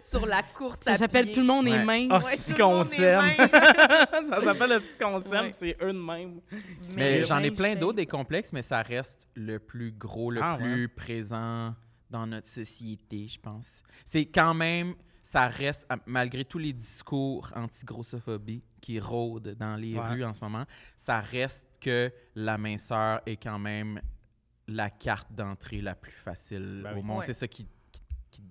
Speaker 2: Sur la course à
Speaker 4: Ça s'appelle
Speaker 2: pied.
Speaker 4: Tout le monde est
Speaker 3: Ouais.
Speaker 4: mince.
Speaker 1: Ah,
Speaker 2: Ouais,
Speaker 1: c'est
Speaker 2: tout le monde
Speaker 1: qu'on
Speaker 2: est
Speaker 1: s'aime.
Speaker 2: mince.
Speaker 1: ça s'appelle le style qu'on s'aime,
Speaker 2: Ouais.
Speaker 1: puis c'est eux de même.
Speaker 4: Ah,
Speaker 3: Mais j'en ai
Speaker 4: même
Speaker 3: plein
Speaker 4: shape.
Speaker 3: d'autres des complexes, mais ça reste le plus gros, le
Speaker 1: Ah,
Speaker 3: plus présent dans notre société, je pense. C'est quand même, ça reste, à- malgré tous les discours anti-grossophobie qui rôdent dans les
Speaker 1: Ouais.
Speaker 3: rues en ce moment, ça reste que la minceur est quand même la carte d'entrée la plus facile
Speaker 1: Ben
Speaker 3: au
Speaker 1: oui.
Speaker 3: monde.
Speaker 2: Ouais.
Speaker 3: C'est ça qui, qui, qui-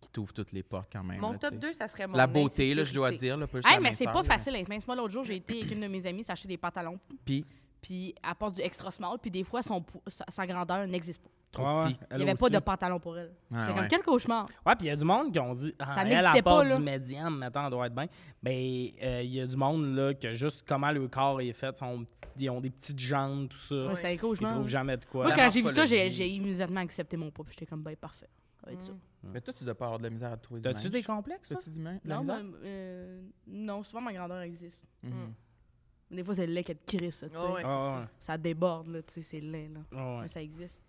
Speaker 3: qui t'ouvre toutes les portes quand même.
Speaker 2: Mon
Speaker 3: là,
Speaker 2: top
Speaker 3: tu sais.
Speaker 2: 2, ça serait mon
Speaker 3: La beauté, là, je dois
Speaker 2: insécurité.
Speaker 3: dire. Là, pas juste
Speaker 4: Hey,
Speaker 3: la
Speaker 4: mais c'est
Speaker 3: minceur,
Speaker 4: pas
Speaker 3: là.
Speaker 4: facile à être mince. Moi, l'autre jour, j'ai été avec une de mes amies s'acheter des pantalons,
Speaker 3: Puis,
Speaker 4: puis elle porte du extra small, puis des fois, son, po- sa, sa grandeur n'existe pas.
Speaker 3: trop
Speaker 1: Ouais, ouais,
Speaker 3: petit.
Speaker 4: Il
Speaker 1: elle
Speaker 4: n'y avait pas
Speaker 1: aussi.
Speaker 4: de pantalon pour elle.
Speaker 3: Ouais,
Speaker 4: J'étais comme,
Speaker 3: Ah, ouais.
Speaker 4: quel cauchemar.
Speaker 1: Ouais, puis il y a du monde qui ont dit ah,
Speaker 4: Ça
Speaker 1: elle
Speaker 4: n'existait
Speaker 1: apporte
Speaker 4: pas, là.
Speaker 1: du médium, maintenant elle doit être bien. Ben euh, il y a du monde là que juste comment le corps est fait, sont- ils ont des petites jambes tout ça.
Speaker 4: Ouais, C'était un
Speaker 1: Ils
Speaker 4: cauchemar.
Speaker 1: trouvent jamais de quoi.
Speaker 4: Moi,
Speaker 3: La
Speaker 4: quand j'ai vu ça, j'ai
Speaker 3: morphologie.
Speaker 4: j'ai immédiatement accepté mon poids, puis j'étais comme, ben parfait. Ça va être
Speaker 2: Mm.
Speaker 4: ça.
Speaker 3: Mais toi, tu dois pas avoir de la misère à trouver du
Speaker 1: T'as-tu
Speaker 3: linge.
Speaker 1: des complexes toi?
Speaker 3: T'as-tu du ma- de la
Speaker 4: Non,
Speaker 3: misère?
Speaker 4: ben, euh, non, souvent ma grandeur existe.
Speaker 3: Mhm.
Speaker 4: Des fois, c'est laid qu'elle te crisse, ça, tu sais.
Speaker 2: Ouais, ouais, c'est
Speaker 1: Ah,
Speaker 2: ça.
Speaker 4: Ça déborde, là, tu sais, c'est laid, là.
Speaker 1: ouais. Ouais, ouais.
Speaker 4: Mais ça existe.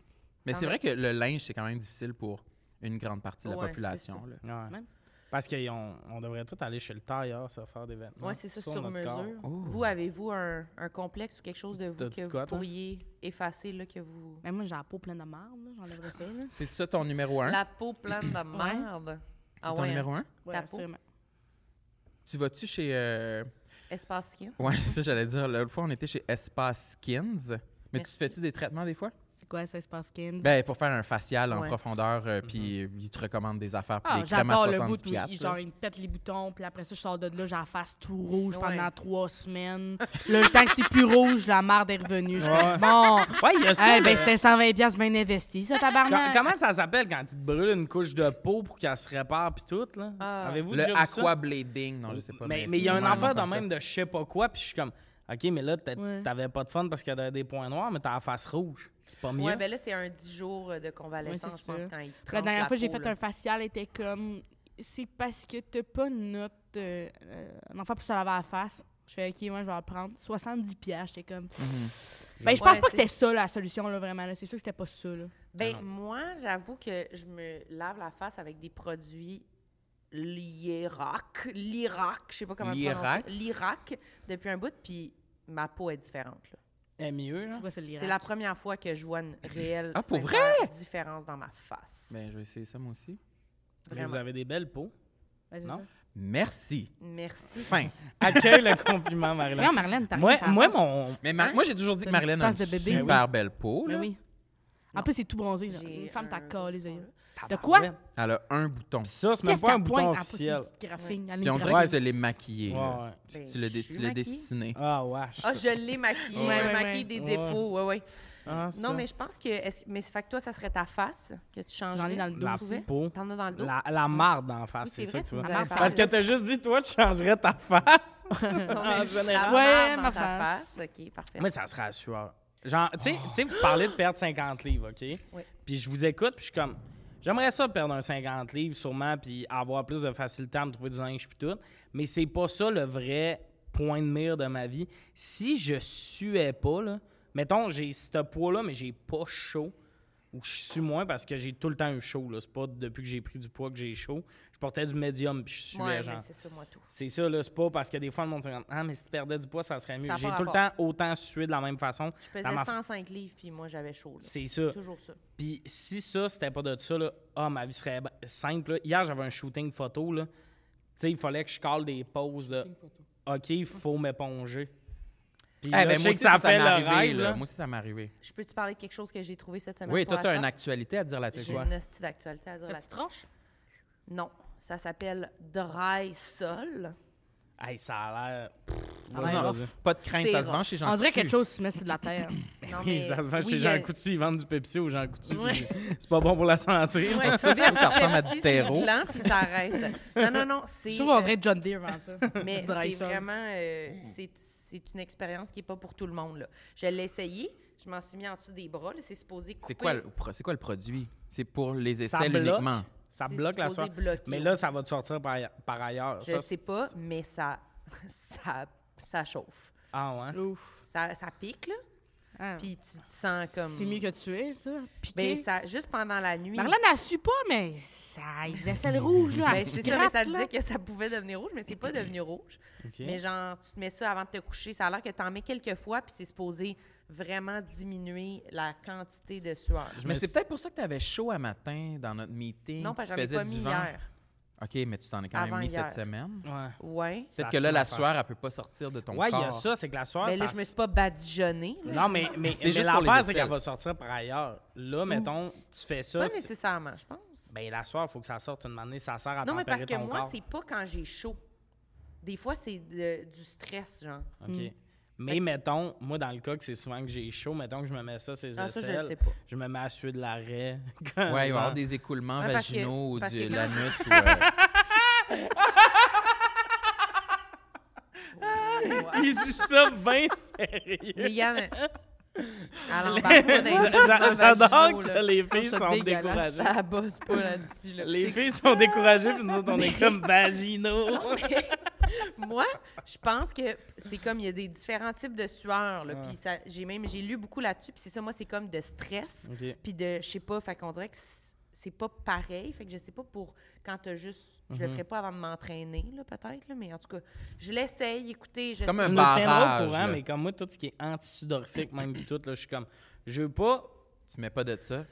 Speaker 3: Mais
Speaker 2: Quand
Speaker 3: c'est
Speaker 2: même.
Speaker 3: vrai que le linge, c'est quand même difficile pour une grande partie de la
Speaker 2: Ouais,
Speaker 3: population.
Speaker 2: c'est
Speaker 3: là.
Speaker 1: Ouais.
Speaker 4: Même.
Speaker 1: Parce qu'on on devrait tous aller chez le tailleur se faire des vêtements.
Speaker 2: Oui, c'est ça, sur,
Speaker 1: notre corps.
Speaker 2: mesure.
Speaker 3: Oh.
Speaker 2: Vous, avez-vous un, un complexe ou quelque chose de vous
Speaker 1: T'as-tu
Speaker 2: que
Speaker 1: de
Speaker 2: vous
Speaker 1: quoi, toi?
Speaker 2: pourriez effacer, là, que vous...
Speaker 4: Mais Ben, moi, j'ai la peau pleine de marde, là, j'enlèverais ça, là.
Speaker 3: C'est ça ton numéro un?
Speaker 2: La peau pleine de merde. Ah hein.
Speaker 3: C'est ton numéro un?
Speaker 4: Ouais,
Speaker 2: Ta peau?
Speaker 4: absolument.
Speaker 3: Tu vas-tu chez... euh,
Speaker 2: Espace skin.
Speaker 3: Ouais, c'est ça j'allais dire. L'autre fois, on était chez Espace Skins. Mais
Speaker 2: Merci.
Speaker 3: tu fais-tu des traitements des fois?
Speaker 4: C'est quoi, ça se passe skin?
Speaker 3: Ben, pour faire un facial en
Speaker 2: Ouais.
Speaker 3: profondeur,
Speaker 1: Mhm.
Speaker 3: euh, puis ils te recommandent des affaires pour
Speaker 4: Ah,
Speaker 3: des crèmes à
Speaker 4: j'adore le
Speaker 3: 70
Speaker 4: bout où il,
Speaker 3: piastres, là.
Speaker 4: genre, il me pète les boutons, puis après ça, je sors de là, j'ai la face tout rouge
Speaker 2: Ouais.
Speaker 4: pendant trois semaines. Là, le temps que c'est plus rouge, la marde est revenue. Je suis comme, bon,
Speaker 1: Ouais, il y a ça.
Speaker 4: hey, ben,
Speaker 1: là.
Speaker 4: c'était 120 piastres bien investi, ça,
Speaker 1: Ca-
Speaker 4: tabarnak.
Speaker 1: comment ça s'appelle quand tu te brûles une couche de peau pour qu'elle se répare puis tout là
Speaker 2: Ah.
Speaker 1: Avez-vous
Speaker 3: Le
Speaker 1: déjà vu ça?
Speaker 3: aquablading, non, je sais pas.
Speaker 1: Mais mais
Speaker 3: c'est
Speaker 1: il y a un
Speaker 3: sûrement nom
Speaker 1: affaire de
Speaker 3: comme ça.
Speaker 1: même de je sais pas quoi puis je suis comme OK, mais là t'a-
Speaker 4: Ouais.
Speaker 1: t'avais pas de fun parce qu'il y avait des points noirs mais t'as la face rouge. C'est pas mieux.
Speaker 2: Ouais, ben là, c'est un 10 jours euh, de
Speaker 4: Ouais,
Speaker 2: convalescence,
Speaker 4: c'est
Speaker 2: je pense,
Speaker 4: sûr.
Speaker 2: quand il
Speaker 4: La
Speaker 2: tranche
Speaker 4: dernière fois,
Speaker 2: peau,
Speaker 4: j'ai fait
Speaker 2: là.
Speaker 4: un facial, était comme, c'est parce que t'as pas de note. Euh, euh, mon frère, pour se laver la face. Je fais, OK, ouais, je vais en prendre. 70 piastres, j'étais comme. Ben, je pense
Speaker 2: Ouais,
Speaker 4: pas
Speaker 2: c'est-
Speaker 4: que c'était ça, la solution, là, vraiment. là. C'est sûr que c'était pas ça, là.
Speaker 2: Ben,
Speaker 1: Ah non.
Speaker 2: moi, j'avoue que je me lave la face avec des produits l'Irak, l'Irak, je sais pas comment prononcer.
Speaker 3: L'Irak?
Speaker 2: L'Irak, depuis un bout, puis ma peau est différente. là.
Speaker 1: C'est mieux. là.
Speaker 4: C'est quoi, c'est le
Speaker 2: C'est la première fois que je vois une réelle
Speaker 3: Ah, pour
Speaker 2: sincère différence dans ma face.
Speaker 3: Ben, je vais essayer ça, moi aussi.
Speaker 1: Mais Vous
Speaker 2: Vraiment.
Speaker 1: avez des belles peaux. Non?
Speaker 3: Merci.
Speaker 2: Merci.
Speaker 3: Fin.
Speaker 1: Accueille le compliment Marilyn.
Speaker 4: Non, Marlène, t'as
Speaker 1: Moi
Speaker 4: rien fait à
Speaker 1: moi
Speaker 4: faire.
Speaker 1: mon
Speaker 3: Mais Mar-
Speaker 4: Hein?
Speaker 3: moi, j'ai toujours dit
Speaker 4: C'est
Speaker 3: que
Speaker 4: une
Speaker 3: Marlène a une
Speaker 4: petite face de bébé.
Speaker 3: super belle peau.
Speaker 4: Ben
Speaker 3: là.
Speaker 4: oui. En
Speaker 1: Non.
Speaker 4: plus, c'est tout bronzé. là.
Speaker 2: J'ai
Speaker 4: Une femme, t'as
Speaker 2: un
Speaker 4: collé les
Speaker 2: gros
Speaker 4: yeux.
Speaker 2: point,
Speaker 4: De quoi?
Speaker 1: Tabarouette.
Speaker 3: Elle a un bouton.
Speaker 1: Pis ça, c'est même
Speaker 4: Qu'est-ce
Speaker 1: pas un
Speaker 4: qu'elle
Speaker 1: bouton
Speaker 4: pointe? Ah, c'est une
Speaker 1: officiel.
Speaker 4: petite graphine. Elle a
Speaker 3: Puis on
Speaker 4: une
Speaker 3: dirait que
Speaker 1: Ouais,
Speaker 3: tu
Speaker 1: c'est-
Speaker 3: l'es maquillée.
Speaker 1: Ouais,
Speaker 3: là.
Speaker 1: ouais.
Speaker 3: Tu-
Speaker 2: Ben,
Speaker 3: Tu l'as
Speaker 2: je
Speaker 3: dé-
Speaker 2: suis
Speaker 3: tu l'as
Speaker 2: maquillée.
Speaker 3: dessiné.
Speaker 1: Ah ouais.
Speaker 2: Ah, je l'ai maquillée. je me
Speaker 3: Ouais,
Speaker 4: ouais, ouais.
Speaker 2: maquille des
Speaker 1: Ouais.
Speaker 2: défauts. Ouais, ouais.
Speaker 1: Ah, ça.
Speaker 2: Non, mais je pense que. est-ce- Mais c'est fait que toi, ça serait ta face que tu changerais.
Speaker 4: J'en ai dans le
Speaker 2: si
Speaker 4: dos.
Speaker 2: tu
Speaker 1: la
Speaker 2: pouvais.
Speaker 1: peau.
Speaker 2: T'en as dans le dos.
Speaker 1: La, la marde en face,
Speaker 2: Oui,
Speaker 1: c'est ça
Speaker 2: c'est vrai,
Speaker 1: que tu
Speaker 2: tu
Speaker 1: vois.
Speaker 2: nous
Speaker 4: Ah,
Speaker 2: avais
Speaker 4: marde.
Speaker 2: parlé.
Speaker 1: Parce que t'as juste dit, toi, tu changerais ta face.
Speaker 2: en général.
Speaker 4: Ouais,
Speaker 2: dans
Speaker 4: ma
Speaker 2: ta
Speaker 4: face.
Speaker 2: face. OK, parfait.
Speaker 1: Moi, ça serait la sueur. Genre, tu sais- tu sais, vous parlez de perdre 50 livres, OK?
Speaker 2: Oui.
Speaker 1: Puis je vous écoute, puis je suis comme, j'aimerais ça perdre un 50 livres, sûrement, puis avoir plus de facilité à me trouver du linge, puis tout. Mais c'est pas ça le vrai point de mire de ma vie. Si je suais pas, là, mettons, j'ai ce poids-là, mais j'ai pas chaud, ou je sue moins parce que j'ai tout le temps eu chaud, là. C'est pas depuis que j'ai pris du poids que j'ai chaud. Je portais du médium, puis je suais,
Speaker 2: Ouais,
Speaker 1: genre.
Speaker 2: mais c'est ça, moi, tout.
Speaker 1: C'est ça, là, c'est pas parce que des fois, le monde se dit Ah, mais si tu perdais du poids, ça serait mieux.
Speaker 2: Ça a
Speaker 1: J'ai
Speaker 2: pas
Speaker 1: tout le temps
Speaker 2: rapport.
Speaker 1: autant sué de la même façon.
Speaker 2: Je pesais
Speaker 1: Dans ma-
Speaker 2: 105 livres, puis moi, j'avais chaud. là.
Speaker 1: C'est ça.
Speaker 2: Toujours ça.
Speaker 1: Puis si ça, c'était pas de ça, là, ah, ma vie serait ben- simple. là. Hier, j'avais un shooting photo, là. Tu sais, il fallait que je cale des pauses, là. OK, il faut m'éponger. Puis
Speaker 3: Eh,
Speaker 1: là,
Speaker 3: ben,
Speaker 1: je
Speaker 3: moi
Speaker 1: sais que
Speaker 3: aussi,
Speaker 1: ça
Speaker 3: ça
Speaker 1: fait
Speaker 3: m'est
Speaker 1: le
Speaker 3: arrivé.
Speaker 1: rêve,
Speaker 3: là.
Speaker 1: là.
Speaker 3: Moi aussi, ça m'est arrivé.
Speaker 2: Je peux-tu parler de quelque chose que j'ai trouvé cette semaine?
Speaker 3: Oui,
Speaker 2: pour
Speaker 3: toi,
Speaker 2: la
Speaker 3: t'as
Speaker 2: shop?
Speaker 3: une actualité à dire là-dessus.
Speaker 2: J'ai une hostie d'actualité à dire
Speaker 4: T'as-tu
Speaker 2: là-dessus.
Speaker 4: tranche?
Speaker 2: Non, ça s'appelle Dry Sol.
Speaker 1: Hey, ça a l'air...
Speaker 3: Non,
Speaker 1: Ouais,
Speaker 3: non,
Speaker 1: vas-y.
Speaker 3: pas de crainte,
Speaker 2: C'est
Speaker 3: ça se
Speaker 2: rare.
Speaker 3: vend chez Jean
Speaker 4: On dirait
Speaker 3: Coutu.
Speaker 4: quelque chose qui se met sur de la terre.
Speaker 2: Non,
Speaker 1: Ben Oui, ça se vend
Speaker 2: oui,
Speaker 1: chez Jean
Speaker 2: euh,
Speaker 1: Coutu, ils vendent du Pepsi aux gens Coutu.
Speaker 2: Ouais.
Speaker 1: puis C'est pas bon pour la santé. là.
Speaker 2: Ouais,
Speaker 3: Ça,
Speaker 2: tu viens
Speaker 3: ça ressemble à du
Speaker 2: Pepsi sur le
Speaker 3: terreau.
Speaker 2: gland, puis ça arrête. Non, non, non, c'est...
Speaker 4: Je trouve qu'on dirait John Deere avant ça.
Speaker 2: euh, Mais
Speaker 4: Du dry
Speaker 2: c'est
Speaker 4: sol.
Speaker 2: vraiment... euh, c'est c'est une expérience qui n'est pas pour tout le monde. Là. Je l'ai essayé, je m'en suis mis en dessous des bras. là, C'est supposé couper...
Speaker 3: C'est quoi, le pro- c'est quoi le produit? C'est pour les
Speaker 1: Ça
Speaker 3: essais
Speaker 1: bloque.
Speaker 3: uniquement.
Speaker 1: Ça
Speaker 2: C'est
Speaker 1: bloque la
Speaker 2: supposé
Speaker 1: soirée.
Speaker 2: bloquer,
Speaker 1: Mais
Speaker 2: ouais.
Speaker 1: là, ça va te sortir par, par ailleurs.
Speaker 2: Je
Speaker 1: ça,
Speaker 2: sais pas, mais ça, ça, ça chauffe.
Speaker 1: Ah ouais?
Speaker 4: Ouf.
Speaker 2: Ça, ça pique, là,
Speaker 4: Ah.
Speaker 2: puis tu te sens comme...
Speaker 4: C'est mieux que tu es, ça.
Speaker 2: Ben,
Speaker 4: Piqué.
Speaker 2: ça, juste pendant la nuit...
Speaker 4: Marlène, elle sue pas, mais ça, les aisselles rouges, là.
Speaker 2: Ben,
Speaker 4: elle se
Speaker 2: c'est ça, mais ça
Speaker 4: gratte, là.
Speaker 2: disait que ça pouvait devenir rouge, mais c'est pas devenu rouge.
Speaker 1: OK.
Speaker 2: Mais genre, tu te mets ça avant de te coucher. Ça a l'air que tu en mets quelques fois, puis c'est supposé vraiment diminuer la quantité de sueur.
Speaker 1: Je me
Speaker 3: Mais
Speaker 1: suis-
Speaker 3: c'est peut-être pour ça que tu avais chaud à matin dans notre meeting.
Speaker 2: Non, parce
Speaker 3: tu
Speaker 2: que j'en ai
Speaker 3: faisais
Speaker 2: pas
Speaker 3: du
Speaker 2: mis
Speaker 3: vent.
Speaker 2: hier.
Speaker 3: OK, mais tu t'en es quand
Speaker 2: Avant
Speaker 3: même mis
Speaker 2: hier.
Speaker 3: cette semaine.
Speaker 1: Ouais.
Speaker 2: Ouais.
Speaker 1: Ça
Speaker 3: Peut-être que là,
Speaker 1: se
Speaker 3: la
Speaker 1: fait.
Speaker 3: sueur, elle peut pas sortir de ton
Speaker 1: Ouais, il
Speaker 3: corps.
Speaker 1: y a ça, c'est que la soirée.
Speaker 2: Mais Ben là,
Speaker 1: ça-
Speaker 2: je me suis pas badigeonnée. là.
Speaker 1: Non, mais, mais, mais
Speaker 3: juste pour les
Speaker 1: l'affaire, c'est
Speaker 3: aisselles.
Speaker 1: qu'elle va sortir par ailleurs. Là, mettons, tu fais ça.
Speaker 2: Mm. Pas
Speaker 1: c'est-
Speaker 2: nécessairement, je pense.
Speaker 1: ben, la soirée, il faut que ça sorte une manée, ça sert à
Speaker 2: Non, mais parce
Speaker 1: tempérer
Speaker 2: que
Speaker 1: ton
Speaker 2: moi,
Speaker 1: corps.
Speaker 2: c'est pas quand j'ai chaud. Des fois, c'est le- du stress, genre.
Speaker 1: OK. Mais mettons, moi, dans le cas que c'est souvent que j'ai chaud, mettons que je me mets ça, ces
Speaker 2: Ah, ça, je
Speaker 1: aisselles.
Speaker 2: sais pas.
Speaker 1: je me mets à suer de l'arrêt.
Speaker 3: Ouais, il va y avoir des écoulements
Speaker 2: Ouais, parce que-
Speaker 3: vaginaux
Speaker 2: parce
Speaker 3: ou
Speaker 2: que
Speaker 3: de
Speaker 2: quand-
Speaker 3: l'anus. ou, euh,
Speaker 1: Il dit ça bien sérieux.
Speaker 2: Liliane, elle embarque Ah pas dans les mouvements
Speaker 1: J'adore
Speaker 2: vaginaux,
Speaker 1: que
Speaker 2: là.
Speaker 1: les filles
Speaker 4: ça
Speaker 1: sont
Speaker 4: dégueulasse.
Speaker 1: découragées.
Speaker 2: Ça bosse pas là-dessus, là.
Speaker 1: Les
Speaker 2: C'est-
Speaker 1: filles sont découragées, puis nous autres, on est comme vaginaux.
Speaker 2: Moi, je pense que c'est comme il y a des différents types de sueurs là,
Speaker 1: Ah.
Speaker 2: puis ça- j'ai même j'ai lu beaucoup là-dessus, puis c'est ça moi c'est comme de stress,
Speaker 1: OK.
Speaker 2: puis de je sais pas, fait qu'on dirait que c- c'est pas pareil, fait que je sais pas pour quand t'as juste je le ferai pas avant de m'entraîner là peut-être là, mais en tout cas, je l'essaye, écoutez, je
Speaker 3: comme
Speaker 2: sais-
Speaker 1: Tu
Speaker 3: Un
Speaker 1: nous tiendras au
Speaker 3: barrage,
Speaker 1: courant,
Speaker 3: là.
Speaker 1: mais comme moi, tout ce qui est antisudorifique, même pis tout, là, je suis comme, je veux pas
Speaker 3: tu mets pas de ça.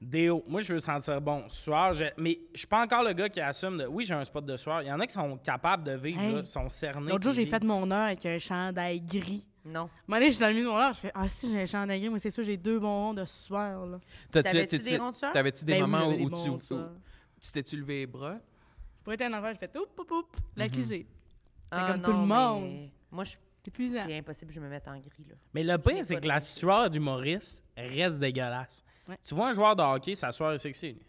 Speaker 1: déo. Moi, je veux sentir bon. Soir, je- mais je suis pas encore le gars qui assume de, oui, j'ai un spot de soir. Il y en a qui sont capables de vivre,
Speaker 4: Hey.
Speaker 1: là, sont cernés.
Speaker 4: L'autre jour,
Speaker 1: puis
Speaker 4: j'ai fait
Speaker 1: vivent.
Speaker 4: mon heure avec un chandail gris.
Speaker 2: Non.
Speaker 4: Moi, je suis dans le milieu de mon heure, je fais Ah, si, j'ai un champ d'agri, mais c'est sûr, j'ai deux bonbons de ce soir. Là.
Speaker 2: T'avais-tu des ronds de sueur?
Speaker 3: T'avais-tu des
Speaker 4: Ben oui,
Speaker 3: moments
Speaker 4: j'avais des
Speaker 3: où,
Speaker 4: bons
Speaker 3: tu,
Speaker 4: de sueur.
Speaker 3: où tu t'es-tu levé les bras?
Speaker 4: Pour être un enfant, je fais Oup, oup, oup,
Speaker 2: Mhm.
Speaker 4: l'accusé. comme
Speaker 2: Ah non,
Speaker 4: tout le monde.
Speaker 2: mais Moi, je
Speaker 4: T'es plus
Speaker 2: c'est impossible que je me mette en gris, là.
Speaker 1: Mais le
Speaker 2: l'ai
Speaker 1: pire,
Speaker 2: pas
Speaker 1: c'est que la
Speaker 2: de-
Speaker 1: sueur d'humoriste reste dégueulasse.
Speaker 4: Ouais.
Speaker 1: Tu vois un joueur de hockey, sa sueur est sexy. lui.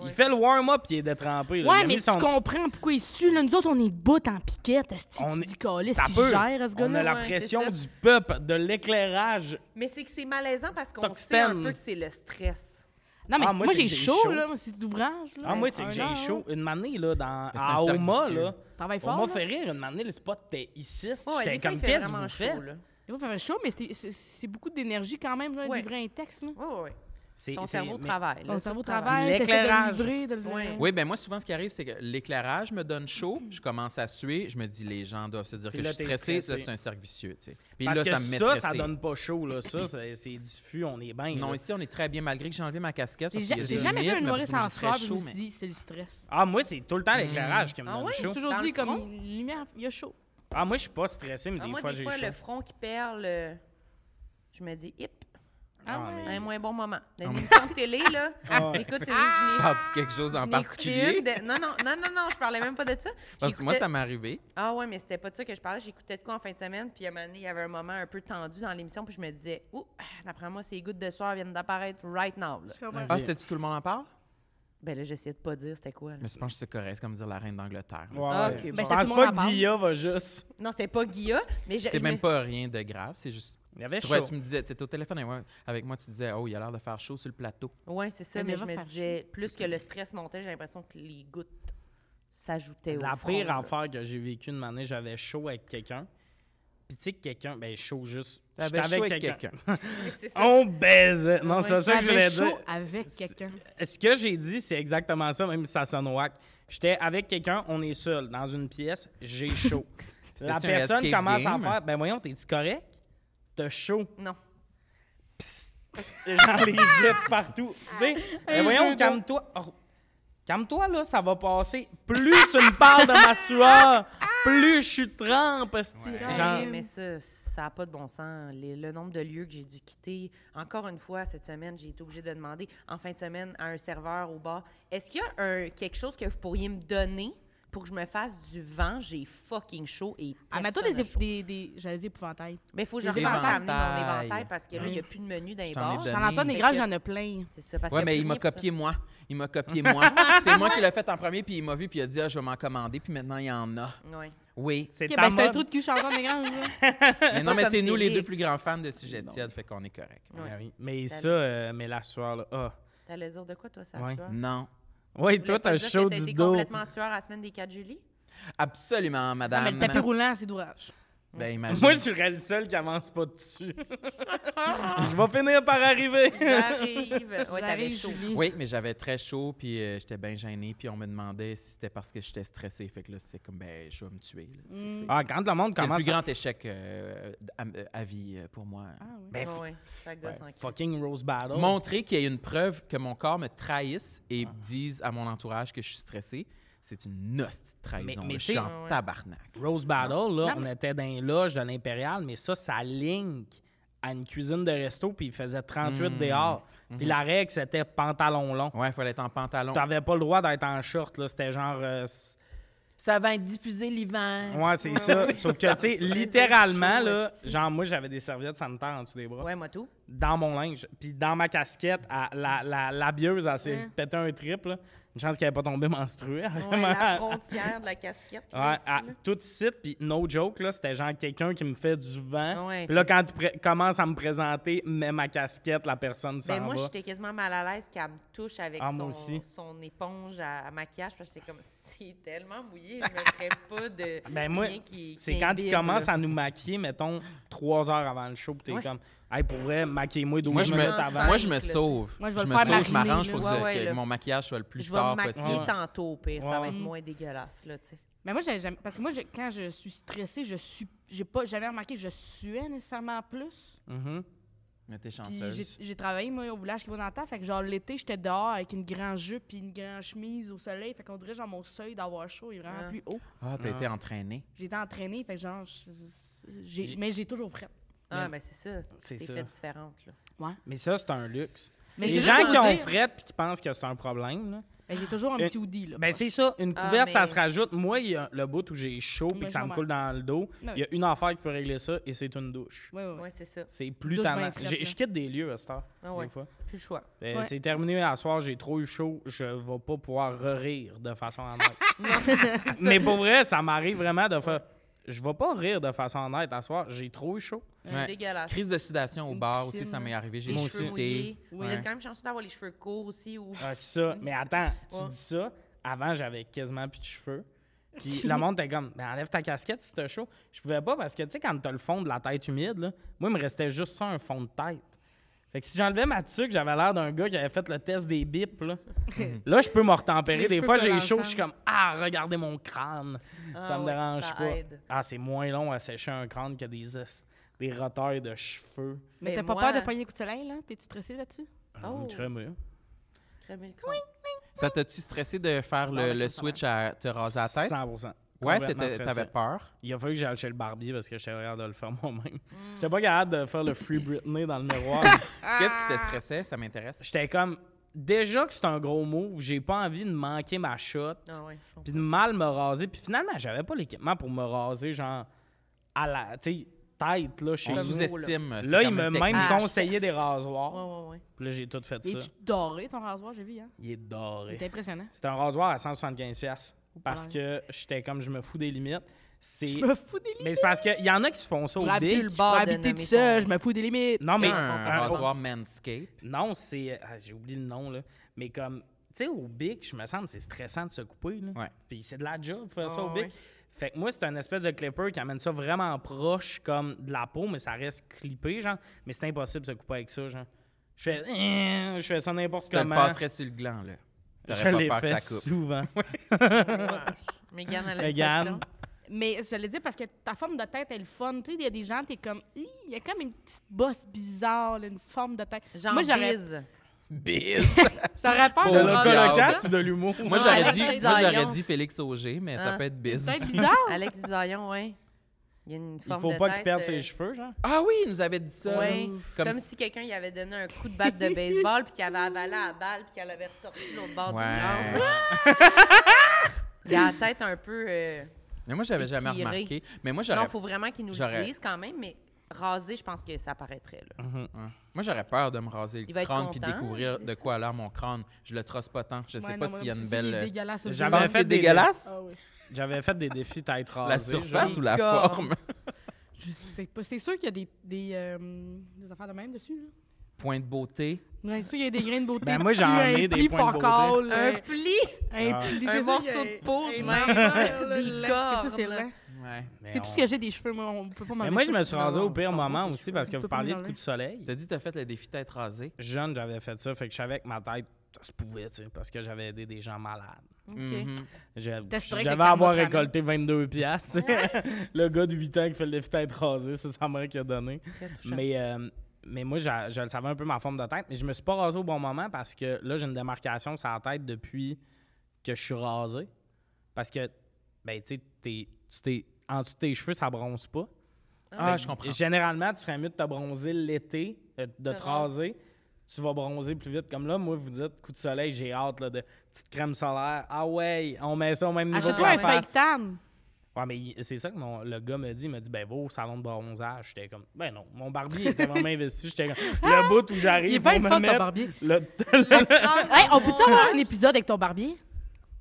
Speaker 1: Il
Speaker 2: Ouais.
Speaker 1: fait le warm-up, il est détrempé. là. Il a
Speaker 4: Ouais, mais
Speaker 1: mis
Speaker 4: tu
Speaker 1: son-
Speaker 4: comprends pourquoi il sue. Là, nous autres, on est bout en piquette. Est-ce
Speaker 1: On
Speaker 4: que
Speaker 1: est-
Speaker 4: tu calices,
Speaker 1: T'as
Speaker 4: qui
Speaker 1: peur.
Speaker 4: gère à ce
Speaker 1: On a
Speaker 4: gars-là?
Speaker 1: la
Speaker 2: ouais, c'est
Speaker 1: pression
Speaker 2: ça.
Speaker 1: du peuple, de l'éclairage.
Speaker 2: Mais c'est que c'est malaisant parce qu'on sait
Speaker 1: Toxtène.
Speaker 2: un peu que c'est le stress.
Speaker 4: Non, mais
Speaker 1: Ah, moi,
Speaker 4: moi,
Speaker 1: c'est
Speaker 4: j'ai
Speaker 1: que j'ai
Speaker 4: chaud,
Speaker 1: chaud.
Speaker 4: là. C'est d'ouvrage. là.
Speaker 1: Ah, moi, c'est
Speaker 4: un
Speaker 1: que j'ai
Speaker 4: heure,
Speaker 1: chaud. Une manée, là, dans,
Speaker 3: Mais c'est un
Speaker 1: à Oma,
Speaker 3: servicieux.
Speaker 1: là.
Speaker 4: Travaille fort,
Speaker 1: On m'a
Speaker 4: là.
Speaker 1: fait rire une manée, le spot était ici.
Speaker 2: Ouais,
Speaker 1: J'étais
Speaker 2: des fois,
Speaker 1: comme,
Speaker 2: il fait
Speaker 1: qu'est-ce que
Speaker 2: vraiment
Speaker 1: vous
Speaker 2: chaud,
Speaker 1: faites?
Speaker 2: là.
Speaker 4: Il va faire chaud, mais c'est- c'est c'est beaucoup d'énergie quand même, là,
Speaker 2: Ouais.
Speaker 4: livrer un texte. Là.
Speaker 2: Oui, oui, oui.
Speaker 1: C'est-
Speaker 2: Ton
Speaker 1: c'est-
Speaker 2: cerveau
Speaker 1: mais-
Speaker 2: travaille. là,
Speaker 4: Ton
Speaker 2: tout
Speaker 4: cerveau
Speaker 2: le travail.
Speaker 4: travaille, t'essaies de
Speaker 1: L'éclairage.
Speaker 4: livrer, de le...
Speaker 2: Ouais.
Speaker 3: Oui, ben moi, souvent, ce qui arrive, c'est que l'éclairage me donne chaud, je commence à suer, je me dis, les gens doivent se dire
Speaker 1: Puis
Speaker 3: que
Speaker 1: là,
Speaker 3: je suis
Speaker 1: t'es
Speaker 3: stressé,
Speaker 1: stressé.
Speaker 3: ça, c'est un cercle vicieux, tu sais. Puis
Speaker 1: Parce
Speaker 3: là,
Speaker 1: que
Speaker 3: ça me met
Speaker 1: ça, ça
Speaker 3: stressé.
Speaker 1: donne pas chaud, là. Ça, c'est c'est diffus, on est bien.
Speaker 3: Non,
Speaker 1: là.
Speaker 3: ici, on est très bien, malgré que j'ai enlevé ma casquette.
Speaker 4: J'ai
Speaker 3: parce que
Speaker 4: ja-
Speaker 3: j'ai
Speaker 4: j'ai
Speaker 3: une
Speaker 4: jamais vu
Speaker 3: mythe, mais
Speaker 4: un
Speaker 3: parce
Speaker 4: humoriste
Speaker 3: que moi,
Speaker 4: en
Speaker 3: j'ai
Speaker 4: soir,
Speaker 3: très
Speaker 4: je
Speaker 3: chaud,
Speaker 4: me suis
Speaker 3: mais-
Speaker 4: dit, c'est le stress.
Speaker 1: Ah, moi, c'est tout le temps l'éclairage qui me
Speaker 2: Ah
Speaker 1: donne
Speaker 2: ouais?
Speaker 4: J'ai
Speaker 1: chaud.
Speaker 4: toujours
Speaker 2: Dans
Speaker 4: dit,
Speaker 2: le
Speaker 4: comme,
Speaker 2: front?
Speaker 4: une lumière, il y a chaud.
Speaker 1: Ah, moi, je suis pas stressé, mais
Speaker 2: Ah,
Speaker 1: des
Speaker 2: moi,
Speaker 1: fois,
Speaker 2: des
Speaker 1: j'ai
Speaker 2: fois,
Speaker 1: chaud.
Speaker 2: le front qui perle, euh, je me dis, hip,
Speaker 1: Ah,
Speaker 4: Ah ouais.
Speaker 1: mais-
Speaker 2: un moins bon moment. Dans
Speaker 3: Ah,
Speaker 2: une émission de télé, là,
Speaker 1: Ah.
Speaker 2: écoute,
Speaker 3: Tu
Speaker 2: je
Speaker 3: parles de quelque chose en
Speaker 2: n'ai écouté
Speaker 3: particulier?
Speaker 2: une de- Non, non, non, non, non, je parlais même pas de ça.
Speaker 3: Parce que moi,
Speaker 2: J'écoutais-
Speaker 3: ça m'est arrivé.
Speaker 2: Ah ouais, mais c'était pas de ça que je parlais. J'écoutais de quoi en fin de semaine, puis à un moment donné, il y avait un moment un peu tendu dans l'émission, puis je me disais, ouh, ah, d'après moi, ces gouttes de soir viennent d'apparaître right now. là.
Speaker 3: Ah, c'est-tu tout le monde en parle?
Speaker 2: Ben là, j'essayais de pas dire c'était quoi. là.
Speaker 3: Mais je pense que c'est correct, c'est comme dire la reine d'Angleterre. là.
Speaker 1: Ouais,
Speaker 2: Ah,
Speaker 1: ouais.
Speaker 2: ok,
Speaker 1: Je
Speaker 2: bon.
Speaker 4: Ben,
Speaker 1: pense
Speaker 4: tout le
Speaker 1: pas
Speaker 4: monde en
Speaker 1: que Guilla va juste.
Speaker 2: Non, c'était pas Guilla, mais je-
Speaker 3: C'est
Speaker 2: je
Speaker 3: même
Speaker 2: me-
Speaker 3: pas rien de grave, c'est juste.
Speaker 1: Il y avait
Speaker 3: tu, trouvais-
Speaker 1: chaud.
Speaker 3: tu me disais, tu étais au téléphone avec moi- avec moi, tu disais, oh, il a l'air de faire chaud sur le plateau.
Speaker 2: Ouais, c'est ça,
Speaker 4: Elle
Speaker 2: mais
Speaker 4: devrait
Speaker 2: je me
Speaker 4: faire
Speaker 2: disais, plus que le stress montait, j'ai l'impression que les gouttes s'ajoutaient au
Speaker 1: La
Speaker 2: front,
Speaker 1: pire
Speaker 2: là.
Speaker 1: affaire que j'ai vécue une année, j'avais chaud avec quelqu'un. Puis tu sais que quelqu'un, ben chaud juste.
Speaker 3: T'avais
Speaker 1: J'étais
Speaker 3: chaud avec quelqu'un.
Speaker 2: Mais c'est ça.
Speaker 1: On baisait. Non,
Speaker 2: ouais,
Speaker 1: c'est ça que je voulais
Speaker 4: J'avais chaud
Speaker 1: dire.
Speaker 4: avec
Speaker 1: C'est-
Speaker 4: quelqu'un.
Speaker 1: Ce que j'ai dit, c'est exactement ça, même si ça sonne whack. J'étais avec quelqu'un, on est seul, dans une pièce, j'ai chaud. La
Speaker 3: C'était-tu un
Speaker 1: personne
Speaker 3: escape
Speaker 1: commence à
Speaker 3: game?
Speaker 1: faire Ben voyons, t'es-tu correct? T'as chaud.
Speaker 2: Non.
Speaker 1: Genre les jette partout. Tu sais,
Speaker 3: Ah,
Speaker 1: ben voyons,
Speaker 4: veux
Speaker 1: calme-toi. Oh. Calme-toi, là, ça va passer. Plus tu me parles de ma sueur, plus je suis trempe, hostie.
Speaker 3: Ouais.
Speaker 1: Genre,
Speaker 2: Ouais, mais ça, ça n'a pas de bon sens. Les- le nombre de lieux que j'ai dû quitter. Encore une fois, cette semaine, j'ai été obligée de demander en fin de semaine à un serveur au bar est-ce qu'il y a un- quelque chose que vous pourriez me donner pour que je me fasse du vent J'ai fucking chaud et.
Speaker 4: Ah, mais toi,
Speaker 2: personne
Speaker 4: des,
Speaker 2: a chaud.
Speaker 4: des, des- j'allais dire épouvantails.
Speaker 2: Mais il faut que je
Speaker 4: des Hein?
Speaker 2: repense à amener mon
Speaker 3: éventails.
Speaker 2: éventail parce que là, il n'y a plus de menu dans les
Speaker 3: Je t'en ai
Speaker 2: bars.
Speaker 3: donné.
Speaker 4: Jean-Antoine
Speaker 2: Fait
Speaker 4: Négrand,
Speaker 2: que-
Speaker 4: j'en ai plein.
Speaker 2: C'est ça, parce qu'il
Speaker 3: Ouais,
Speaker 2: y a plus
Speaker 3: mais il m'a
Speaker 2: rien pour ça.
Speaker 3: copié moi. Il m'a copié moi. c'est moi qui l'ai fait en premier, puis il m'a vu, puis il a dit, ah, je vais m'en commander, puis maintenant, il y en a.
Speaker 2: Ouais.
Speaker 3: Oui.
Speaker 1: C'est
Speaker 4: Ok,
Speaker 1: ta
Speaker 4: ben, c'est un
Speaker 1: mode.
Speaker 4: trou de cul, Jean-Antoine Négrand. là.
Speaker 3: Mais non, mais
Speaker 2: comme
Speaker 3: c'est nous les deux
Speaker 2: Félix.
Speaker 3: plus grands fans de Sujet Tiède, fait qu'on est correct.
Speaker 2: Ouais.
Speaker 1: Ah oui. Mais
Speaker 2: T'as
Speaker 1: ça, euh, mais la sueur, là. Ah.
Speaker 2: T'allais dire de quoi, toi, ça
Speaker 1: Ouais.
Speaker 2: sueur?
Speaker 3: Non.
Speaker 1: Oui,
Speaker 2: Tu
Speaker 1: toi,
Speaker 2: voulais pas
Speaker 1: t'as
Speaker 2: dire que
Speaker 1: chaud
Speaker 2: t'as
Speaker 1: du
Speaker 2: été
Speaker 1: dos.
Speaker 2: complètement en sueur à la semaine des 4 juillet?
Speaker 3: Absolument,
Speaker 4: Ah,
Speaker 3: madame.
Speaker 4: mais le tapis roulant, c'est d'ouvrage.
Speaker 3: Ben, imagine.
Speaker 1: Moi, je serais le seul qui avance pas dessus. je vais finir par arriver.
Speaker 2: J'arrive. Ouais, t'avais
Speaker 4: J'arrive,
Speaker 2: chaud.
Speaker 4: Julie.
Speaker 3: Oui, mais j'avais très chaud, puis euh, j'étais bien gêné, puis on me demandait si c'était parce que j'étais stressé. Fait que là, c'était comme, ben, je vais me tuer. là. Tu sais, c'est-
Speaker 1: Ah, quand le monde
Speaker 3: C'est le
Speaker 1: commence
Speaker 3: plus
Speaker 1: à...
Speaker 3: grand échec euh, à, à vie euh, pour moi.
Speaker 4: Ah, oui.
Speaker 1: Ben,
Speaker 2: Ouais,
Speaker 1: f-
Speaker 2: ouais, ça gosse en crise.
Speaker 1: fucking Rose Battle.
Speaker 3: Montrer qu'il y a une preuve que mon corps me trahisse et dise à mon entourage que je suis stressé, c'est une hostie de trahison.
Speaker 1: Mais- mais
Speaker 3: là. je suis
Speaker 1: tu sais-
Speaker 3: en tabarnak.
Speaker 1: Rose Battle, là,
Speaker 4: Non, mais-
Speaker 1: on était dans les loges de l'Impérial, mais ça, ça link à une cuisine de resto, puis il faisait 38 dehors. Puis la règle, c'était pantalon long.
Speaker 3: Hmm. Mhm. Ouais, il fallait être en pantalon.
Speaker 1: T'avais pas le droit d'être en short, là. C'était genre... euh, s-
Speaker 3: Ça va être diffusé l'hiver.
Speaker 1: Ouais, c'est ça. Sauf que, tu sais, littéralement, là, genre, moi, j'avais des serviettes sanitaires en dessous des bras.
Speaker 2: Ouais, moi tout.
Speaker 1: dans mon linge, puis dans ma casquette, à la, la, la bieuse, elle s'est pété un trip. là. Une chance qu'elle n'ait pas tombé menstruée. hein,
Speaker 2: Ouais, la
Speaker 1: vraiment.
Speaker 2: frontière de la casquette.
Speaker 1: Ouais, ah,
Speaker 2: là,
Speaker 1: à-
Speaker 2: ici, là.
Speaker 1: tout de suite, puis no joke, là, c'était genre quelqu'un qui me fait du vent.
Speaker 2: Ouais.
Speaker 1: Puis là, quand il pré- commence à me présenter, mets ma casquette, la personne s'en
Speaker 2: Ben, moi,
Speaker 1: va.
Speaker 2: j'étais quasiment mal à l'aise qu'elle me touche avec
Speaker 1: Ah, moi
Speaker 2: son,
Speaker 1: aussi.
Speaker 2: son éponge à, à maquillage. Parce que j'étais comme, c'est tellement mouillé, je me ferais pas de.
Speaker 1: Ben moi,
Speaker 2: rien qui-
Speaker 1: c'est
Speaker 2: qui
Speaker 1: quand
Speaker 2: imbibe,
Speaker 1: ils commencent
Speaker 2: là.
Speaker 1: à nous maquiller, mettons, trois heures avant le show, puis t'es
Speaker 2: Ouais.
Speaker 1: comme, hey, pour vrai, maquillez-moi 12
Speaker 3: Moi, je
Speaker 1: minutes
Speaker 2: me-
Speaker 1: avant.
Speaker 3: moi, je me
Speaker 2: Là, tu-
Speaker 3: sauve.
Speaker 4: Moi, je vais le
Speaker 3: me
Speaker 4: faire
Speaker 3: sauve, je
Speaker 4: mariner,
Speaker 3: m'arrange
Speaker 4: là.
Speaker 3: pour que,
Speaker 2: Ouais,
Speaker 3: ça-
Speaker 2: ouais,
Speaker 3: que
Speaker 2: là.
Speaker 3: mon maquillage soit le plus
Speaker 2: Je vais me
Speaker 3: tard
Speaker 2: maquiller
Speaker 3: possible.
Speaker 2: tantôt, au pire. Ça va
Speaker 1: Ouais.
Speaker 2: être moins dégueulasse, là, tu sais.
Speaker 4: Mais moi, j'avais jamais... parce que moi, je- quand je suis stressée, je suis, j'ai pas jamais remarqué que je suais nécessairement plus.
Speaker 1: Mhm.
Speaker 3: Mais t'es
Speaker 4: Puis j'ai-
Speaker 3: chanceuse.
Speaker 4: j'ai travaillé, moi, au village qui va dans le temps. Fait que, genre, l'été, j'étais dehors avec une grande jupe puis une grande chemise au soleil. Fait qu'on dirait, genre, mon seuil d'avoir chaud est vraiment
Speaker 2: Ah.
Speaker 4: plus haut.
Speaker 3: Ah, t'as été entraînée.
Speaker 4: J'ai été entraînée, fait que, genre, je- j'ai- mais j'ai toujours fret.
Speaker 2: Ah, ben c'est ça.
Speaker 1: C'est
Speaker 2: C'est
Speaker 1: ça.
Speaker 2: fait différente. Là.
Speaker 1: Mais ça, c'est un luxe.
Speaker 4: Mais
Speaker 1: les
Speaker 4: c'est
Speaker 1: gens
Speaker 4: juste
Speaker 1: qui
Speaker 4: pour
Speaker 1: ont
Speaker 4: dire-
Speaker 1: frette et qui pensent que c'est un problème, là,
Speaker 4: Ben, j'ai toujours un
Speaker 1: Euh,
Speaker 4: petit hoodie, là.
Speaker 1: Ben c'est ça, une
Speaker 2: Ah,
Speaker 1: couverte, ça
Speaker 2: mais-
Speaker 1: se rajoute. Moi, il y a le bout où j'ai chaud
Speaker 4: Ouais,
Speaker 1: puis que
Speaker 4: je
Speaker 1: ça me
Speaker 4: comprends.
Speaker 1: coule dans le dos,
Speaker 2: Ben
Speaker 4: Ouais.
Speaker 1: il y a une affaire qui peut régler ça et c'est une douche.
Speaker 4: Ouais, ouais, ouais.
Speaker 2: Oui, c'est ça.
Speaker 1: C'est plus
Speaker 4: Douche bien
Speaker 1: tannant.
Speaker 4: frette,
Speaker 1: J'ai-
Speaker 4: là.
Speaker 1: Je quitte des lieux à cette heure,
Speaker 2: Ah ouais.
Speaker 1: des fois.
Speaker 2: Plus le choix.
Speaker 1: Ben,
Speaker 4: Ouais.
Speaker 1: C'est terminé à soir, j'ai trop eu chaud, je vais pas pouvoir rire de façon honnête.
Speaker 2: Non, c'est ça.
Speaker 1: Mais pour vrai, ça m'arrive vraiment de faire... Je vais pas rire de façon honnête à soir, j'ai trop eu chaud.
Speaker 2: C'est
Speaker 3: Ouais.
Speaker 2: dégueulasse.
Speaker 3: Crise de sudation au bar aussi,
Speaker 4: piscine,
Speaker 3: ça m'est
Speaker 4: là.
Speaker 3: arrivé. J'ai
Speaker 2: Les
Speaker 1: moi aussi.
Speaker 2: cheveux
Speaker 3: chuté.
Speaker 2: mouillés. Vous
Speaker 3: Ouais.
Speaker 2: êtes quand même chanceux d'avoir les cheveux courts aussi. Ou...
Speaker 1: Ah, ça, mais attends, tu
Speaker 2: Ouais.
Speaker 1: dis ça, avant j'avais quasiment plus de cheveux. Puis le monde était comme, ben, enlève ta casquette si t'as chaud. Je pouvais pas parce que, tu sais, quand t'as le fond de la tête humide, là, moi, il me restait juste ça, un fond de tête. Fait que si j'enlevais ma tuque, j'avais l'air d'un gars qui avait fait le test des bips, là. là, je peux me retempérer.
Speaker 4: Les
Speaker 1: Des
Speaker 4: cheveux
Speaker 1: fois, j'ai
Speaker 4: collent
Speaker 1: chaud, je suis
Speaker 4: ensemble.
Speaker 1: comme, ah, regardez mon crâne.
Speaker 2: Ah
Speaker 1: ça me
Speaker 2: ouais,
Speaker 1: dérange
Speaker 2: ça
Speaker 1: pas.
Speaker 2: aide.
Speaker 1: Ah, c'est moins long à sécher un crâne que des, es- des roteurs de cheveux.
Speaker 4: Mais
Speaker 2: Mais
Speaker 4: t'as pas
Speaker 2: moi-
Speaker 4: peur de pogner les coups de soleil, là? T'es-tu stressé là-dessus?
Speaker 2: Oh.
Speaker 1: Une crémeux.
Speaker 2: Très bien le crâne.
Speaker 3: Ça t'a-tu stressé de faire
Speaker 4: Non,
Speaker 3: le,
Speaker 4: mais
Speaker 3: le
Speaker 4: ça, ça va.
Speaker 3: switch à te raser la tête?
Speaker 1: 100
Speaker 3: Ouais,
Speaker 1: Complètement
Speaker 3: t'étais-
Speaker 1: stressé.
Speaker 3: t'avais peur.
Speaker 1: Il a fallu que j'aille chez le barbier parce que j'étais capable de le faire moi-même. J'étais pas capable de faire le Free Britney dans le miroir.
Speaker 3: Qu'est-ce qui te
Speaker 2: Ah!
Speaker 3: stressait? Ça m'intéresse.
Speaker 1: j'étais comme, déjà que c'est un gros move, j'ai pas envie de manquer ma shot,
Speaker 2: Ah ouais, je comprends.
Speaker 1: puis de mal me raser. Puis finalement, j'avais pas l'équipement pour me raser, genre, à la tu sais, tête, là, chez
Speaker 3: On
Speaker 2: le
Speaker 1: nous.
Speaker 2: sous-est-
Speaker 3: sous-estime. euh, c'est
Speaker 1: Là,
Speaker 3: quand
Speaker 1: il m'a même
Speaker 3: technique.
Speaker 2: Ah,
Speaker 1: conseillé des rasoirs.
Speaker 2: Ouais, ouais, ouais.
Speaker 1: Puis là, j'ai tout fait
Speaker 4: Et
Speaker 1: ça. Eh.
Speaker 4: tu doré ton rasoir, j'ai vu, hein?
Speaker 1: Il est doré.
Speaker 4: C'est impressionnant.
Speaker 1: C'est un rasoir à 175$ piastres, parce
Speaker 4: Ouais.
Speaker 1: que j'étais comme, je me fous des limites. C'est...
Speaker 4: Je me fous des limites.
Speaker 1: Mais c'est parce qu'il y en a qui se font ça au
Speaker 2: La
Speaker 1: bic.
Speaker 2: bulle.
Speaker 4: Je
Speaker 2: le
Speaker 4: peux
Speaker 2: bord de
Speaker 4: habiter tout
Speaker 2: nommer
Speaker 4: seul,
Speaker 2: son-
Speaker 4: je me fous des limites.
Speaker 2: Ah,
Speaker 1: Non, mais
Speaker 3: C'est un
Speaker 1: un-
Speaker 3: rasoir manscape.
Speaker 1: Non, c'est. ah, J'ai oublié le nom, là. Mais comme. Tu sais, au bic, je me semble, c'est stressant de se couper, là.
Speaker 3: Ouais.
Speaker 1: Puis c'est de la job, faire ça au
Speaker 2: Ah,
Speaker 1: bic.
Speaker 2: ouais.
Speaker 1: Fait que moi, c'est un espèce de clipper qui amène ça vraiment proche, comme de la peau, mais ça reste clippé, genre. Mais c'est impossible de se couper avec ça, genre. Je fais. hein, Je fais ça n'importe
Speaker 3: Tu te le
Speaker 1: comment.
Speaker 3: passerais sur le gland, là.
Speaker 1: Je
Speaker 3: T'aurais
Speaker 1: l'ai
Speaker 3: pas peur
Speaker 1: fait
Speaker 3: que ça coupe.
Speaker 1: souvent.
Speaker 2: Mégane, elle a une
Speaker 1: Regarde.
Speaker 2: question.
Speaker 4: Mais je le dis parce que ta forme de tête, elle est le fun. Tu sais, il y a des gens, t'es comme, Hi, il y a comme une petite bosse bizarre, là, une forme de tête.
Speaker 2: Jean
Speaker 4: Moi, j'aurais
Speaker 2: Bise.
Speaker 3: Biz!
Speaker 4: j'aurais peur
Speaker 3: Oh,
Speaker 1: De
Speaker 4: de me
Speaker 3: le
Speaker 4: raser.
Speaker 3: diable.
Speaker 1: l'holocauste ou de l'humour?
Speaker 3: Moi,
Speaker 2: Non,
Speaker 3: j'aurais
Speaker 2: Alex
Speaker 3: dit, moi,
Speaker 2: Bisaillon.
Speaker 3: j'aurais dit Félix Auger, mais ça
Speaker 2: Ah.
Speaker 3: peut être Biz.
Speaker 4: Peut-être bizarre.
Speaker 2: Alex Bisaillon, oui. Il y a une
Speaker 1: Il
Speaker 2: forme de
Speaker 1: faut pas qu'il
Speaker 2: tête,
Speaker 1: perde
Speaker 2: euh,
Speaker 1: ses cheveux, genre.
Speaker 3: Ah oui, il nous avait dit ça.
Speaker 2: ouais.
Speaker 3: Comme,
Speaker 2: Comme, si, quelqu'un y avait donné un coup de batte de baseball, puis qu'il avait avalé à la balle, puis qu'elle avait ressorti l'autre bord du
Speaker 3: Ouais.
Speaker 2: crâne. Il a la tête un peu. euh,
Speaker 3: Mais moi, j'avais jamais
Speaker 2: Étiré.
Speaker 3: remarqué. Mais moi,
Speaker 2: Non,
Speaker 3: j'aurais
Speaker 2: il faut vraiment qu'il nous le
Speaker 3: j'aurais-
Speaker 2: dise quand même, mais rasé, je pense que ça paraîtrait. Là.
Speaker 3: Ouais. Moi, j'aurais peur de me raser
Speaker 2: Il
Speaker 3: le
Speaker 2: va être
Speaker 3: crâne puis de
Speaker 2: content,
Speaker 3: découvrir
Speaker 2: c'est
Speaker 3: de quoi a l'air mon crâne. Je le trosse pas tant. Je sais
Speaker 4: Ouais,
Speaker 3: pas
Speaker 4: non,
Speaker 3: s'il y a
Speaker 4: moi,
Speaker 3: une
Speaker 4: c'est
Speaker 3: belle. euh,
Speaker 4: dégueulasse,
Speaker 1: J'avais-
Speaker 4: c'est
Speaker 3: Tu
Speaker 1: J'avais
Speaker 3: penses
Speaker 1: fait
Speaker 3: qu'il est
Speaker 1: des-
Speaker 3: dégueulasse?
Speaker 4: dégueulasse. Ah oui.
Speaker 1: J'avais fait des défis tête
Speaker 3: La
Speaker 1: rasée.
Speaker 3: surface
Speaker 1: genre.
Speaker 3: ou la
Speaker 2: Corne.
Speaker 3: forme?
Speaker 4: Je sais pas. C'est sûr qu'il y a des, des, euh, des affaires de même dessus, là.
Speaker 3: Point de beauté.
Speaker 4: Ouais, c'est sûr, il y a des grains de beauté.
Speaker 1: Ben, moi, j'en
Speaker 4: dessus,
Speaker 1: ai des
Speaker 4: un pli
Speaker 1: points de beauté.
Speaker 4: focal, là,
Speaker 2: Un pli!
Speaker 4: Un,
Speaker 1: Ah.
Speaker 4: pli,
Speaker 2: Un
Speaker 4: c'est sûr,
Speaker 2: morceau
Speaker 4: il y a-
Speaker 2: de peau de
Speaker 4: un
Speaker 2: même,
Speaker 4: morceau, là,
Speaker 2: des
Speaker 4: là, C'est ça, c'est
Speaker 2: cornes.
Speaker 4: là.
Speaker 3: Ouais.
Speaker 1: Mais
Speaker 4: C'est
Speaker 1: Ben,
Speaker 4: tout
Speaker 1: on-
Speaker 4: ce que j'ai des cheveux, moi, on peut pas
Speaker 1: Mais
Speaker 4: m'enlever
Speaker 1: moi,
Speaker 4: ça.
Speaker 1: je me suis rasé
Speaker 4: Non,
Speaker 1: au
Speaker 4: non,
Speaker 1: pire
Speaker 4: ils sont beaux,
Speaker 1: moment
Speaker 4: tes
Speaker 1: aussi
Speaker 4: cheveux,
Speaker 1: parce
Speaker 4: on
Speaker 1: que
Speaker 4: peut
Speaker 1: vous
Speaker 4: pas
Speaker 1: parliez de
Speaker 4: m'enlever.
Speaker 1: coup de soleil.
Speaker 3: T'as dit que t'as fait le défi tête rasée.
Speaker 1: jeune, j'avais fait ça. Fait que je savais que ma tête, ça se pouvait, tu sais, parce que j'avais aidé des gens malades.
Speaker 2: OK.
Speaker 3: Mhm.
Speaker 1: J'ai- J'avais
Speaker 4: T'espérais que quelqu'un
Speaker 1: avoir
Speaker 4: d'autre ramène.
Speaker 1: récolté 22 piastres. tu sais. le gars de 8 ans qui fait le défi tête rasée, c'est sa mère qui a donné.
Speaker 2: Très touchant.
Speaker 1: Mais, euh, mais moi, j'a- je le savais un peu ma forme de tête, mais je me suis pas rasé au bon moment parce que là, j'ai une démarcation sur la tête depuis que je suis rasé. Parce que, ben, tu sais, t'es- tu t'es- en dessous de tes cheveux, ça bronze pas.
Speaker 3: Ah,
Speaker 1: Fait
Speaker 3: je
Speaker 1: que
Speaker 3: comprends.
Speaker 1: Généralement, tu serais mieux de te bronzer l'été, euh, de
Speaker 2: Te
Speaker 1: te raser. Tu vas bronzer plus vite. Comme là, moi, vous dites, coup de soleil, j'ai hâte là, de petite crème solaire. Ah ouais, on met ça au même niveau que
Speaker 4: Achète-toi un
Speaker 1: la
Speaker 4: fake
Speaker 1: face.
Speaker 4: tan.
Speaker 1: Ouais, mais il- c'est ça que mon- le gars me dit. Il m'a dit, ben, beau salon de bronzage. J'étais comme, ben non, mon barbier était vraiment investi. J'étais comme, le bout où
Speaker 4: Il est
Speaker 1: j'arrive, pour
Speaker 4: bien le
Speaker 1: me
Speaker 4: fun, ton
Speaker 1: mettre
Speaker 4: barbier.
Speaker 1: le-
Speaker 4: Hey, on peut-tu avoir un épisode avec ton barbier?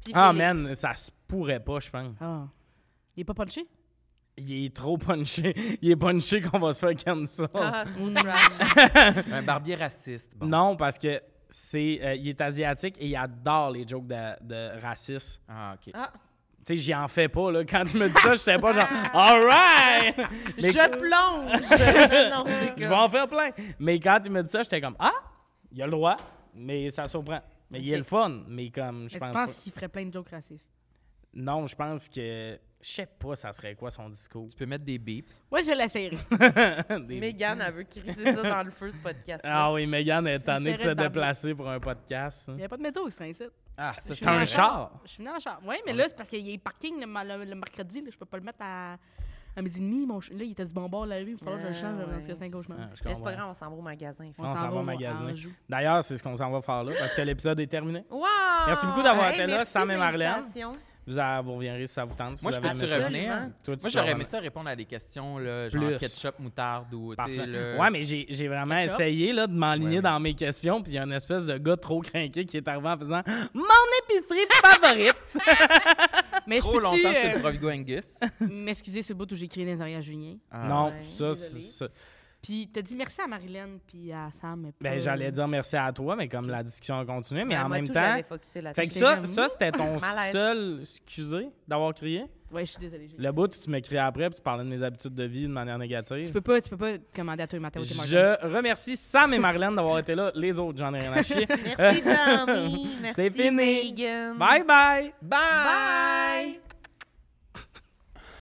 Speaker 2: Puis
Speaker 1: Ah,
Speaker 2: Félix.
Speaker 1: man, ça se pourrait pas, je pense.
Speaker 4: Ah. Il est pas punché?
Speaker 1: Il est trop punché. Il est punché qu'on va se faire cancel.
Speaker 2: Ah, trop trash.
Speaker 3: Un barbier raciste. Bon.
Speaker 1: Non, parce que c'est, euh, il est asiatique et il adore les jokes de, de racistes.
Speaker 3: Ah, OK.
Speaker 2: Ah,
Speaker 1: Tu sais, j'y en fais pas, là. Quand tu me dis ça, j'étais pas genre, all right! Mais-
Speaker 2: Je plonge! Ah, non, non, les
Speaker 1: Je
Speaker 2: gars.
Speaker 1: vais en faire plein. Mais quand il me dit ça, j'étais comme, ah, il a le droit, mais ça surprend. Mais il est
Speaker 2: Ok.
Speaker 1: le fun, mais comme, je
Speaker 4: Je
Speaker 1: pense
Speaker 4: pense
Speaker 1: pas.
Speaker 4: qu'il ferait plein de jokes racistes.
Speaker 1: Non, je pense que, je sais pas, ça serait quoi son discours.
Speaker 3: Tu peux mettre des bips.
Speaker 4: Ouais, je l'essayerai.
Speaker 1: Des-
Speaker 2: Mégane, elle veut crisser ça dans le feu, ce podcast.
Speaker 1: Ah oui, Megan est tannée de
Speaker 4: serait
Speaker 1: se
Speaker 4: dans-
Speaker 1: déplacer pour un podcast. hein.
Speaker 4: Il n'y a pas de métro ici, hein, ça.
Speaker 3: Ah, ça,
Speaker 1: C'est un
Speaker 3: vrai.
Speaker 1: char.
Speaker 4: Je suis venu en char. Oui, mais là, c'est parce qu'il y a le parking le, le- le mercredi. là, Je peux pas le mettre à, à midi et demi, mon ch- là, il était du bon bord de la rue, il fallait que je le
Speaker 2: Ah,
Speaker 4: change parce
Speaker 2: ouais,
Speaker 4: que c'est un
Speaker 2: c'est
Speaker 4: cauchemar.
Speaker 1: Ah, je
Speaker 2: Mais c'est pas
Speaker 1: comprends.
Speaker 2: grave, on s'en va au magasin.
Speaker 1: On s'en va
Speaker 4: au
Speaker 1: magasiner.
Speaker 4: Anjou.
Speaker 1: D'ailleurs, c'est ce qu'on s'en va faire là parce que l'épisode est terminé.
Speaker 2: Wow!
Speaker 1: Merci beaucoup d'avoir été là,
Speaker 2: merci
Speaker 1: Sam et
Speaker 2: de
Speaker 1: Marlène.
Speaker 2: l'invitation.
Speaker 1: Vous, a- vous reviendrez si ça vous tente. si
Speaker 3: Moi,
Speaker 1: vous
Speaker 3: je hein.
Speaker 1: avez aimé
Speaker 3: peux-tu
Speaker 1: ça.
Speaker 2: Absolument.
Speaker 3: revenir?
Speaker 1: Toi, tu
Speaker 3: Moi,
Speaker 1: peux
Speaker 3: j'aurais aimé
Speaker 1: revenir.
Speaker 3: ça répondre à des questions, là, genre
Speaker 1: Plus.
Speaker 3: ketchup, moutarde ou. tu sais,
Speaker 1: Parfait.
Speaker 3: le-
Speaker 1: Ouais, mais j'ai j'ai vraiment
Speaker 4: Ketchup.
Speaker 1: essayé là, de m'enligner
Speaker 3: Ouais, ouais.
Speaker 1: dans mes questions, puis il y a une espèce de gars trop craqué qui est arrivé en faisant Mon épicerie favorite!
Speaker 4: Mais je
Speaker 3: Trop
Speaker 4: peux-tu,
Speaker 3: longtemps, c'est
Speaker 4: euh,
Speaker 3: le Provigo Angus.
Speaker 4: M'excuser, c'est le bout où j'ai crié dans les oreilles à Julien.
Speaker 3: Ah.
Speaker 1: non,
Speaker 2: ouais.
Speaker 1: ça, c'est.
Speaker 4: Désolée.
Speaker 1: ça.
Speaker 4: Puis t'as dit merci à Marilyn puis à Sam. Mais
Speaker 1: Ben,
Speaker 4: pas-
Speaker 1: j'allais dire merci à toi, mais comme la discussion a continué, mais
Speaker 2: Ouais,
Speaker 1: en
Speaker 2: Ben, moi,
Speaker 1: même
Speaker 2: tout,
Speaker 1: temps.
Speaker 2: j'avais focusé là-dessus.
Speaker 1: Fait que ça,
Speaker 4: comme-
Speaker 1: ça c'était ton
Speaker 2: Malaise.
Speaker 1: seul. Excusez d'avoir crié.
Speaker 4: Ouais, je suis désolée. j'ai-
Speaker 1: Le bout, où tu m'écris après, puis tu parlais de mes habitudes de vie de manière
Speaker 4: Tu
Speaker 1: négative.
Speaker 4: peux pas, tu peux pas commander à toi et matin au Tim Hortons.
Speaker 1: Je remercie Sam et Marlène d'avoir été là. Les autres, j'en ai rien à chier.
Speaker 2: Merci, Tommy. Merci,
Speaker 1: C'est fini.
Speaker 2: Megan.
Speaker 1: bye bye!
Speaker 3: Bye!
Speaker 2: Bye.